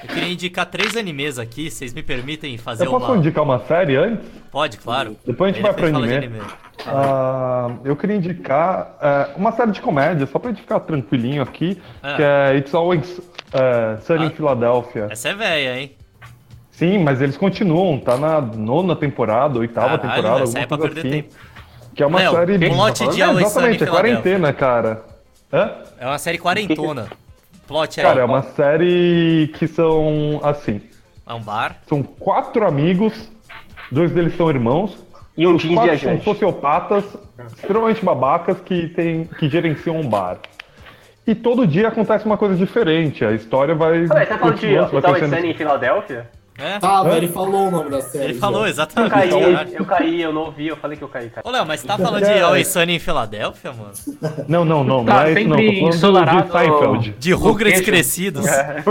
S2: Eu queria indicar três animes aqui, vocês me permitem fazer
S4: Eu posso
S2: uma.
S4: indicar uma série antes?
S2: Pode, claro.
S4: Depois a gente
S2: Aí
S4: vai pro
S2: é fala de
S4: anime. Ah, eu queria indicar é, uma série de comédia, só pra gente ficar tranquilinho aqui,
S2: Ah.
S4: que é It's Always é, Sunny
S2: Ah.
S4: in Philadelphia.
S2: Essa é velha, hein?
S4: Sim, mas eles continuam, tá na nona temporada, oitava
S2: Caralho,
S4: temporada,
S2: essa
S4: alguma
S2: é pra
S4: coisa
S2: perder
S4: assim.
S2: tempo.
S4: Que é uma
S2: Léo,
S4: série...
S2: um lote de
S4: é,
S2: Always
S4: Exatamente,
S2: Sunny
S4: é
S2: em
S4: quarentena, cara. Hã?
S2: É uma série quarentona. Plot aí.
S4: Cara, é uma série que são assim,
S2: É um bar.
S4: são quatro amigos, dois deles são irmãos,
S1: E um
S4: Os
S1: jeans
S4: quatro são
S1: viajante.
S4: sociopatas, extremamente babacas, que, tem, que gerenciam um bar. E todo dia acontece uma coisa diferente, a história vai.
S1: Ué, você tá falando de
S4: continuando, vai
S1: Hotel
S4: crescendo.
S1: Insane em Filadélfia?
S2: É?
S4: Tá
S3: Tava, Ah, ele falou o nome da série.
S2: Ele falou,
S3: já.
S1: Eu
S2: exatamente.
S1: caí,
S2: caralho.
S1: eu caí, eu não ouvi, eu falei que eu caí, cara.
S2: Ô, Léo, mas você tá falando de Always Sunny em Filadélfia, mano?
S4: Não, não, não.
S5: Tá
S4: não é isso, não.
S5: sempre
S4: Tô falando
S5: ensolarado.
S4: de Seinfeld.
S2: De Rugrats crescidos.
S4: É.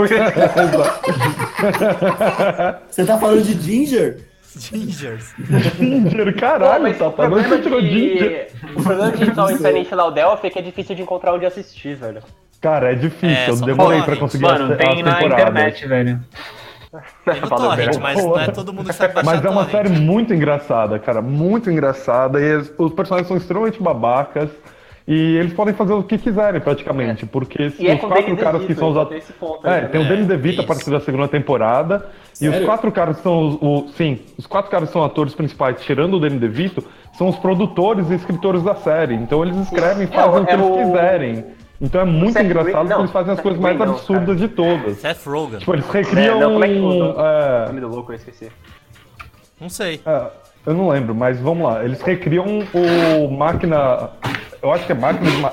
S3: Você tá falando de Ginger?
S2: Gingers.
S4: Ginger,
S1: Pô,
S4: caralho,
S1: mas
S4: tá
S1: o problema
S4: falando que tirou Ginger.
S1: de... O problema de Sol em Filadélfia é que é difícil de encontrar onde assistir, velho.
S4: Cara, é difícil.
S2: É,
S4: eu
S2: só
S4: demorei
S2: falar,
S4: pra
S2: gente.
S4: conseguir
S5: Mano,
S4: as,
S5: tem
S4: as
S5: na
S4: temporadas.
S5: internet, velho.
S2: Tem no
S1: Fala,
S2: Torrent,
S1: Léo.
S2: mas não é todo mundo que sabe
S1: Tá
S2: baixar
S4: Mas é uma
S2: torrent.
S4: série
S1: né?
S4: muito engraçada, cara. Muito engraçada. E as- os personagens são extremamente babacas. E eles podem fazer o que quiserem, praticamente. Porque
S1: E é
S4: os
S1: com
S4: quatro
S1: Danny
S4: caras que
S1: DeVito,
S4: são os
S1: então
S4: atores.
S1: tem esse ponto aí
S4: É, tem
S1: também.
S4: o Danny DeVito
S2: isso.
S4: a partir da segunda temporada. E os
S3: Sério?
S4: quatro caras que são os, o- Sim, os quatro caras que são atores principais, tirando o Danny DeVito, são os produtores e escritores da série. Então eles escrevem e
S1: É,
S4: fazem
S1: é
S4: o que
S1: o-
S4: eles quiserem. Então é muito
S1: Seth
S4: engraçado
S1: Green-
S4: porque
S1: não,
S4: eles fazem as
S1: Seth
S4: coisas
S1: Green
S4: mais
S1: não,
S4: absurdas de todas.
S2: é Seth Rogan.
S4: Tipo, eles recriam.
S1: É, não, como é que muda?
S4: é,
S1: Nome do louco, eu esqueci.
S2: Não sei.
S4: ah, eu não lembro, mas vamos lá. Eles recriam o máquina. Eu acho que é máquina. de Ma...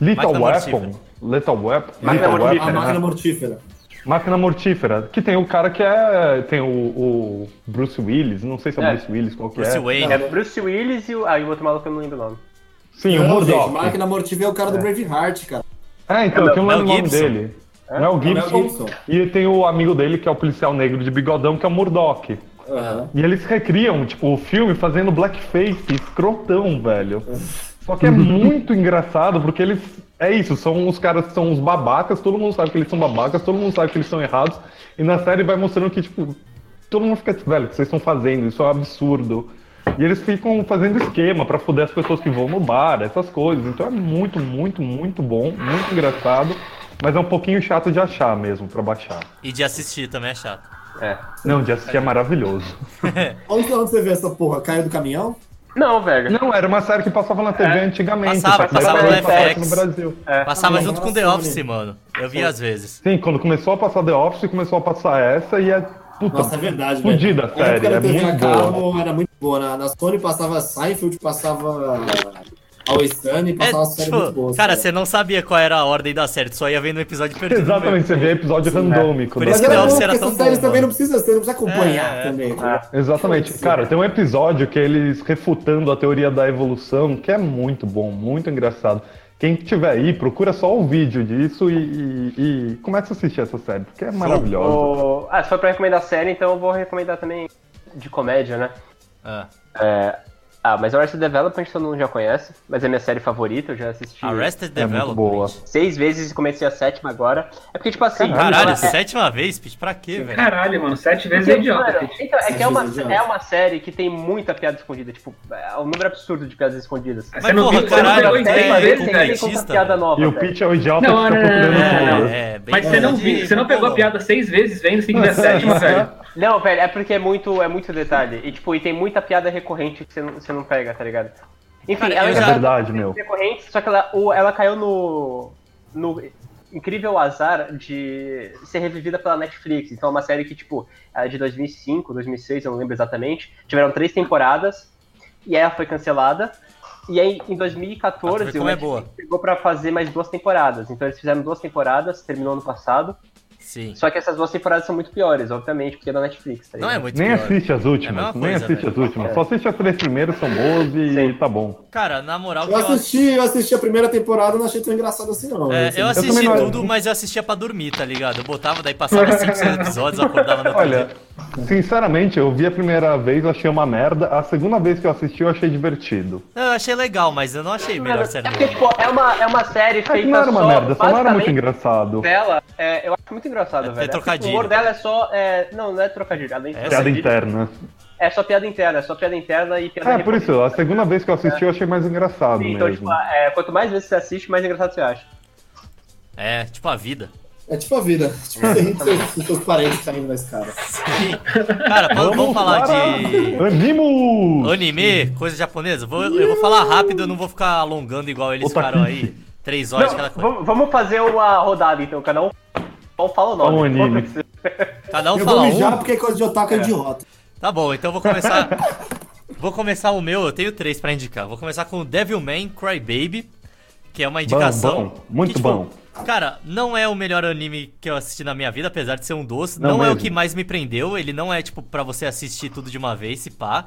S4: Lethal
S2: Máquina
S4: Weapon. Lethal Weapon.
S1: Máquina
S4: Lethal
S1: mortífera.
S3: A
S4: Weapon,
S3: máquina
S4: né?
S3: mortífera.
S4: Máquina mortífera. Que tem o cara que é. Tem o, o Bruce Willis. Não sei se é,
S1: É.
S4: Bruce Willis, qual que
S2: Bruce
S4: é.
S2: Wayne.
S1: É Bruce Willis e o... Ah, e o outro maluco que eu não lembro o nome.
S4: Sim, o
S3: Não, gente,
S4: um Murdoch.
S3: máquina mortífera é o cara do Braveheart, cara.
S4: É, então, eu não
S2: Mel
S4: lembro o nome
S2: Gibson.
S4: dele. Não é o
S3: Mel
S4: Gibson.
S3: Gibson.
S4: E tem o amigo dele, que é o policial negro de bigodão, que é o Murdoch.
S3: Aham.
S4: E eles recriam, tipo, o filme fazendo blackface, escrotão, velho. Só que é muito engraçado, porque eles. É isso, são os caras que são os babacas, todo mundo sabe que eles são babacas, todo mundo sabe que eles são errados. E na série vai mostrando que, tipo, todo mundo fica, velho, o que vocês estão fazendo? Isso é um absurdo. E eles ficam fazendo esquema pra foder as pessoas que vão no bar, essas coisas. Então é muito, muito, muito bom, muito engraçado. Mas é um pouquinho chato de achar mesmo, pra baixar.
S2: E de assistir também é chato.
S4: Não, de assistir é maravilhoso.
S3: Onde que você vê essa porra? Caiu do caminhão?
S1: Não, velho.
S4: Não, era uma série que passava na TV
S5: É.
S4: antigamente.
S2: Passava,
S4: só que daí
S2: passava
S4: parou
S2: no
S4: de passar aqui
S2: FX.
S4: no Brasil.
S2: Passava
S3: Ah,
S2: junto com The
S3: nossa,
S2: Office,
S3: olha.
S2: mano. Eu vi às vezes.
S4: Sim, quando começou a passar The Office, começou a passar essa e é. Puta,
S3: Nossa, é verdade, velho.
S4: fodida a
S3: Na época
S4: série.
S3: da
S4: É
S3: TV a
S4: muito
S3: cabo
S4: boa.
S3: Era muito boa. Na, na Sony passava Seinfeld, passava Always Sunny,
S2: É,
S3: passava série muito boa.
S2: tipo, cara, você não sabia qual era a ordem da série, tu só ia vendo um episódio perdido.
S4: Exatamente, você vê episódio randômico.
S2: é. Por
S4: né?
S2: isso
S3: Mas
S2: que
S3: era
S2: The
S3: bom,
S2: Office
S3: porque
S2: era tão
S3: essas
S2: bom,
S3: séries também
S2: mano.
S3: não precisa, você não precisa acompanhar
S2: É, é.
S3: também.
S1: Ah,
S4: Exatamente. Cara, tem um episódio que eles refutando a teoria da evolução, que é muito bom, muito engraçado. Quem tiver aí, procura só o vídeo disso e, e- e começa a assistir essa série, porque é maravilhosa.
S1: O- Ah, se for pra recomendar série, então eu vou recomendar também de comédia, né?
S2: Ah,
S1: É... Ah, mas Arrested Development todo mundo já conhece, mas é minha série favorita, eu já assisti
S2: Arrested
S4: É muito boa.
S2: Development.
S1: seis vezes e comecei a sétima agora. É porque, tipo assim...
S2: Caralho,
S1: ela- é-
S2: sétima vez, Pete, pra quê, velho?
S5: Caralho, mano, sete vezes é
S1: Porque,
S5: idiota.
S1: mano,
S5: Pete.
S1: então, é que é uma,
S3: Às vezes é
S1: é uma série que tem muita piada escondida, tipo, é um número absurdo de piadas escondidas.
S2: Mas
S5: Mas Você não
S2: porra,
S5: viu quando
S2: caralho,
S5: pegou
S1: Série,
S5: em
S2: até
S5: três
S1: mas
S2: é
S5: vezes,
S1: tem tem
S5: velho?
S1: sempre
S2: completista,
S1: piada
S2: velho.
S1: nova,
S4: E o
S1: velho.
S4: Pitch é o idiota
S5: Não,
S4: que
S5: não,
S4: fica
S5: não, não,
S4: procurando
S5: não,
S4: tudo.
S5: não.
S2: É, bem
S5: Mas você não
S2: de-
S5: viu, você não pegou a piada seis vezes vendo se tiver sétima, velho.
S1: Não, velho, é porque é muito, é muito detalhe. E, tipo, e tem muita piada recorrente que você não, você não pega, tá ligado? Enfim,
S2: Cara,
S1: ela
S2: eu
S1: já
S4: É
S2: já-
S1: tá
S4: verdade, meu.
S1: recorrente, só que ela, o- ela caiu no, no incrível azar de ser revivida pela Netflix. Então é uma série que, tipo, é de 2005, 2006, eu não lembro exatamente. Tiveram três temporadas e aí ela foi cancelada. E aí, em
S2: Ah, tu
S1: 2014,
S2: vê
S1: o
S2: como é
S1: Netflix
S2: boa.
S1: pegou pra fazer mais duas temporadas. Então eles fizeram duas temporadas, terminou ano passado.
S2: Sim.
S1: Só que essas duas temporadas são muito piores, obviamente, porque é da Netflix, tá
S2: Não
S1: ligado?
S2: é muito
S4: Nem
S2: pior.
S4: assiste as
S2: É a mesma
S4: últimas, nem
S2: coisa, É.
S4: assiste
S2: velho.
S4: as últimas. Só assiste as três primeiras, são boas e
S1: Sim.
S4: tá bom.
S2: Cara, na moral, que
S3: Eu
S2: eu,
S3: assisti, eu assisti a primeira temporada, não achei tão engraçado assim, não.
S2: é, eu assisti
S4: também não-
S2: tudo, mas eu assistia pra dormir, tá ligado? Eu botava, daí passava cinco seis episódios, acordava no outro
S4: Olha,
S2: dia.
S4: sinceramente, eu vi a primeira vez, eu achei uma merda. A segunda vez que eu assisti, eu achei divertido.
S2: Não, eu achei legal, mas eu não achei melhor série
S1: É
S2: do
S1: porque,
S2: mundo.
S1: tipo, é uma, é uma série
S4: É que
S1: feita
S4: não era uma
S1: só,
S4: merda, só não era muito
S1: basicamente,
S4: engraçado.
S1: dela, é, eu acho muito engraçado,
S2: É
S1: velho.
S2: trocadilho.
S1: O humor dela é só. é, não, não é trocadilho. Além de
S2: É
S4: Piada
S1: trocadilho,
S4: interna.
S1: É só piada interna, é só piada interna e piada
S4: É, por
S1: recorrente.
S4: isso, a segunda vez que eu assisti, eu achei mais engraçado
S1: Sim, Então,
S4: mesmo.
S1: tipo, é, quanto mais vezes você assiste, mais engraçado você acha.
S2: É, tipo a vida.
S3: É tipo a vida. Tipo, você ri dos seus- dos seus parentes caindo na escada.
S2: Cara, vamos, vamos falar de
S1: tipo,
S4: Animo!
S2: anime, coisa japonesa. Vou- eu vou falar rápido, eu não vou ficar alongando igual eles
S4: Otaku.
S2: ficaram aí. Três horas,
S1: Não,
S2: cada coisa.
S1: vamos, vamos fazer uma rodada, então, cada um. Qual fala o nome?
S4: Fala um anime.
S1: Outra que você-
S2: Cada um
S3: Eu
S2: fala
S3: vou
S2: um.
S3: mijar porque coisa de otaku é, idiota.
S2: Tá bom, então eu vou começar. vou começar o meu, eu tenho três pra indicar. Vou começar com o Devilman Crybaby, que é uma indicação.
S4: bom, muito
S2: que, tipo,
S4: bom.
S2: Cara, não é o melhor anime que eu assisti na minha vida, apesar de ser um doce.
S4: Não
S2: Não, é o
S4: mesmo.
S2: que mais me prendeu. Ele não é, tipo, pra você assistir tudo de uma vez, se pá.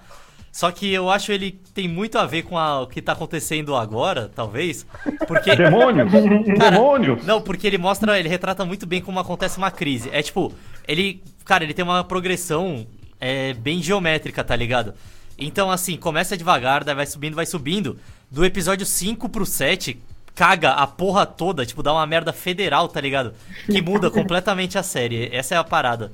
S2: Só que eu acho ele tem muito a ver com a- o que tá acontecendo agora, talvez. Porque.
S4: Demônios!
S2: Cara,
S4: Demônios!
S2: Não, porque ele mostra, ele retrata muito bem como acontece uma crise. É tipo, ele, cara, ele tem uma progressão é, bem geométrica, tá ligado? Então, assim, começa devagar, daí vai subindo, vai subindo. Do episódio 5 pro 7, caga a porra toda, tipo, dá uma merda federal, tá ligado? Que muda completamente a série. Essa é a parada.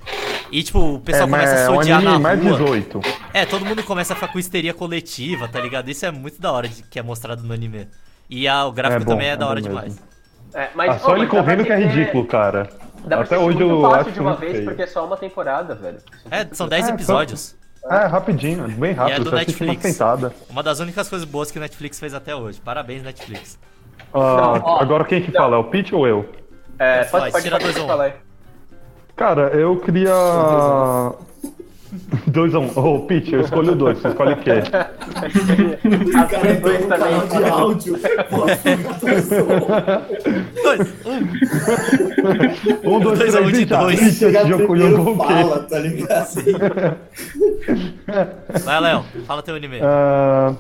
S2: E, tipo, o pessoal começa a
S4: é um
S2: sodiar
S4: anime
S2: na
S4: mais
S2: rua.
S4: 18.
S2: É, todo mundo começa a ficar com histeria coletiva, tá ligado? Isso é muito da hora de- que é mostrado no anime. E a- o gráfico
S4: É bom,
S2: também é,
S4: é
S2: da hora
S4: bom
S2: demais.
S4: mesmo.
S1: É,
S4: Ah,
S1: mas,
S4: só
S1: ô,
S4: ele
S1: mas dá pra
S4: correndo que é
S1: assistir-
S4: ridículo, cara.
S1: Dá pra
S4: Até
S1: assistir
S4: hoje
S1: muito
S4: eu
S1: fácil
S4: acho
S1: de uma
S4: muito
S1: vez,
S4: feio.
S1: porque é só uma temporada, velho.
S2: É, são 10
S4: É,
S2: episódios.
S4: É, rapidinho, bem
S2: E é
S4: rápido,
S2: do
S4: você assiste uma
S2: Netflix.
S4: sentada.
S2: Uma das únicas coisas boas que o Netflix fez até hoje. Parabéns, Netflix.
S4: Ah,
S1: Não, ó.
S4: agora quem que fala? É o Pete ou eu?
S1: É,
S2: Vai,
S1: pode, pode,
S2: tira
S1: pode,
S2: dois, um.
S1: falar aí.
S4: Cara, eu queria. 2x1. Ô, Pete, eu escolho dois, você escolhe o quê?
S3: Os caras
S1: dois
S3: estão no
S1: também.
S3: um canal de áudio. assim,
S2: Dois, um.
S4: Um, dois,
S2: Dois a
S4: três,
S2: um de
S4: e já.
S2: dois.
S4: Ixi, a gente jogou jogou o um quê?
S3: fala, tá ligado?
S2: Vai, Léo, fala teu anime.
S4: Ah,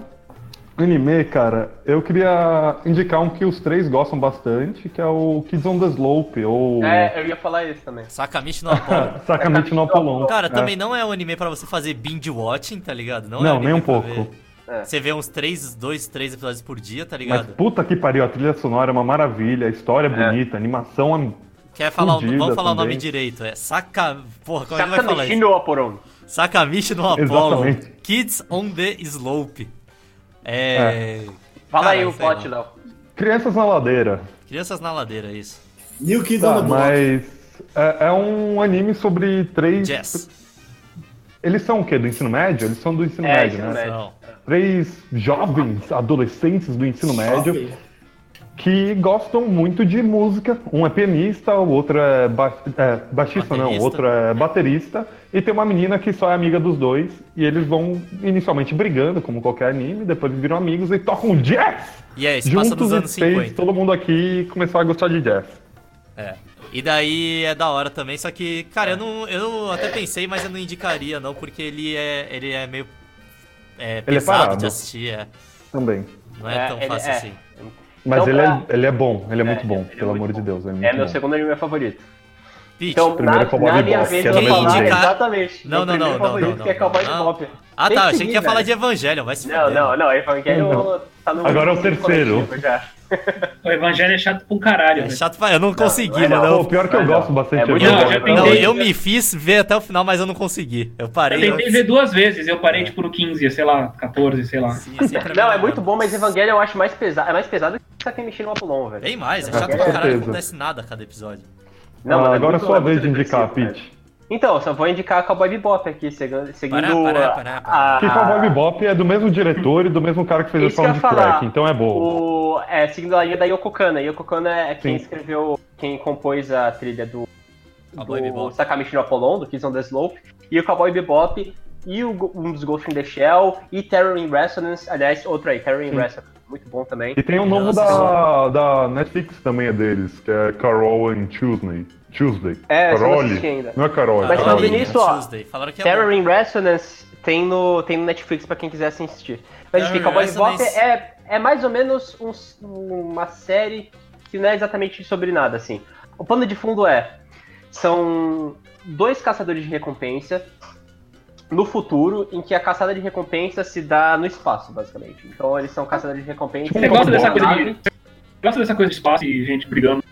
S4: anime, cara, eu queria indicar um que os três gostam bastante, que é o Kids on the Slope, ou
S1: É, eu ia falar isso também.
S2: Sakamichi no Apollo.
S4: Sacamente no Apolon.
S2: Cara,
S4: É.
S2: também não é um anime pra você fazer binge watching, tá ligado? Não, é
S4: Não,
S2: anime
S4: nem um
S2: pra
S4: pouco.
S2: ver.
S1: É.
S2: Você vê uns 3, 2, 3 episódios por dia, tá
S4: Mas
S2: ligado?
S4: puta que pariu, a trilha sonora é uma maravilha, a história é bonita, a animação é.
S2: Quer falar o,
S4: fudida
S2: vamos falar o nome
S4: também.
S2: direito. É Saka... Porra, como é que vai falar
S1: Sakamichi
S2: isso?
S1: no Aporon.
S2: Sakamichi no Apollo.
S4: Exatamente.
S2: Kids on the Slope. É...
S1: Fala
S2: Cara, é
S1: aí o
S2: sei lá.
S1: plot, Léo.
S4: Crianças na ladeira.
S2: Crianças na ladeira, isso.
S3: New Kids
S4: Tá,
S3: on the Block.
S4: mas é, é um anime sobre três.
S2: Jess.
S4: Eles são o quê? Do ensino médio? Eles são do ensino
S1: É,
S4: médio,
S1: ensino
S4: né?
S1: médio.
S2: Não.
S4: Três jovens adolescentes do ensino médio que gostam muito de música. Um é pianista, o outro é, ba é baixista, não, o
S2: Baterista.
S4: outro é baterista. E tem uma menina que só é amiga dos dois. E eles vão inicialmente brigando, como qualquer anime, depois viram amigos e tocam jazz!
S2: E é isso, passa
S4: Juntos
S2: nos
S4: e
S2: anos
S4: fez
S2: 50.
S4: todo mundo aqui começou a gostar de jazz.
S2: É. E daí é da hora também, só que,
S4: É.
S2: cara, eu não. Eu até pensei, mas eu não indicaria, não, porque ele é. Ele é meio. É
S4: Ele é
S2: pesado
S4: parado.
S2: de assistir, é.
S4: Também.
S2: Não é,
S1: É,
S2: tão
S1: ele
S2: fácil
S1: é.
S2: assim.
S4: Mas
S1: Então,
S4: ele,
S1: pra-
S4: é, ele é bom, ele é, muito bom,
S1: ele é
S4: pelo
S1: muito
S4: amor de
S1: bom.
S4: Deus. Ele é, muito
S1: É meu
S4: bom.
S1: segundo anime favorito.
S2: Pete,
S1: Então,
S4: Primeiro
S1: na,
S4: é Cowboy
S1: na
S4: Bebop,
S1: minha
S4: que
S1: vez
S4: é
S1: eu
S4: da
S1: vou falar
S2: Disney.
S1: exatamente.
S2: Não, não,
S1: Meu
S2: não,
S1: primeiro
S2: não,
S1: favorito,
S2: não,
S1: que é
S2: não,
S1: Cowboy
S2: não.
S1: Bebop.
S2: ah,
S1: Tem
S2: tá,
S1: que
S2: achei que ia
S1: ir,
S2: falar
S1: velho.
S2: de Evangelho, vai se
S1: Não,
S2: fuder. É
S1: não, não, Evangelho tá no
S4: Agora é o terceiro.
S1: coletivo já.
S5: O Evangelho é chato pra um caralho,
S2: É
S5: velho.
S2: chato pra. Eu não consegui,
S1: não é
S2: mano.
S1: não.
S4: Pô, pior que eu
S1: Não,
S4: gosto
S1: não.
S4: bastante
S1: É muito
S4: Evangelho.
S5: bom, já
S4: até
S2: Não,
S5: tentei.
S4: hoje.
S2: eu me fiz ver até o final, mas eu não consegui. Eu
S5: Eu
S2: parei.
S5: tentei ver duas vezes, eu
S2: É.
S5: parei tipo no 15, sei lá, 14, sei lá.
S2: Sim, sim, assim, pra mim
S1: Não, é
S2: dá.
S1: muito bom, mas Evangelho eu acho mais pesado. É mais pesado que Sakemichi no Apolon, velho.
S2: Bem mais, é chato
S4: com
S2: pra caralho,
S4: certeza.
S2: não acontece nada a cada episódio.
S1: Não,
S4: Ah,
S1: mano, é
S4: agora é
S1: muito-
S4: sua
S1: é muito
S4: vez de indicar,
S1: depressivo,
S4: Pete.
S1: velho. Então, eu só vou indicar Cowboy Bebop aqui, segu- seguindo
S2: Pará, pará,
S1: a-
S2: pará,
S1: a...
S2: pará.
S4: Que Cowboy Bebop é do mesmo diretor e do mesmo cara que fez
S1: Ah. Isso
S4: o
S1: que eu ia
S4: soundtrack,
S1: falar.
S4: então é bom.
S1: O, é, seguindo a linha da Yoko Kanna. Yoko Kanna é quem
S4: Sim.
S1: escreveu, quem compôs a trilha do,
S2: Cowboy
S1: do
S2: Bebop.
S1: Sakamichi no Apollon, do Kids on the Slope, e o Cowboy Bebop, e o, Go- um dos Ghost in the Shell, e Terror in Resonance, aliás, outro aí, Terror in
S4: Sim.
S1: Resonance, muito bom também.
S4: E tem um novo
S2: Nossa
S4: da, da Netflix também é deles, que é Carol and Tuesday. Tuesday.
S1: É, eu não
S4: Carole?
S1: assisti ainda.
S4: Não é Carol, é
S1: Mas
S4: Carole.
S1: falando nisso, ó,
S2: Tuesday, Falaram que é
S1: Terror
S2: bom.
S1: in Resonance tem no, tem no Netflix pra quem quiser assistir. Mas enfim,
S2: Terror in
S1: Cowboy Bebop
S2: Resonance.
S1: é, é mais ou menos um- uma série que não é exatamente sobre nada, assim. O pano de fundo é: são dois caçadores de recompensa no futuro em que a caçada de recompensa se dá no espaço, basicamente. Então eles são caçadores de recompensa.
S4: Você
S5: Você gosta dessa coisa
S1: nave.
S5: de. Você gosta dessa coisa de espaço e gente brigando,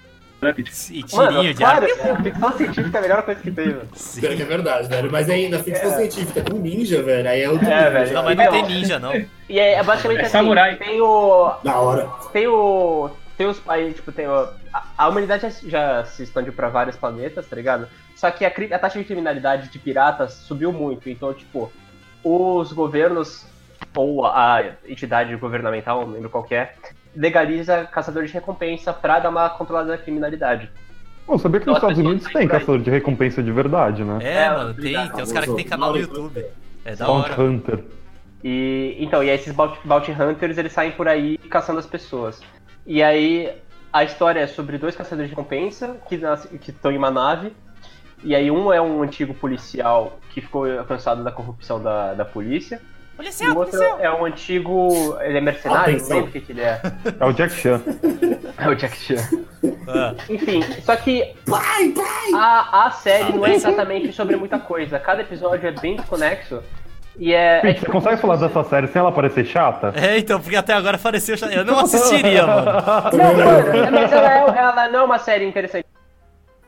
S5: né, Pete?
S2: E
S1: Mano,
S2: tirinho de ar.
S1: claro, é, ficção científica é a melhor coisa que tem, mano.
S2: Sim.
S3: Pior que é verdade, velho. Mas ainda, ficção científica com ninja, velho. Aí é outro.
S1: É,
S3: nível,
S1: velho.
S3: já.
S2: Não, mas não
S1: Então,
S2: tem ninja, não.
S1: E é, é basicamente
S5: É
S1: assim:
S5: samurai.
S1: tem o,
S3: Da hora.
S1: tem o. Tem os países, tipo, tem o, a, a humanidade já, se- já se expandiu pra vários planetas, tá ligado? Só que a, cri- a taxa de criminalidade de piratas subiu muito, então, tipo, os governos, ou a, a entidade governamental, não lembro qual que é, legaliza caçadores de recompensa pra dar uma controlada na criminalidade.
S4: Pô, sabia que nos Estados Unidos tem caçador de recompensa de verdade, né?
S2: É,
S1: É,
S2: mano, tem,
S1: obrigado,
S2: tem os caras que tem canal no
S3: Maurício.
S2: YouTube. É da
S4: Bounty
S2: hora.
S4: Hunter.
S1: E então, e aí esses bounty, bounty hunters, eles saem por aí caçando as pessoas. E aí A história é sobre dois caçadores de recompensa que nasce- que estão em uma nave. E aí um é um antigo policial que ficou cansado da corrupção da, da polícia. e o outro é um antigo. Ele é mercenário, não
S3: Atenção.
S1: sei o que, que ele é.
S4: É o Jack Chan.
S1: É o Jack Chan.
S2: Ah.
S1: Enfim, só que a, a série não é exatamente sobre muita coisa. Cada episódio é bem desconexo. E é. é
S4: Pete, você
S1: tipo-
S4: consegue falar dessa série sem ela parecer chata?
S2: É, então, porque até agora pareceu. cha- Eu não assistiria, mano.
S1: Não, mano, é, mas ela, é, ela não é uma série interessante.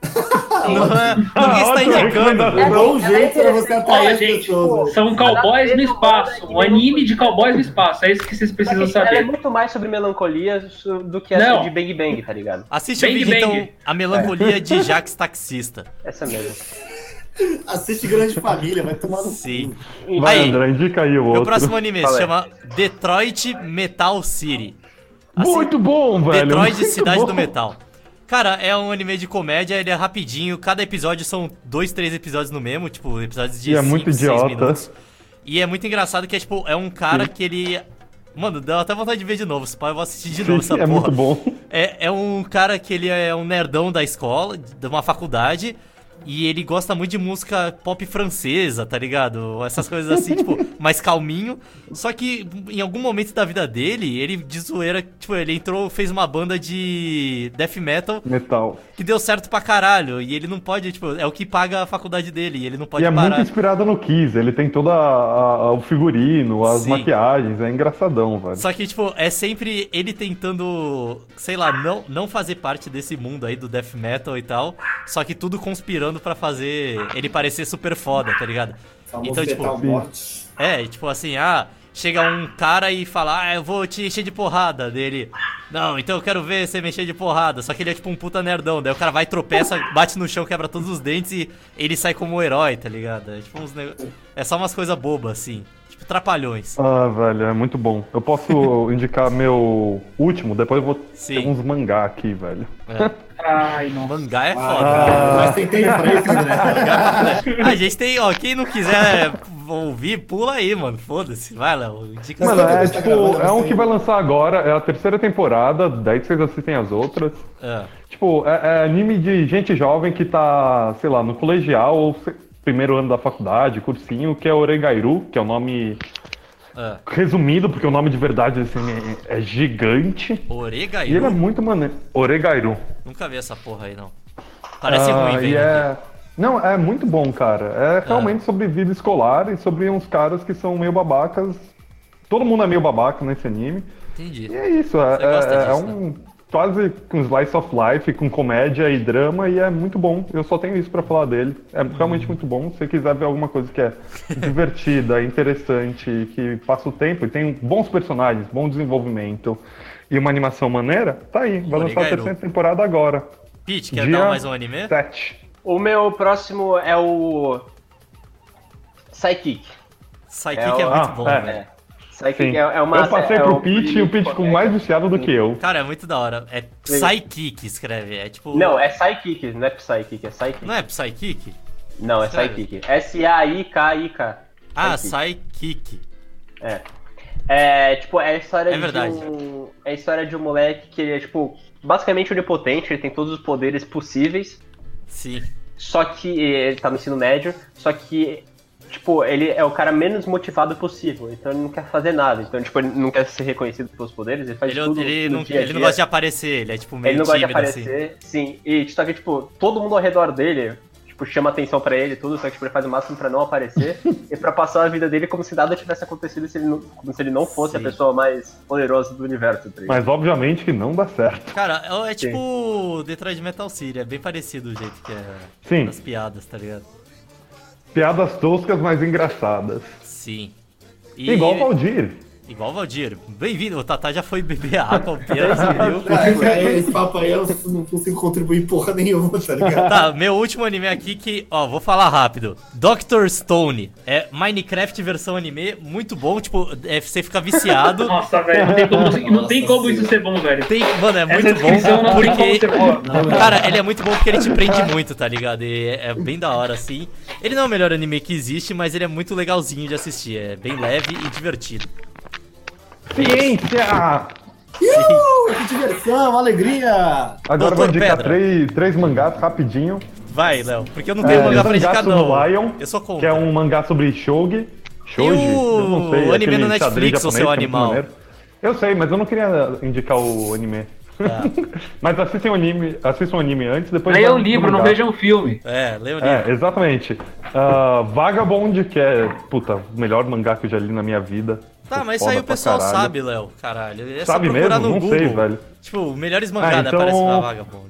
S2: Não é-
S1: tá
S2: Ninguém está
S4: Ótima
S2: indicando.
S4: recomendação.
S3: O bom
S1: ela
S3: jeito
S1: é
S3: era você atrair
S5: Olha,
S3: as
S5: gente,
S3: pessoas.
S5: São cowboys no espaço. Um anime de cowboys no espaço. É isso que vocês
S1: Só que
S5: precisam
S1: Ela é
S5: saber.
S1: muito mais sobre melancolia su- do que essa
S5: Não.
S1: de Bang Bang, tá ligado?
S2: Assiste o
S5: Bang
S2: vídeo,
S5: Bang.
S2: então, A Melancolia de Jax Taxista.
S1: Essa mesmo.
S3: Assiste Grande Família, vai tomar no
S2: Sim.
S1: É,
S4: Vai,
S2: Aí,
S4: André, indica aí o
S2: meu
S4: outro.
S2: próximo anime se
S1: Fala aí.
S2: chama Detroit Metal City. Assim,
S4: Muito bom, velho.
S2: Detroit,
S4: muito
S2: Cidade
S4: bom.
S2: do Metal. Cara, é um anime de comédia, ele é rapidinho, cada episódio são dois, três episódios no mesmo, tipo, episódios de
S4: E é
S2: cinco,
S4: muito
S2: seis
S4: idiota.
S2: minutos. E é muito engraçado que é tipo, é um cara que ele. Mano, deu até vontade de ver de novo, se pá, eu vou assistir de novo essa
S4: é
S2: porra.
S4: muito bom.
S2: É, é um cara que ele é um nerdão da escola, de uma faculdade, e ele gosta muito de música pop francesa, tá ligado? Essas coisas assim, tipo, mais calminho. Só que em algum momento da vida dele, ele de zoeira, tipo, ele entrou, fez uma banda de death metal
S4: Metal.
S2: que deu certo pra caralho. E ele não pode, tipo, é o que paga a faculdade dele, e ele não pode
S4: e é
S2: parar.
S4: muito inspirado no Kiss. Ele tem todo o figurino, as
S2: Sim.
S4: maquiagens. É engraçadão, velho.
S2: Só que, tipo, é sempre ele tentando, sei lá, não, não fazer parte desse mundo aí do death metal e tal. Só que tudo conspirando pra fazer ele parecer super foda, tá ligado?
S3: famoso
S2: Então, tipo,
S3: metal morte.
S2: É, tipo assim, ah, chega um cara e fala, ah, eu vou te encher de porrada dele. Não, então eu quero ver você me encher de porrada. Só que ele é tipo um puta nerdão. Daí o cara vai, tropeça, bate no chão, quebra todos os dentes e ele sai como um herói, tá ligado? É tipo uns nego... É só umas coisas bobas, assim. Tipo, trapalhões.
S4: Ah, velho, é muito bom. Eu posso indicar meu último, depois eu vou ter
S2: Sim.
S4: uns mangá aqui, velho.
S5: Ai, não.
S2: Mangá é foda.
S3: Mas tem tempo pra isso, né?
S2: A gente tem, ó, quem não quiser ouvir, pula aí, mano. Foda-se. Vai, Léo. Indica
S4: Mano,
S3: quando
S4: é
S3: você tá
S4: tipo,
S3: gravando,
S4: é um
S3: você-
S4: que vai lançar agora, é a terceira temporada, daí vocês assistem as outras.
S2: Ah,
S4: Tipo, é, é anime de gente jovem que tá, sei lá, no colegial ou se- primeiro ano da faculdade, cursinho, que é Oregairu, que é o nome
S2: ah.
S4: resumido, porque o nome de verdade assim, é, é gigante. E ele é
S2: Oregairu?
S4: muito maneiro. Oregairu.
S2: Nunca vi essa porra aí, não. Parece
S4: Ah,
S2: ruim,
S4: e
S2: velho.
S4: é... Não, é muito bom, cara. É realmente sobre vida escolar e sobre uns caras que são meio babacas. Todo mundo é meio babaca nesse anime.
S2: Entendi.
S4: E é isso, é,
S2: Você gosta
S4: é- é
S2: disso, né?
S4: um quase um slice of life com comédia e drama e é muito bom. Eu só tenho isso pra falar dele. É realmente muito bom. Se você quiser ver alguma coisa que é divertida, interessante, que passa o tempo e tem bons personagens, bom desenvolvimento e uma animação maneira, tá aí. Vai lançar a
S2: Obrigado.
S4: terceira temporada agora.
S2: Pete, quer
S4: Dia- É,
S2: dar mais um anime?
S4: Sete.
S1: O meu próximo é o. Psychic.
S2: Psychic é,
S1: o-
S2: muito
S4: ah,
S2: bom,
S4: é.
S2: velho.
S1: É. Psychic
S4: Sim.
S1: é, é uma.
S4: eu passei
S1: é
S4: pro
S1: um-
S4: Pete e o Pete ficou mais viciado do que eu.
S2: Cara, é muito da hora. É Psychic, escreve. É tipo...
S1: Não, é Psychic, não é Psychic, é Psychic.
S2: Não é Psychic?
S1: Não, é
S2: Sério?
S1: Psychic. S-A-I-K-I-K.
S2: Ah,
S1: Psychic.
S2: Psychic.
S1: É. É, tipo, é a história
S2: É verdade.
S1: de um. É a história de um moleque que ele é, tipo, basicamente onipotente, ele tem todos os poderes possíveis.
S2: Sim.
S1: Só que ele tá no ensino médio, só que, tipo, ele é o cara menos motivado possível. Então ele não quer fazer nada. Então, tipo, ele não quer ser reconhecido pelos poderes, ele faz
S2: Ele, é
S1: tudo.
S2: ele
S1: no
S2: não,
S1: dia a
S2: ele não
S1: dia.
S2: gosta de aparecer, ele é tipo meio
S1: Ele não gosta de
S2: tímido, assim.
S1: aparecer, sim. E só que, tipo, todo mundo ao redor dele, tipo, chama atenção pra ele e tudo, só que tipo, ele faz o máximo pra não aparecer e pra passar a vida dele como se nada tivesse acontecido se ele não, como se ele não fosse
S2: Sim.
S1: a pessoa mais poderosa do universo. Tá ligado?
S4: Mas obviamente que não dá certo.
S2: Cara, é, é tipo Detroit Metal City, é bem parecido o jeito que é
S4: Sim.
S2: das piadas, tá ligado?
S4: Piadas toscas, mas engraçadas.
S2: Sim. E- É
S4: Igual o Valdir.
S2: Igual o Valdir. Bem-vindo. O Tatá já foi beber água, o Pira subiu.
S3: Cara, Esse papo aí eu não consigo contribuir porra nenhuma, tá ligado?
S2: Tá, meu último anime aqui que, ó, vou falar rápido. Doctor Stone. É Minecraft versão anime, muito bom. Tipo, é, você fica viciado.
S5: Nossa, velho, não tem como, não tem
S3: Nossa
S5: como
S3: senhora.
S5: isso ser bom, velho.
S2: Tem, mano, é
S5: Essa
S2: muito
S5: descrição
S2: bom.
S5: não tem como
S2: Porque
S5: ser boa.
S2: Cara, ele é muito bom porque ele te prende muito, tá ligado? E é, é bem da hora, assim. Ele não é o melhor anime que existe, mas ele é muito legalzinho de assistir. É bem leve e divertido.
S4: Ciência!
S3: Iu, que diversão, alegria!
S4: Agora eu
S2: Doutor
S4: vou indicar
S2: Pedra.
S4: três, três mangás rapidinho.
S2: Vai, Léo, porque eu não tenho
S4: É,
S2: mangá pra indicar,
S4: Zangatsu
S2: não.
S4: no Lion,
S2: eu sou contra.
S4: que é um mangá sobre shogi. Shogi?
S2: o
S4: Eu não sei.
S2: anime
S4: aquele
S2: no Netflix,
S4: xadrez
S2: ô seu
S4: japonês que é muito
S2: animal?
S4: maneiro. Eu sei, mas eu não queria indicar o anime.
S2: Tá.
S4: mas assistem o anime, assistam o anime antes, depois.
S5: Leia
S4: vai
S5: um
S4: no
S5: livro, não
S4: mangá.
S5: veja um filme.
S2: É, leia o livro.
S4: É, exatamente. Ah, Vagabond, que é, puta, o melhor mangá que eu já li na minha vida.
S2: Tá, mas isso
S4: Foda
S2: aí o
S4: pra
S2: pessoal
S4: caralho.
S2: sabe, Léo. Caralho. É só
S4: Sabe
S2: procurar
S4: mesmo?
S2: no
S4: Não
S2: Google.
S4: sei, velho.
S2: Tipo, melhores mangadas
S4: então-
S2: aparecem na Vagabond.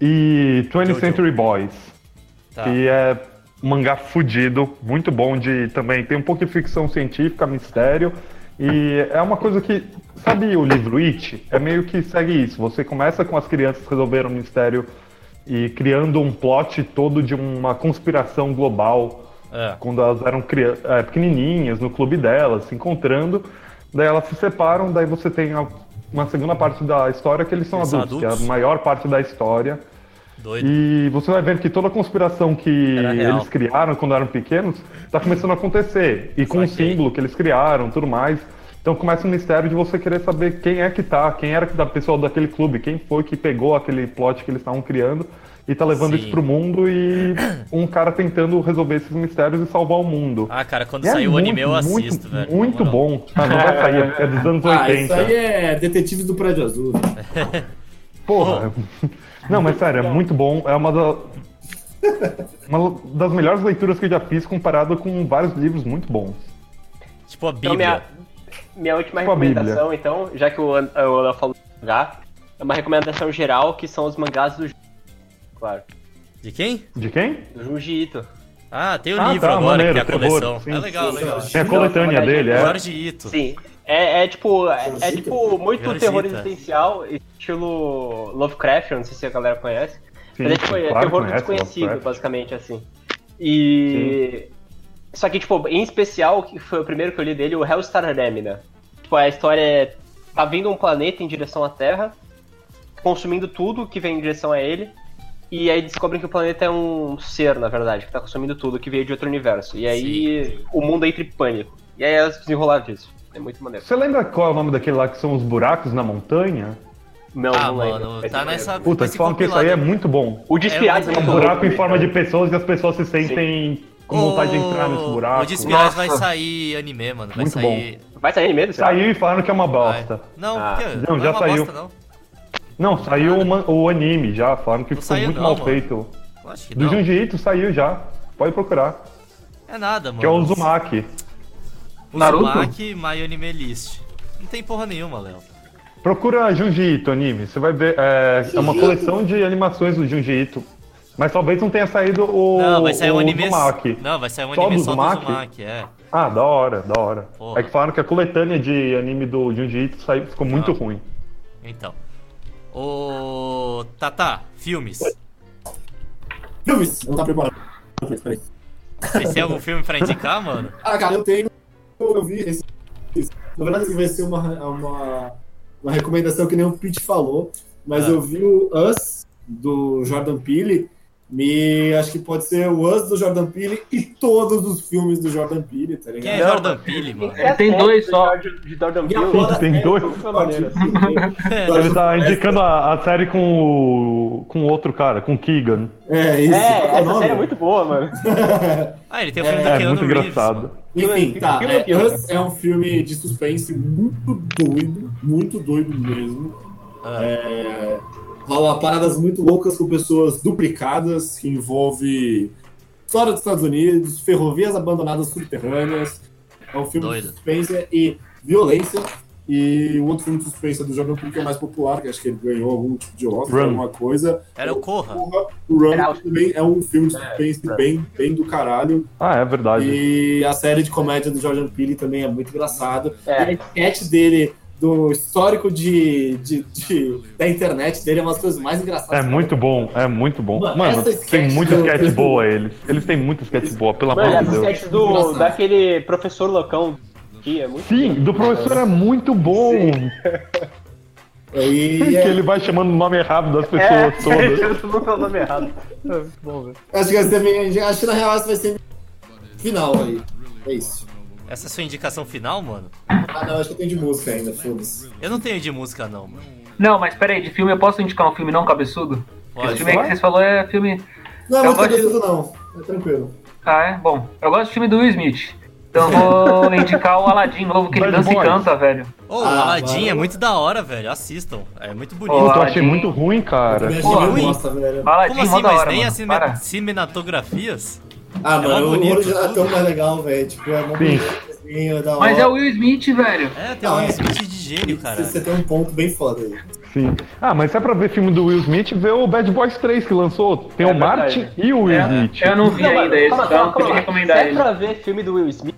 S4: E 20th
S2: Jojo.
S4: Century Boys.
S2: Tá.
S4: que é um mangá fudido, muito bom de também, tem um pouco de ficção científica, mistério, e é uma coisa que, sabe o livro It? É meio que segue isso, você começa com as crianças resolvendo um mistério e criando um plot todo de uma conspiração global,
S2: É.
S4: quando elas eram cria- é, pequenininhas, no clube delas, se encontrando, daí elas se separam, daí você tem a- uma segunda parte da história que eles são
S2: Eles são
S4: adultos, que é
S2: adultos?
S4: a maior parte da história,
S2: Doido.
S4: e você vai vendo que toda a conspiração que
S2: Era real.
S4: eles criaram quando eram pequenos tá começando a acontecer. E com o
S2: Saquei.
S4: símbolo que eles criaram, tudo mais. Então começa um mistério de você querer saber quem é que tá, quem era que da pessoal daquele clube, quem foi que pegou aquele plot que eles estavam criando e tá levando
S2: Sim.
S4: isso pro mundo e um cara tentando resolver esses mistérios e salvar o mundo.
S2: Ah, cara, quando
S4: E é
S2: sair o
S4: muito,
S2: anime eu
S4: muito,
S2: assisto, velho. na
S4: Muito
S2: moral.
S4: bom. Ah, não vai sair, é dos anos 80.
S3: Ah, isso aí é Detetives do Prédio Azul.
S4: Porra. Não, mas sério, é muito bom. É uma, da- uma das melhores leituras que eu já fiz comparado com vários livros muito bons.
S2: Tipo a
S1: Então, minha,
S2: Bíblia.
S1: minha última
S4: Com a Bíblia.
S1: recomendação, então, já que o An- o Léo falou de mangá, é uma recomendação geral que são os mangás do Ju- Claro.
S2: De quem?
S4: De quem?
S1: Do Junji Ito.
S2: Ah, tem o
S4: Ah,
S2: livro
S4: tá,
S2: agora,
S4: maneiro,
S2: que é a
S4: terror,
S2: coleção.
S4: sim.
S2: é legal, legal.
S4: É a coletânea dele, é.
S2: Jorge Ito.
S1: Sim. É, é tipo, é, é
S3: Junji Ito?
S1: tipo muito
S2: Junji
S1: terror
S2: Ito.
S1: existencial, estilo Lovecraft, eu não sei se a galera conhece. Mas é, tipo, é terror do desconhecido,
S4: Lovecraft.
S1: basicamente, assim. E. Só que, tipo, em especial, que foi o primeiro que eu li dele, o Hellstar Remina. Tipo, a história é. Tá vindo um planeta em direção à Terra, consumindo tudo que vem em direção a ele. E aí descobrem que o planeta é um ser, na verdade, que tá consumindo tudo que veio de outro universo. E aí o mundo entra em pânico. E aí elas desenrolar disso. É muito maneiro.
S4: Você lembra qual é o nome daquele lá que são os buracos na montanha?
S1: Não,
S2: Ah,
S1: não lembro.
S2: mano,
S1: Mas
S2: tá
S1: eu lembro.
S2: nessa.
S4: Puta,
S2: nesse
S4: que falam que isso aí
S2: compilado.
S4: é muito bom.
S1: O Despiados
S2: né? É,
S1: muito
S4: Um
S1: louco.
S4: buraco em forma de pessoas e as pessoas se sentem com vontade de entrar nesse
S2: O-
S4: buraco.
S2: O Despirais vai
S5: Nossa.
S2: sair anime, mano. Vai
S4: Muito
S2: sair.
S1: Vai sair mesmo? será?
S4: Saiu e falaram que é uma
S2: Vai.
S4: bosta.
S2: Não,
S1: Ah.
S2: porque
S4: Não,
S2: não,
S4: já
S2: é uma
S4: saiu.
S2: bosta, não.
S4: Não, saiu o man- o anime já, falaram que
S2: Não
S4: ficou
S2: saiu
S4: muito
S2: não,
S4: mal
S2: mano.
S4: feito.
S2: Eu Acho que
S4: Do
S2: não.
S4: Junji Ito saiu já. Pode procurar.
S2: É nada, mano.
S4: Que é o Uzumaki.
S5: Naruto?
S2: Uzumaki My Anime List. Não tem porra nenhuma, Léo.
S4: Procura Junji Ito anime. Você vai ver. É, é uma coleção de animações do Junji Ito. Mas talvez não tenha saído o.
S2: Não, vai sair
S4: o
S2: um anime.
S4: Uzumaki.
S2: Não, vai sair um
S4: Só
S2: anime
S4: do
S2: só do
S4: Uzumaki?
S2: Uzumaki, é.
S4: Ah, da hora, da hora.
S2: Porra.
S4: É que falaram que a coletânea de anime do Junji Ito saiu, ficou muito
S2: Ah.
S4: ruim.
S2: Então. Ô. Tata, filmes.
S3: Filmes, não tá preparado. Peraí.
S2: Você tem algum filme pra indicar, mano?
S3: Ah, cara, eu tenho. Eu vi esse. esse- Na verdade, isso vai ser uma, uma, uma recomendação que nem o Pete falou, mas
S2: Ah.
S3: eu vi o Us do Jordan Peele. Me acho que pode ser o Us do Jordan Peele e todos os filmes do Jordan Peele, tá
S2: Quem é
S3: ligado?
S2: Jordan Peele, mano?
S5: É, tem dois só.
S1: tá De Jordan
S3: E a
S1: Peele.
S3: foda
S4: Tem
S3: é
S4: dois?
S3: muito maneiro,
S2: é?
S3: assim,
S4: Ele tá indicando a, a série com o. com outro cara, com o Keegan.
S3: É, isso. Qual que
S1: É,
S3: o
S1: essa
S3: nome?
S1: série é muito boa, mano.
S2: Ah, ele tem o filme do
S4: É,
S2: Keanu
S4: muito
S2: Reeves,
S4: engraçado.
S2: mano.
S3: Enfim, tá.
S1: Filme-
S3: É, Us é um filme de suspense muito doido, muito doido mesmo. É, rola paradas muito loucas com pessoas duplicadas, que envolve história dos Estados Unidos, ferrovias abandonadas subterrâneas. É um filme
S2: Doido.
S3: de suspense e violência. E o outro filme de suspense é do Jordan Peele, que é mais popular, que acho que ele ganhou algum tipo de Oscar,
S4: Run.
S3: alguma coisa.
S2: Era o Corra.
S3: Porra, O Run
S1: Era o-
S3: também é um filme de suspense bem, bem do caralho.
S4: Ah, é verdade.
S3: E a série de comédia do Jordan Peele também é muito engraçada.
S1: É.
S3: E a enquete dele, do histórico de, de- de- da internet dele, é uma das coisas mais engraçadas.
S4: É muito bom, é muito bom.
S3: Mano,
S4: Mano,
S3: essa sketch
S4: tem muito
S3: do-
S4: sketch boa eles. Eles têm muito sketch boa, pelo
S1: Mano,
S4: amor
S1: as
S4: de Deus.
S1: sketches do,
S3: Engraçado.
S1: daquele professor loucão que é muito.
S4: Sim, do professor é muito bom.
S3: E
S4: Que
S3: é-
S4: ele vai chamando o nome errado das pessoas
S1: É,
S4: todas.
S1: eu tô falando o nome errado.
S3: acho que vai ser minha- acho que na real essa vai ser minha final aí. É isso.
S2: Essa é a sua indicação final, mano?
S3: Ah, não, acho que eu tenho de música ainda, foda-se.
S2: Eu não tenho de música, não, mano.
S5: Não, mas peraí, de filme eu posso indicar um filme não cabeçudo?
S2: Pode.
S5: Porque Esse filme aí que vocês falaram é filme.
S3: Não, mas
S5: Eu gosto-
S3: não tem não. É tranquilo.
S5: Ah, é? Bom, eu gosto do filme do Will Smith. Então eu vou indicar o Aladdin novo, que ele
S4: Bad
S5: dança e
S4: Boys.
S5: canta, velho.
S2: Ô, o
S3: Ah,
S2: Aladdin
S3: mano.
S2: é muito da hora, velho. Assistam. É muito bonito.
S5: Ó,
S4: Puta, eu
S5: Aladdin.
S4: achei muito ruim, cara.
S3: Minha
S5: Pô, Ah,
S3: gente
S2: ruim.
S3: não gosta, velho.
S5: O Aladdin,
S2: Como
S5: mó
S2: assim?
S5: da
S2: Mas
S5: hora,
S2: nem
S5: mano.
S2: as cine-
S5: Para.
S2: cinematografias?
S3: Ah,
S2: mó
S3: mano, o
S2: bonito.
S3: ouro já é tão mais legal, velho. Tipo, é mó
S4: Sim.
S3: bonitinho, é da
S5: Mas
S3: hora.
S5: é o Will Smith, velho.
S2: É, tem
S3: Não,
S2: um
S3: é.
S2: Smith de gênio, cara.
S3: Você tem um ponto bem foda aí.
S4: Sim. Ah, mas se é pra ver filme do Will Smith, vê o Bad Boys 3 que lançou. Tem
S5: É
S4: o Martin
S5: verdade.
S4: e o Will
S5: É,
S4: Smith.
S5: Eu não vi
S1: Não,
S5: ainda
S1: mano,
S5: esse,
S1: calma,
S5: então
S1: calma,
S5: eu podia
S1: calma.
S5: recomendar
S1: Se é
S5: ele.
S1: pra ver filme do Will Smith,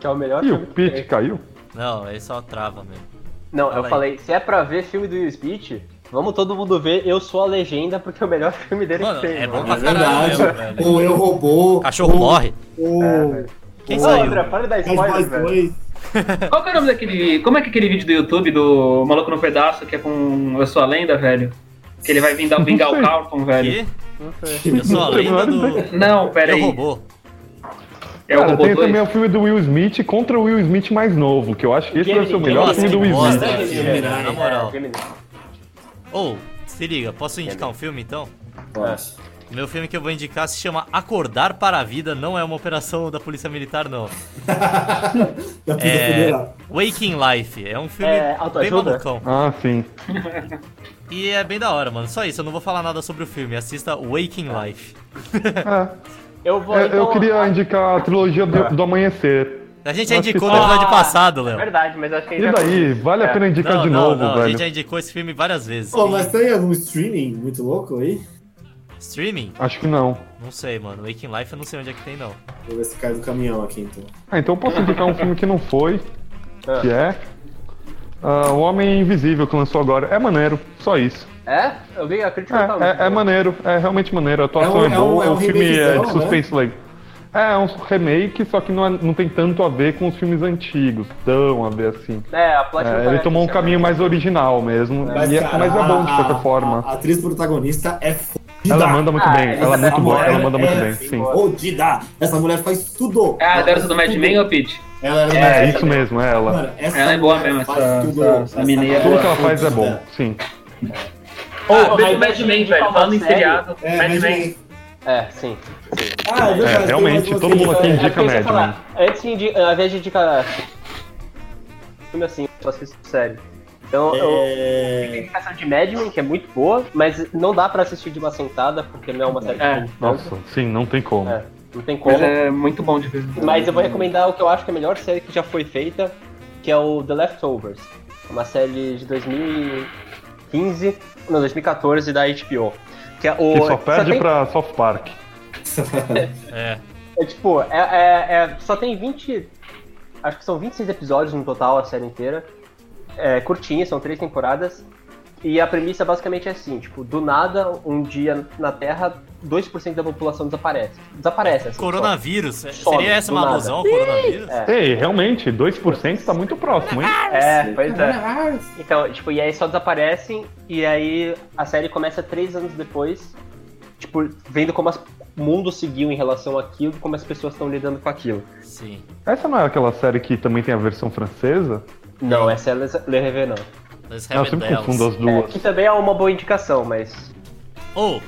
S1: que é o melhor
S4: Ih,
S1: filme
S4: o
S1: que
S4: Pete
S1: tem.
S4: caiu.
S2: Não, ele só trava mesmo.
S1: Não,
S2: Fala
S1: eu
S2: aí.
S1: falei, se é pra ver filme do Will Smith, vamos todo mundo ver Eu Sou a Legenda, porque é o melhor filme dele
S2: Mano,
S1: que tem.
S2: é bom
S1: mano.
S2: pra
S3: É
S2: caralho
S3: verdade.
S2: mesmo, velho.
S3: Ou eu roubou.
S2: Cachorro
S3: ou,
S2: morre.
S3: Ou.
S2: Quem
S1: Ô,
S2: saiu?
S1: André, para de dar
S3: Bad Boys
S1: spoiler, velho.
S3: 2.
S5: Qual que é o nome daquele. Como é que é aquele vídeo do YouTube do Maluco no Pedaço, que é com Eu Sou a Lenda, velho? Que ele vai vir dar vingar o Carlton, velho.
S2: Quê? Eu sou a lenda do.
S5: Não, pera
S2: Eu
S5: aí.
S2: roubou.
S5: É o
S4: Cara,
S5: robô
S4: tem
S5: dois?
S4: também o filme do Will Smith contra o Will Smith mais novo, que eu acho que esse vai ser é o melhor
S2: Nossa,
S4: filme
S2: que
S4: do Will
S2: bosta,
S4: Smith.
S2: velho.
S3: Gemini.
S2: Na
S1: É,
S2: moral.
S1: filme dele.
S2: Ou, se liga, posso indicar um filme então? O meu filme que eu vou indicar se chama Acordar para a Vida, não é uma operação da Polícia Militar, não.
S3: Da Polícia
S2: É.
S3: Federal.
S2: Waking Life. É um filme
S1: É,
S2: bem
S1: autoajuda?
S2: malucão.
S4: Ah, sim.
S2: E é bem da hora, mano. Só isso, eu não vou falar nada sobre o filme. Assista Waking Life.
S4: É.
S1: Eu vou.
S4: É,
S1: então,
S4: eu queria indicar a trilogia do, do Amanhecer.
S2: A gente já
S4: Nossa,
S2: indicou
S4: que
S2: no episódio
S1: Ah,
S2: passado,
S1: É
S2: Léo.
S1: verdade, mas acho que
S4: E
S1: já-
S4: daí, vale a pena indicar
S2: Não,
S4: de
S2: não,
S4: novo,
S2: não. A
S4: velho.
S2: gente é- já indicou esse filme várias vezes.
S3: Pô, mas tem algum streaming muito louco aí?
S2: Streaming?
S4: Acho que não.
S2: Não sei, mano. Waking Life eu não sei onde é que tem, não.
S3: Vou ver se cai do caminhão aqui então.
S4: Ah, então eu posso indicar um filme que não foi, que é ah, O Homem Invisível, que lançou agora. É maneiro, só isso.
S1: É? Eu vi a
S4: É,
S1: crítica tá muito
S4: é, é
S1: boa.
S4: maneiro, é realmente maneiro. A atuação
S3: É
S4: é,
S3: um- é um-
S4: boa,
S3: é um
S4: o filme é
S3: remakezão,
S4: de suspense legal. É, é um remake, só que não, é- não tem tanto a ver com os filmes antigos, tão a ver assim.
S1: É, a plot
S4: É,
S1: não
S4: ele
S1: parece
S4: tomou um
S1: ser-
S4: caminho mais original mesmo, e é-
S3: cara,
S4: mas é bom de
S3: a-
S4: qualquer forma.
S3: A, a atriz protagonista é fodida.
S4: Ela manda muito
S1: Ah,
S4: bem,
S1: essa
S4: ela é muito boa,
S1: mulher
S4: ela manda muito
S1: é
S4: bem, sim.
S3: Fodida! Essa mulher faz tudo!
S5: Ah, a
S3: Ela
S5: dança
S3: faz
S5: do Mad
S3: tudo.
S5: Men ou Pete?
S3: Ela era do Mad
S4: É,
S3: Men.
S4: isso mesmo, é ela.
S3: Mano, essa
S5: Ela é boa
S3: mulher
S5: mesmo,
S3: faz
S5: essa-
S3: tudo.
S5: essa- essa menina é
S4: Tudo que
S5: boa.
S4: ela faz é bom, sim.
S5: Ah,
S1: mas
S5: o Mad Men, velho. Falando em
S1: sério?
S5: seriado,
S3: É,
S5: Mad Men.
S1: É, sim.
S3: Ah, é verdade.
S4: É, realmente,
S3: tem mais
S4: todo mundo aqui
S3: vocês.
S4: indica né?
S1: É porque eu ia
S4: Mad Men.
S1: falar, Antes de indi- ao invés de indicar filme assim, eu só assisto série. Então, eu
S3: É...
S1: indicação de Mad Men, que é muito boa, mas não dá pra assistir de uma sentada, porque não é uma série que
S5: É.
S1: tem tanto.
S4: Nossa, sim, não tem como.
S1: É, não tem como.
S5: Mas
S1: Mas,
S5: é muito bom de ver.
S1: eu vou recomendar o que eu acho que é a melhor série que já foi feita, que é o The Leftovers. Uma série de 2015, não, 2014 da HBO. Que é o.
S4: Que só
S1: tem-
S4: perde pra South Park.
S2: É.
S1: É tipo, é, é- é- só tem 20. Acho que são 26 episódios no total a série inteira. É curtinha, são três temporadas. E a premissa basicamente é assim, tipo, do nada, um dia na Terra, 2% da população desaparece. Desaparece, assim.
S2: Coronavírus. É,
S1: Some,
S2: Seria essa
S1: do
S2: uma
S1: nada.
S2: alusão ao coronavírus?
S1: É.
S4: Ei, realmente, 2% tá muito próximo, hein?
S1: só. É, pois é. Então, tipo, e aí só desaparecem, e aí a série começa três anos depois, tipo, vendo como as- o mundo seguiu em relação àquilo, como as pessoas estão lidando com aquilo.
S2: Sim.
S4: Essa não é aquela série que também tem a versão francesa?
S1: Não, essa é Les- Le Revenant.
S2: Nós
S4: Ah, eu sempre
S2: rebeldes.
S4: confundo as
S1: É, que
S4: duas.
S1: também é uma boa indicação, mas
S2: Ou,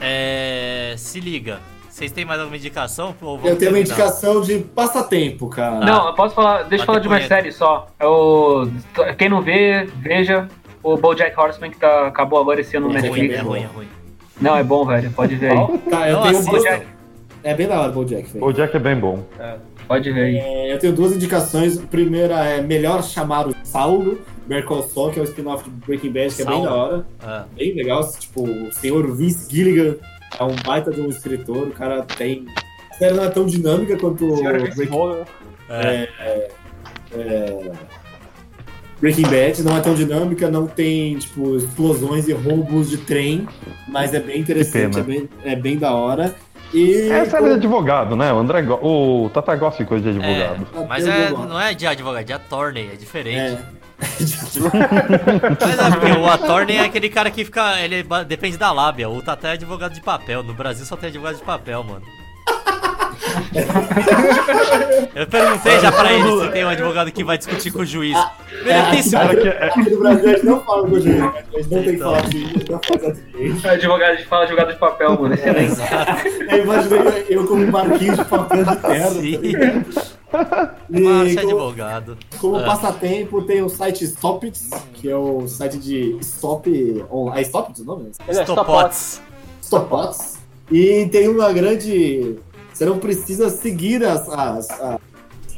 S2: é. Se liga. Vocês têm mais alguma indicação? Ou vamos
S3: Eu tenho uma
S2: terminar?
S3: indicação de passatempo, cara.
S5: Não, eu posso falar. Deixa
S2: Bater
S5: eu falar de uma
S2: punheta.
S5: série só. É o. Quem não vê, veja. O BoJack Horseman que tá, acabou agora esse ano
S3: É
S5: no
S2: Ruim,
S5: Netflix.
S2: é ruim, é ruim.
S5: Não, é bom, velho. Pode ver aí.
S3: Tá, eu
S2: Não
S3: tenho duas...
S2: assistam.
S3: É bem da hora o BoJack, velho.
S4: O Jack é bem bom.
S5: Pode ver aí.
S3: É, Eu tenho duas indicações. A primeira é melhor chamar o Saulo, Better Call Saul, que é o spin-off de Breaking Bad, que é bem
S2: Saulo.
S3: da hora.
S2: Ah,
S3: Bem legal, tipo, o senhor Vince Gilligan é um baita de um escritor, o cara tem... A série não é tão dinâmica quanto o Breaking é,
S2: é.
S3: Breaking Bad não é tão dinâmica, não tem, tipo, explosões e roubos de trem, mas é bem interessante,
S4: Que
S3: é bem, é bem da hora. E.
S4: É a série de advogado, né? O André go... O Tata gosta de coisa de
S2: É.
S4: advogado.
S2: Mas é, não é de advogado, é de attorney, é diferente. Mas é porque o attorney é aquele cara que fica. Ele ba- depende da lábia. O Tata é advogado de papel. No Brasil só tem advogado de papel, mano. Eu perguntei já pra ele se tem um advogado que vai discutir com o juiz.
S3: Ah,
S2: Meritíssimo.
S4: Cara, que é-
S3: Aqui no Brasil a gente não fala com o juiz, cara. a gente não tem que
S2: Então.
S3: falar assim, a gente não faz assim.
S5: É Advogado de fala, advogado de papel, mano. Excelente.
S3: Eu imaginei É, eu como um barquinho de papel de terra. tá
S2: Sim, marcha
S3: E como-
S2: advogado.
S3: Como
S2: Ah.
S3: passatempo, tem o site Stop It, que é o site de stop online. É Stop It o nome?
S1: Ele é Stopots.
S2: Stopots.
S3: Stopots. E tem uma grande. Você não precisa seguir as, as, as-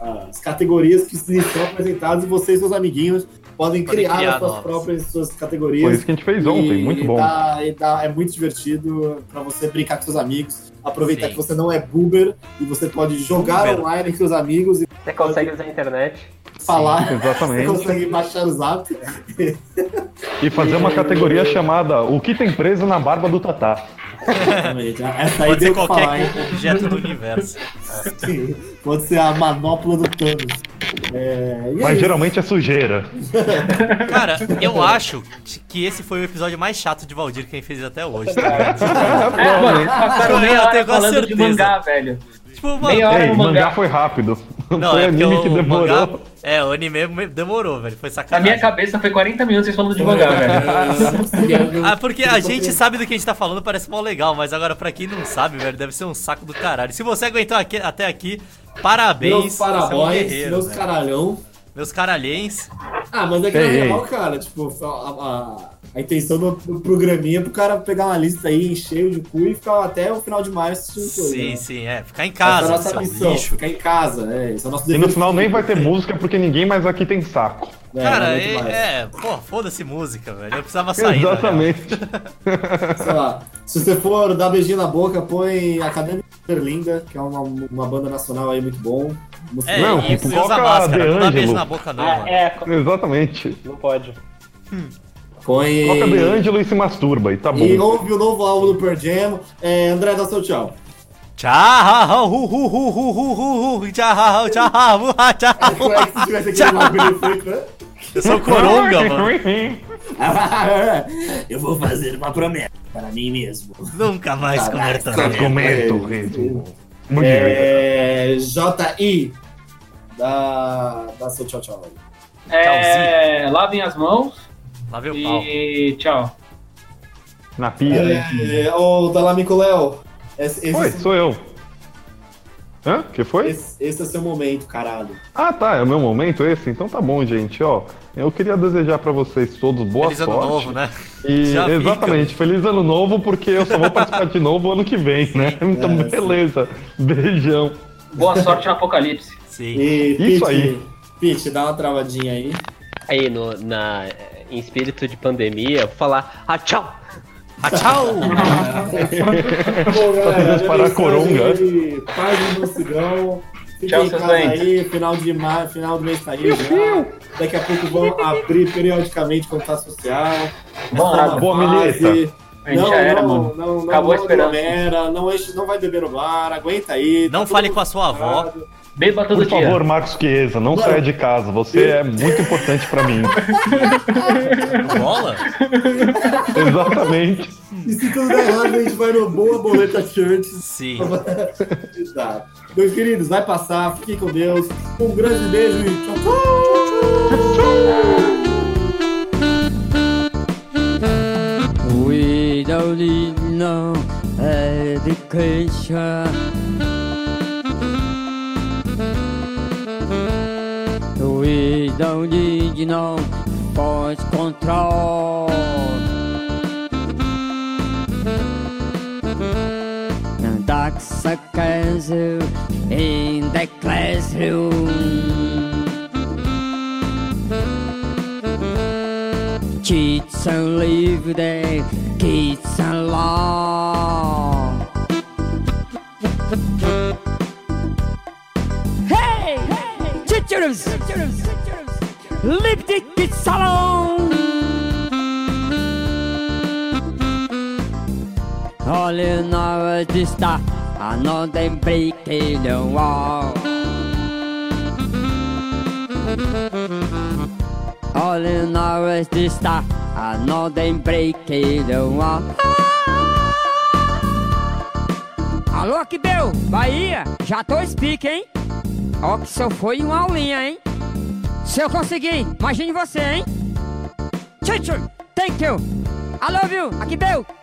S3: as categorias que lhe são apresentadas e você e seus amiguinhos
S2: Podem
S3: podem criar,
S2: criar
S3: as suas
S2: novas.
S3: próprias suas
S4: Foi
S3: categorias.
S4: isso que a gente fez ontem,
S3: E
S4: muito bom.
S3: dá- e dá- é muito divertido pra você brincar com seus amigos, aproveitar
S2: Sim.
S3: que você não é boomer e você pode jogar
S2: Boomer.
S3: online com seus amigos e
S1: Você consegue usar a internet.
S3: falar. Você
S4: Exatamente.
S3: consegue baixar o zap.
S4: E fazer uma categoria chamada O que tem preso na barba do Tatá.
S3: Exatamente. é, Essa aí
S2: É. Pode
S3: deu
S2: ser
S3: o que
S2: qualquer
S3: falar, hein?
S2: objeto do universo.
S3: Pode ser a manopla do Thanos. É, e é
S4: Mas
S3: isso.
S4: geralmente é sujeira.
S2: Cara, eu acho que esse foi o episódio mais chato de Valdir que a gente fez até hoje, tá ligado?
S5: É, mano, passaram
S2: Eu
S5: meia hora
S2: tenho quase
S5: falando de
S2: certeza.
S5: mangá, velho.
S2: Tipo,
S5: Meia
S2: mano.
S5: hora
S4: Ei,
S5: no
S4: mangá
S5: mangá.
S4: foi rápido.
S2: Não,
S4: foi
S2: é porque
S4: anime que
S2: o
S4: demorou.
S2: mangá. É, o anime me- demorou, velho. Foi
S5: Na minha
S2: sacanagem.
S5: cabeça foi 40 minutos vocês falando de mangá, velho.
S2: Ah, porque a gente sabe do que a gente tá falando, parece mó legal, mas agora pra quem não sabe, velho, deve ser um saco do caralho. Se você aguentou aqui- até aqui, parabéns.
S3: Meus
S2: você é um
S3: parabóis,
S2: guerreiro,
S3: meus
S2: velho.
S3: caralhão.
S2: Meus caralhens.
S3: Ah, mas é que na
S4: Ei, ei.
S3: real, cara, tipo, a, a- a intenção do, do programinha é pro cara pegar uma lista aí, encher o de cu e ficar até o final de março assistindo coisa,
S2: Sim,
S3: né?
S2: sim, é. Ficar em
S3: Essa é a
S2: casa,
S3: nossa
S2: seu
S3: missão,
S2: lixo.
S3: ficar em casa, é. Esse é o nosso
S4: E no
S3: dever.
S4: final nem vai ter música porque ninguém mais aqui tem saco.
S3: É,
S2: Cara,
S3: muito mais.
S2: é, é. Pô, foda-se música, velho. Eu precisava sair. tá na
S4: Exatamente.
S2: é.
S3: Sei lá, se você for dar beijinho na boca, põe Academia Berlinda, que é uma, uma banda nacional aí muito bom. Música-
S2: real. É,
S4: Não,
S2: e
S4: tipo,
S2: usa
S4: coloca
S2: máscara, não dá
S4: De
S2: beijo
S4: Angelo.
S2: na boca não,
S1: Ah,
S2: mano.
S1: é, co-
S4: Exatamente.
S1: não pode.
S3: põe...
S4: Toca De Angelo e se masturba, e tá
S3: E
S4: bom.
S3: ouve o novo álbum do Pearl Jam. É, André, dá seu tchau.
S2: Tchau, hu, hu, hu, hu, hu, hu, hu, tchau, tchau, hu, ha, tchau.
S3: Como é que se tivesse aquele bagulho feito, né?
S2: Eu sou coronga, mano.
S3: Eu vou fazer uma promessa para mim mesmo.
S2: Nunca mais comer também.
S4: Comento, Rezo. Muito bem.
S3: É, J.I. Dá, dá seu tchau, tchau.
S4: Hum.
S5: É, lavem as mãos
S2: Lá vem o pau.
S5: e tchau.
S4: Na pia, né?
S3: É, o Dalamico Léo. Esse, esse,
S4: Oi, sou eu. Hã? Que foi?
S3: esse- esse é seu momento, caralho.
S4: Ah, tá, é o meu momento esse? Então tá bom, gente, ó. Eu queria desejar pra vocês todos boa
S2: Feliz ano
S4: sorte.
S2: novo, né?
S4: E,
S2: Já fica.
S4: exatamente, feliz ano novo, porque eu só vou participar de novo ano que vem, né? Então,
S3: É, sim.
S4: beleza. Beijão.
S5: Boa sorte no apocalipse.
S2: Sim.
S3: E,
S4: Isso
S3: Pete,
S4: aí.
S3: Pete, dá uma travadinha aí.
S1: Aí, no, na, em espírito de pandemia, eu vou falar, ah, tchau!
S2: Ah, tchau.
S3: Tá Bom, galera,
S4: Deus para a
S3: mensagem
S4: coronga.
S3: de Paz do Mocigão. Fiquem
S5: Tchau,
S3: em
S5: seus
S3: casa
S5: doentes.
S3: aí, final de, ma... final do mês tá aí já. Daqui a pouco vão abrir periodicamente contato social.
S5: Bom,
S3: Tá na
S4: boa
S3: fase.
S4: milita.
S5: A gente já era, mano.
S3: Não, não,
S5: Acabou a
S3: não
S5: esperança.
S3: aglomera, não, enche- não vai beber no bar, aguenta aí. tá
S2: Não
S3: todo
S2: fale
S3: mundo
S2: com a sua avó.
S3: preparado.
S5: Beba todo
S4: Por
S5: dia.
S4: favor, Marcos Chiesa, não
S3: Mano.
S4: saia de casa. Você é muito importante pra mim.
S2: Bola?
S4: Exatamente.
S3: E se tudo der errado, a gente vai no Boa Boleta Church.
S2: Sim.
S3: Tá. Meus queridos, vai passar, fiquem com Deus. Um grande beijo e tchau, tchau.
S8: We don't need no education. We don't need no force control. Dark sarcasm in the classroom. Kids and leave the kids alone. Hey, teachers, leave the kids alone. All you know is this stuff. I know they breaking the wall. All in all is this stuff. I know they break it all. Alô, que deu? Bahia, já tô speak, hein? Ó, que se eu for em uma aulinha, hein? Se eu conseguir, imagine você, hein? Tchau, tchau. Thank you. I love you. Aqui deu.